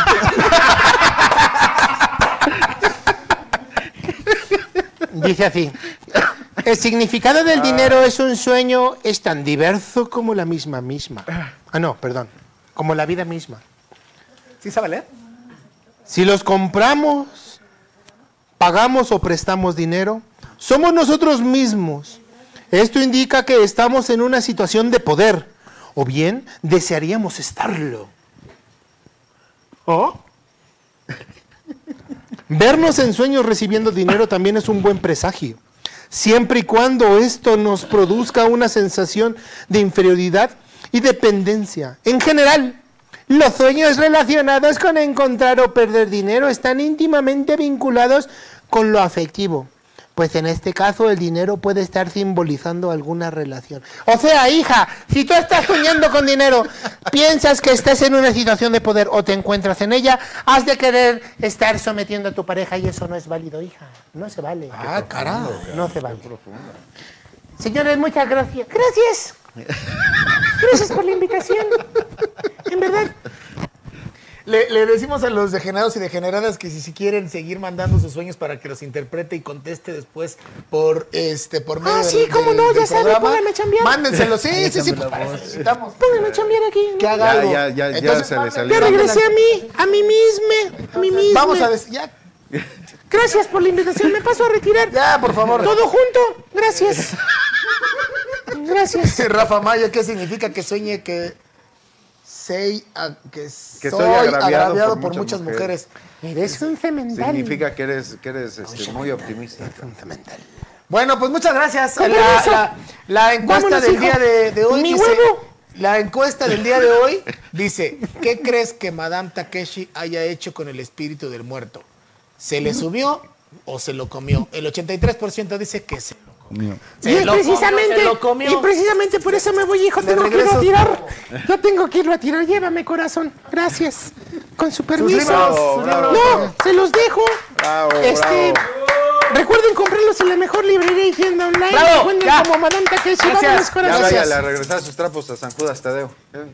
Dice así. El significado del dinero es un sueño, es tan diverso como la misma misma. Ah, no, perdón. Como la vida misma.
¿Sí sabe leer?
Si los compramos, pagamos o prestamos dinero, somos nosotros mismos. Esto indica que estamos en una situación de poder, o bien desearíamos estarlo. ¿O? Vernos en sueños recibiendo dinero también es un buen presagio. Siempre y cuando esto nos produzca una sensación de inferioridad y dependencia. En general, los sueños relacionados con encontrar o perder dinero están íntimamente vinculados con lo afectivo. Pues en este caso el dinero puede estar simbolizando alguna relación. O sea, hija, si tú estás soñando con dinero, piensas que estás en una situación de poder o te encuentras en ella, has de querer estar sometiendo a tu pareja y eso no es válido, hija. No se vale.
Ah, carajo.
No se vale. Señores, muchas gracias. Gracias. Gracias por la invitación. En verdad,
Le, le decimos a los degenerados y degeneradas que si, si quieren seguir mandando sus sueños para que los interprete y conteste después por este por medio
Ah,
del-
sí, cómo
del-
no, ya
del
saben,
programa,
pónganme a chambear.
Mándenselo, sí, sí, sí, pues, para eso necesitamos. Pónganme a
chambear aquí.
Que haga
Ya,
algo.
ya, ya, ya
Entonces,
se le
manden-
salió.
ya regresé a mí, a mí misma, a mí misma.
Vamos a decir, ya.
Gracias por la invitación, me paso a retirar.
Ya, por favor.
Todo junto, gracias. Gracias.
Rafa Maya, ¿qué significa que sueñe que soy, a- que soy,
soy
agraviado,
agraviado
por, muchas mujeres?
Eres un cemental.
Significa que eres, que eres este, muy optimista.
Bueno, pues muchas gracias. La,
Con permiso.
la- la encuesta
Vámonos,
del
hijo.
día de, de hoy
Mi
dice.
huevo.
La encuesta del día de hoy dice: ¿Qué crees que Madame Takeshi haya hecho con el espíritu del muerto? ¿Se le subió o se lo comió? El 83% dice que se lo
Y
Se
es
lo comió,
precisamente,
se lo comió.
y precisamente por eso me voy, hijo.
De
Tengo
regreso.
que ir a tirar. Yo tengo que irlo a tirar. Llévame, corazón. Gracias. Con su permiso.
libros, sus libros.
No, se los dejo.
Bravo,
Este,
bravo.
Recuerden comprarlos en la mejor librería y tienda online.
Bravo,
Recuerden
ya.
como Madame Takeshi.
Gracias.
Vámonos,
Ya
corazón.
váyale a regresar sus trapos a San Judas Tadeo. Eh,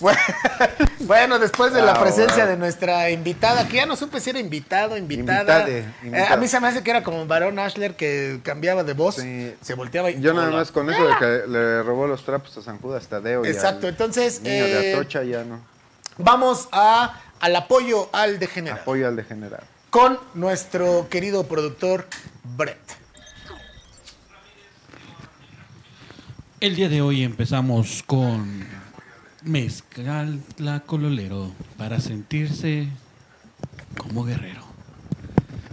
Bueno, después de la
Ah,
presencia
bueno.
de nuestra invitada, que ya no supe si era invitado, invitada.
Invitade,
Eh,
invitado.
a mí se me hace que era como un varón Ashler que cambiaba de voz, se volteaba y.
Yo nada
Hola.
más con eso de que le robó los trapos a San Judas Tadeo. y
Exacto,
al
entonces,
Niño
eh,
de Atocha ya no.
Vamos a, al apoyo al degenerado
Apoyo al degenerado.
con nuestro querido productor Brett.
El día de hoy empezamos con mezcal tlacololero para sentirse como guerrero.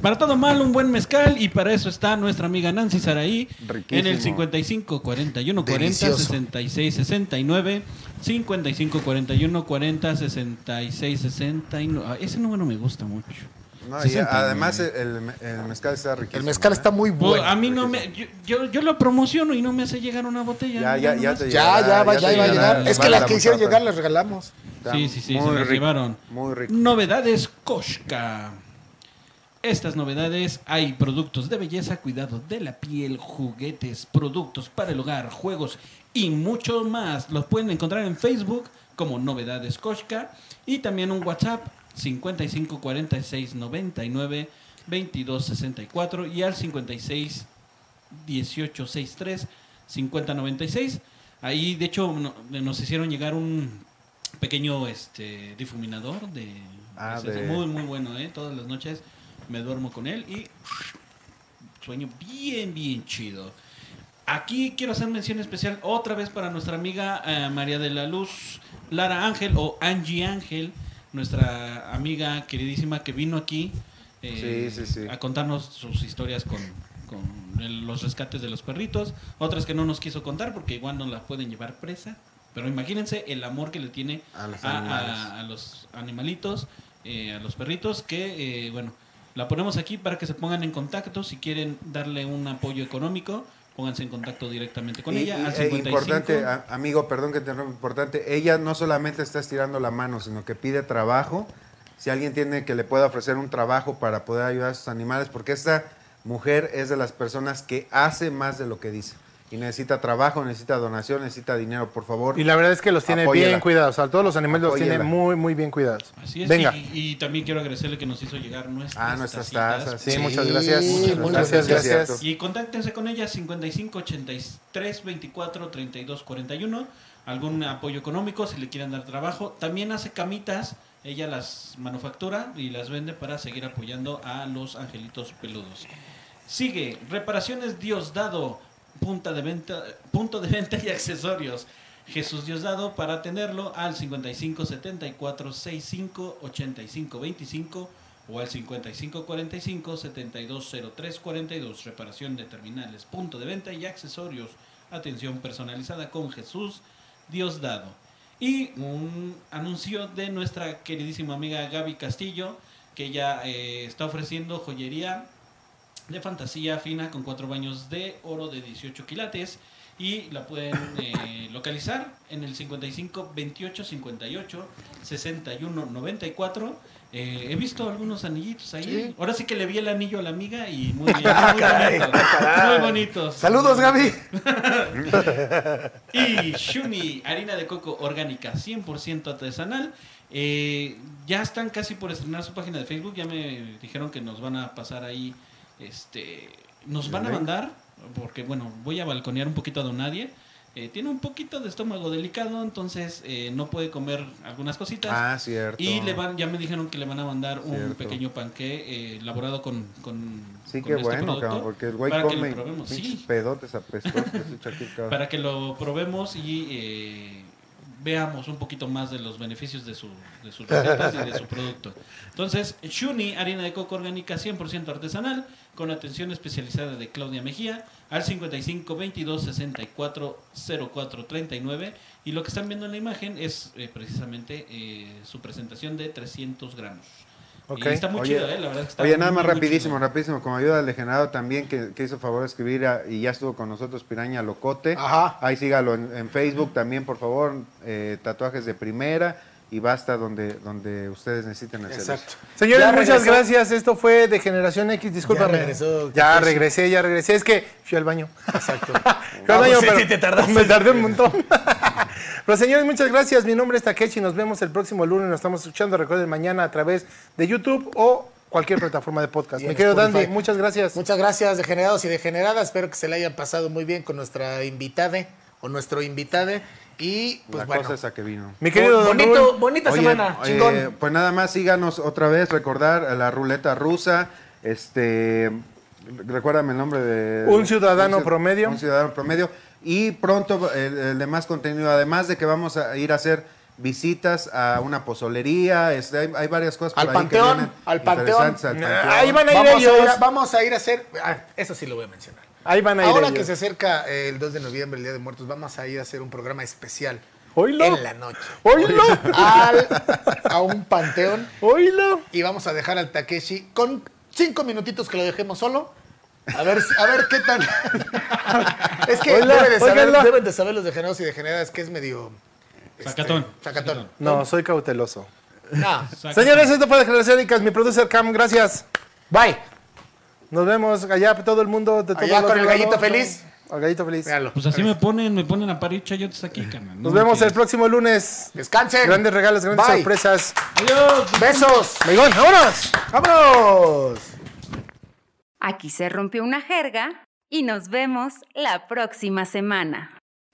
Para todo mal, un buen mezcal y para eso está nuestra amiga Nancy Saraí en el
Riquísimo.
55 41 40
Delicioso.
66 69 55 41 40 66 69. Ah, Ese número me gusta mucho.
No,
Se
y
sienten
además el, el mezcal está riquísimo. ¿eh?
El mezcal está muy bueno.
Pues, a mí no me. Yo, yo, yo lo promociono y no me hace llegar una botella.
Ya, ya, ya te
Ya, ya, va, ya
te
iba a
llegará.
llegar. Es que
Vale
las
la
que hicieron
botata.
llegar las regalamos.
Está
Sí, sí, sí,
muy
se las
rico,
llevaron.
Muy rico.
Novedades Koshka. Estas novedades hay productos de belleza, cuidado de la piel, juguetes, productos para el hogar, juegos y mucho más. Los pueden encontrar en Facebook como Novedades Koshka y también un WhatsApp 55 46 99 22 64 y al 56 1863 5096. Ahí, de hecho, no- nos hicieron llegar un pequeño este difuminador de,
Ah,
ese-
de-
muy muy bueno, ¿eh? Todas las noches me duermo con él y sueño bien bien chido. Aquí quiero hacer mención especial otra vez para nuestra amiga eh, María de la Luz Lara Ángel o Angie Ángel, nuestra amiga queridísima que vino aquí eh,
Sí, sí, sí.
a contarnos sus historias con, con el- los rescates de los perritos, otras que no nos quiso contar porque igual no las pueden llevar presa. Pero imagínense el amor que le tiene a
los
a- a-
animales.
a los animalitos, eh, a los perritos, que eh, bueno, la ponemos aquí para que se pongan en contacto. Si quieren darle un apoyo económico, pónganse en contacto directamente con
Y-
ella.
y-
al
e
55.
importante, a- amigo, perdón que te interrumpa, importante, ella no solamente está estirando la mano, sino que pide trabajo. Si alguien tiene que le pueda ofrecer un trabajo para poder ayudar a sus animales, porque esta mujer es de las personas que hace más de lo que dice. Y necesita trabajo, necesita donación, necesita dinero, por favor.
Y la verdad es que los tiene
apóyela.
bien cuidados. A todos los animales los tiene
Apóyela.
muy, muy bien cuidados.
Así es,
Venga.
Y, y también quiero agradecerle que nos hizo llegar nuestras,
Ah, nuestras
tacitas.
tazas.
Sí, muchas gracias. Muchas gracias, gracias.
Y contáctense con ella 55 83 24 32 41. Algún apoyo económico si le quieren dar trabajo. También hace camitas. Ella las manufactura y las vende para seguir apoyando a los angelitos peludos. Sigue Reparaciones Diosdado, punta de venta, punto de venta y accesorios. Jesús Diosdado para atenderlo al 55 74 65 85 25 o al 55 45 72 03 42. Reparación de terminales, punto de venta y accesorios. Atención personalizada con Jesús Diosdado. Y un anuncio de nuestra queridísima amiga Gaby Castillo, que ella eh, está ofreciendo joyería de fantasía fina con cuatro baños de oro de 18 quilates y la pueden eh, localizar en el 55 28 58 61 94 Eh, he visto algunos anillitos ahí
Sí.
ahora sí que le vi el anillo a la amiga y muy bien
Ah,
muy
caray,
bonitos,
caray.
muy bonitos
Saludos, Gaby.
y Shumi, harina de coco orgánica 100% artesanal. Eh, ya están casi por estrenar su página de Facebook. Ya me dijeron que nos van a pasar ahí. Este, nos van a
link.
mandar, porque bueno, voy a balconear un poquito a Don Nadie. Eh, tiene un poquito de estómago delicado, entonces eh, no puede comer algunas cositas.
Ah, cierto.
Y le van, ya me dijeron que le van a mandar un
Cierto.
pequeño panqué eh, elaborado con, con,
Sí,
con
qué
este
bueno,
producto
cabrón, porque el güey
para que lo
come
probemos.
pinches
Sí,
pedotes apestosos, ese chaquil, cabrón.
para que lo probemos y eh, veamos un poquito más de los beneficios de, su, de sus recetas y de su producto. Entonces, Shuni, harina de coco orgánica 100% artesanal, con atención especializada de Claudia Mejía, al 55 22 64 04 39. Y lo que están viendo en la imagen es eh, precisamente eh, su presentación de 300 gramos.
Ok.
Y está muy
Oye,
chido, ¿eh? La verdad es que está
Oye, nada
muy,
más
muy
rapidísimo,
chido.
rapidísimo, como ayuda al degenerado también, que, que hizo favor de escribir a- y ya estuvo con nosotros Piraña Locote. Ahí sígalo en, en Facebook también, por favor, eh, tatuajes de primera y basta donde, donde ustedes necesiten el
Exacto.
servicio.
Señores,
Ya
muchas
regresó.
gracias. Esto fue de Generación X. Discúlpame.
Ya regresó,
Ya
Takeshi.
regresé, ya regresé. Es que fui al baño. Exacto. fui al
Ah,
baño,
pues sí,
pero
sí te tardaste.
me tardé un montón. pero señores, muchas gracias. Mi nombre es Takechi. Nos vemos el próximo lunes. Nos estamos escuchando, recuerden, mañana a través de YouTube o cualquier plataforma de podcast.
Y en
Me querido
Spotify.
Dandy, muchas gracias.
Muchas gracias, degenerados y degeneradas. Espero que se la hayan pasado muy bien con nuestra invitada o nuestro invitade. Y pues
la
bueno.
cosa es a que vino.
Mi querido Don Bonito- Rul. bonita semana, chingón.
Pues nada más, síganos otra vez, recordar a la ruleta rusa, este, recuérdame el nombre de...
Un ciudadano
ciu-
promedio.
Un ciudadano promedio. Y pronto el, el demás contenido, además de que vamos a ir a hacer visitas a una pozolería, este, hay, hay varias cosas
Al
por ahí que
panteón,
vienen
al panteón.
Ah,
interesantes, al panteón.
Ahí van a ir vamos A ir a- vamos a ir a hacer. ah, eso sí lo voy a mencionar.
Ahí van a ir
Ahora
ellos.
que se acerca eh, el 2 de noviembre, el Día de Muertos, vamos a ir a hacer un programa especial.
Oílo.
en la noche.
Oílo.
Al- a un panteón.
Oílo.
Y vamos a dejar al Takeshi con cinco minutitos que lo dejemos solo. A ver, si- a ver qué tan. es que
Oílo,
deben, de saber,
óiganlo.
deben de saber los degenerados y degeneradas que es medio. este,
Sacatón.
sacatón. Ah,
No, soy cauteloso.
No.
Señores, esto fue Declaración Icas, mi producer Cam, gracias.
Bye.
Nos vemos allá todo el mundo. De todo
Allá
lo
con el
que
gallito
ganó.
feliz.
Al gallito feliz.
Pues así me ponen, me ponen a parir chayotes aquí, carnal.
Nos vemos el próximo lunes.
Descansen.
Grandes regalos, grandes
Bye.
sorpresas.
Adiós.
Besos.
Amigón, vámonos.
Vámonos.
Aquí se rompió una jerga y nos vemos la próxima semana.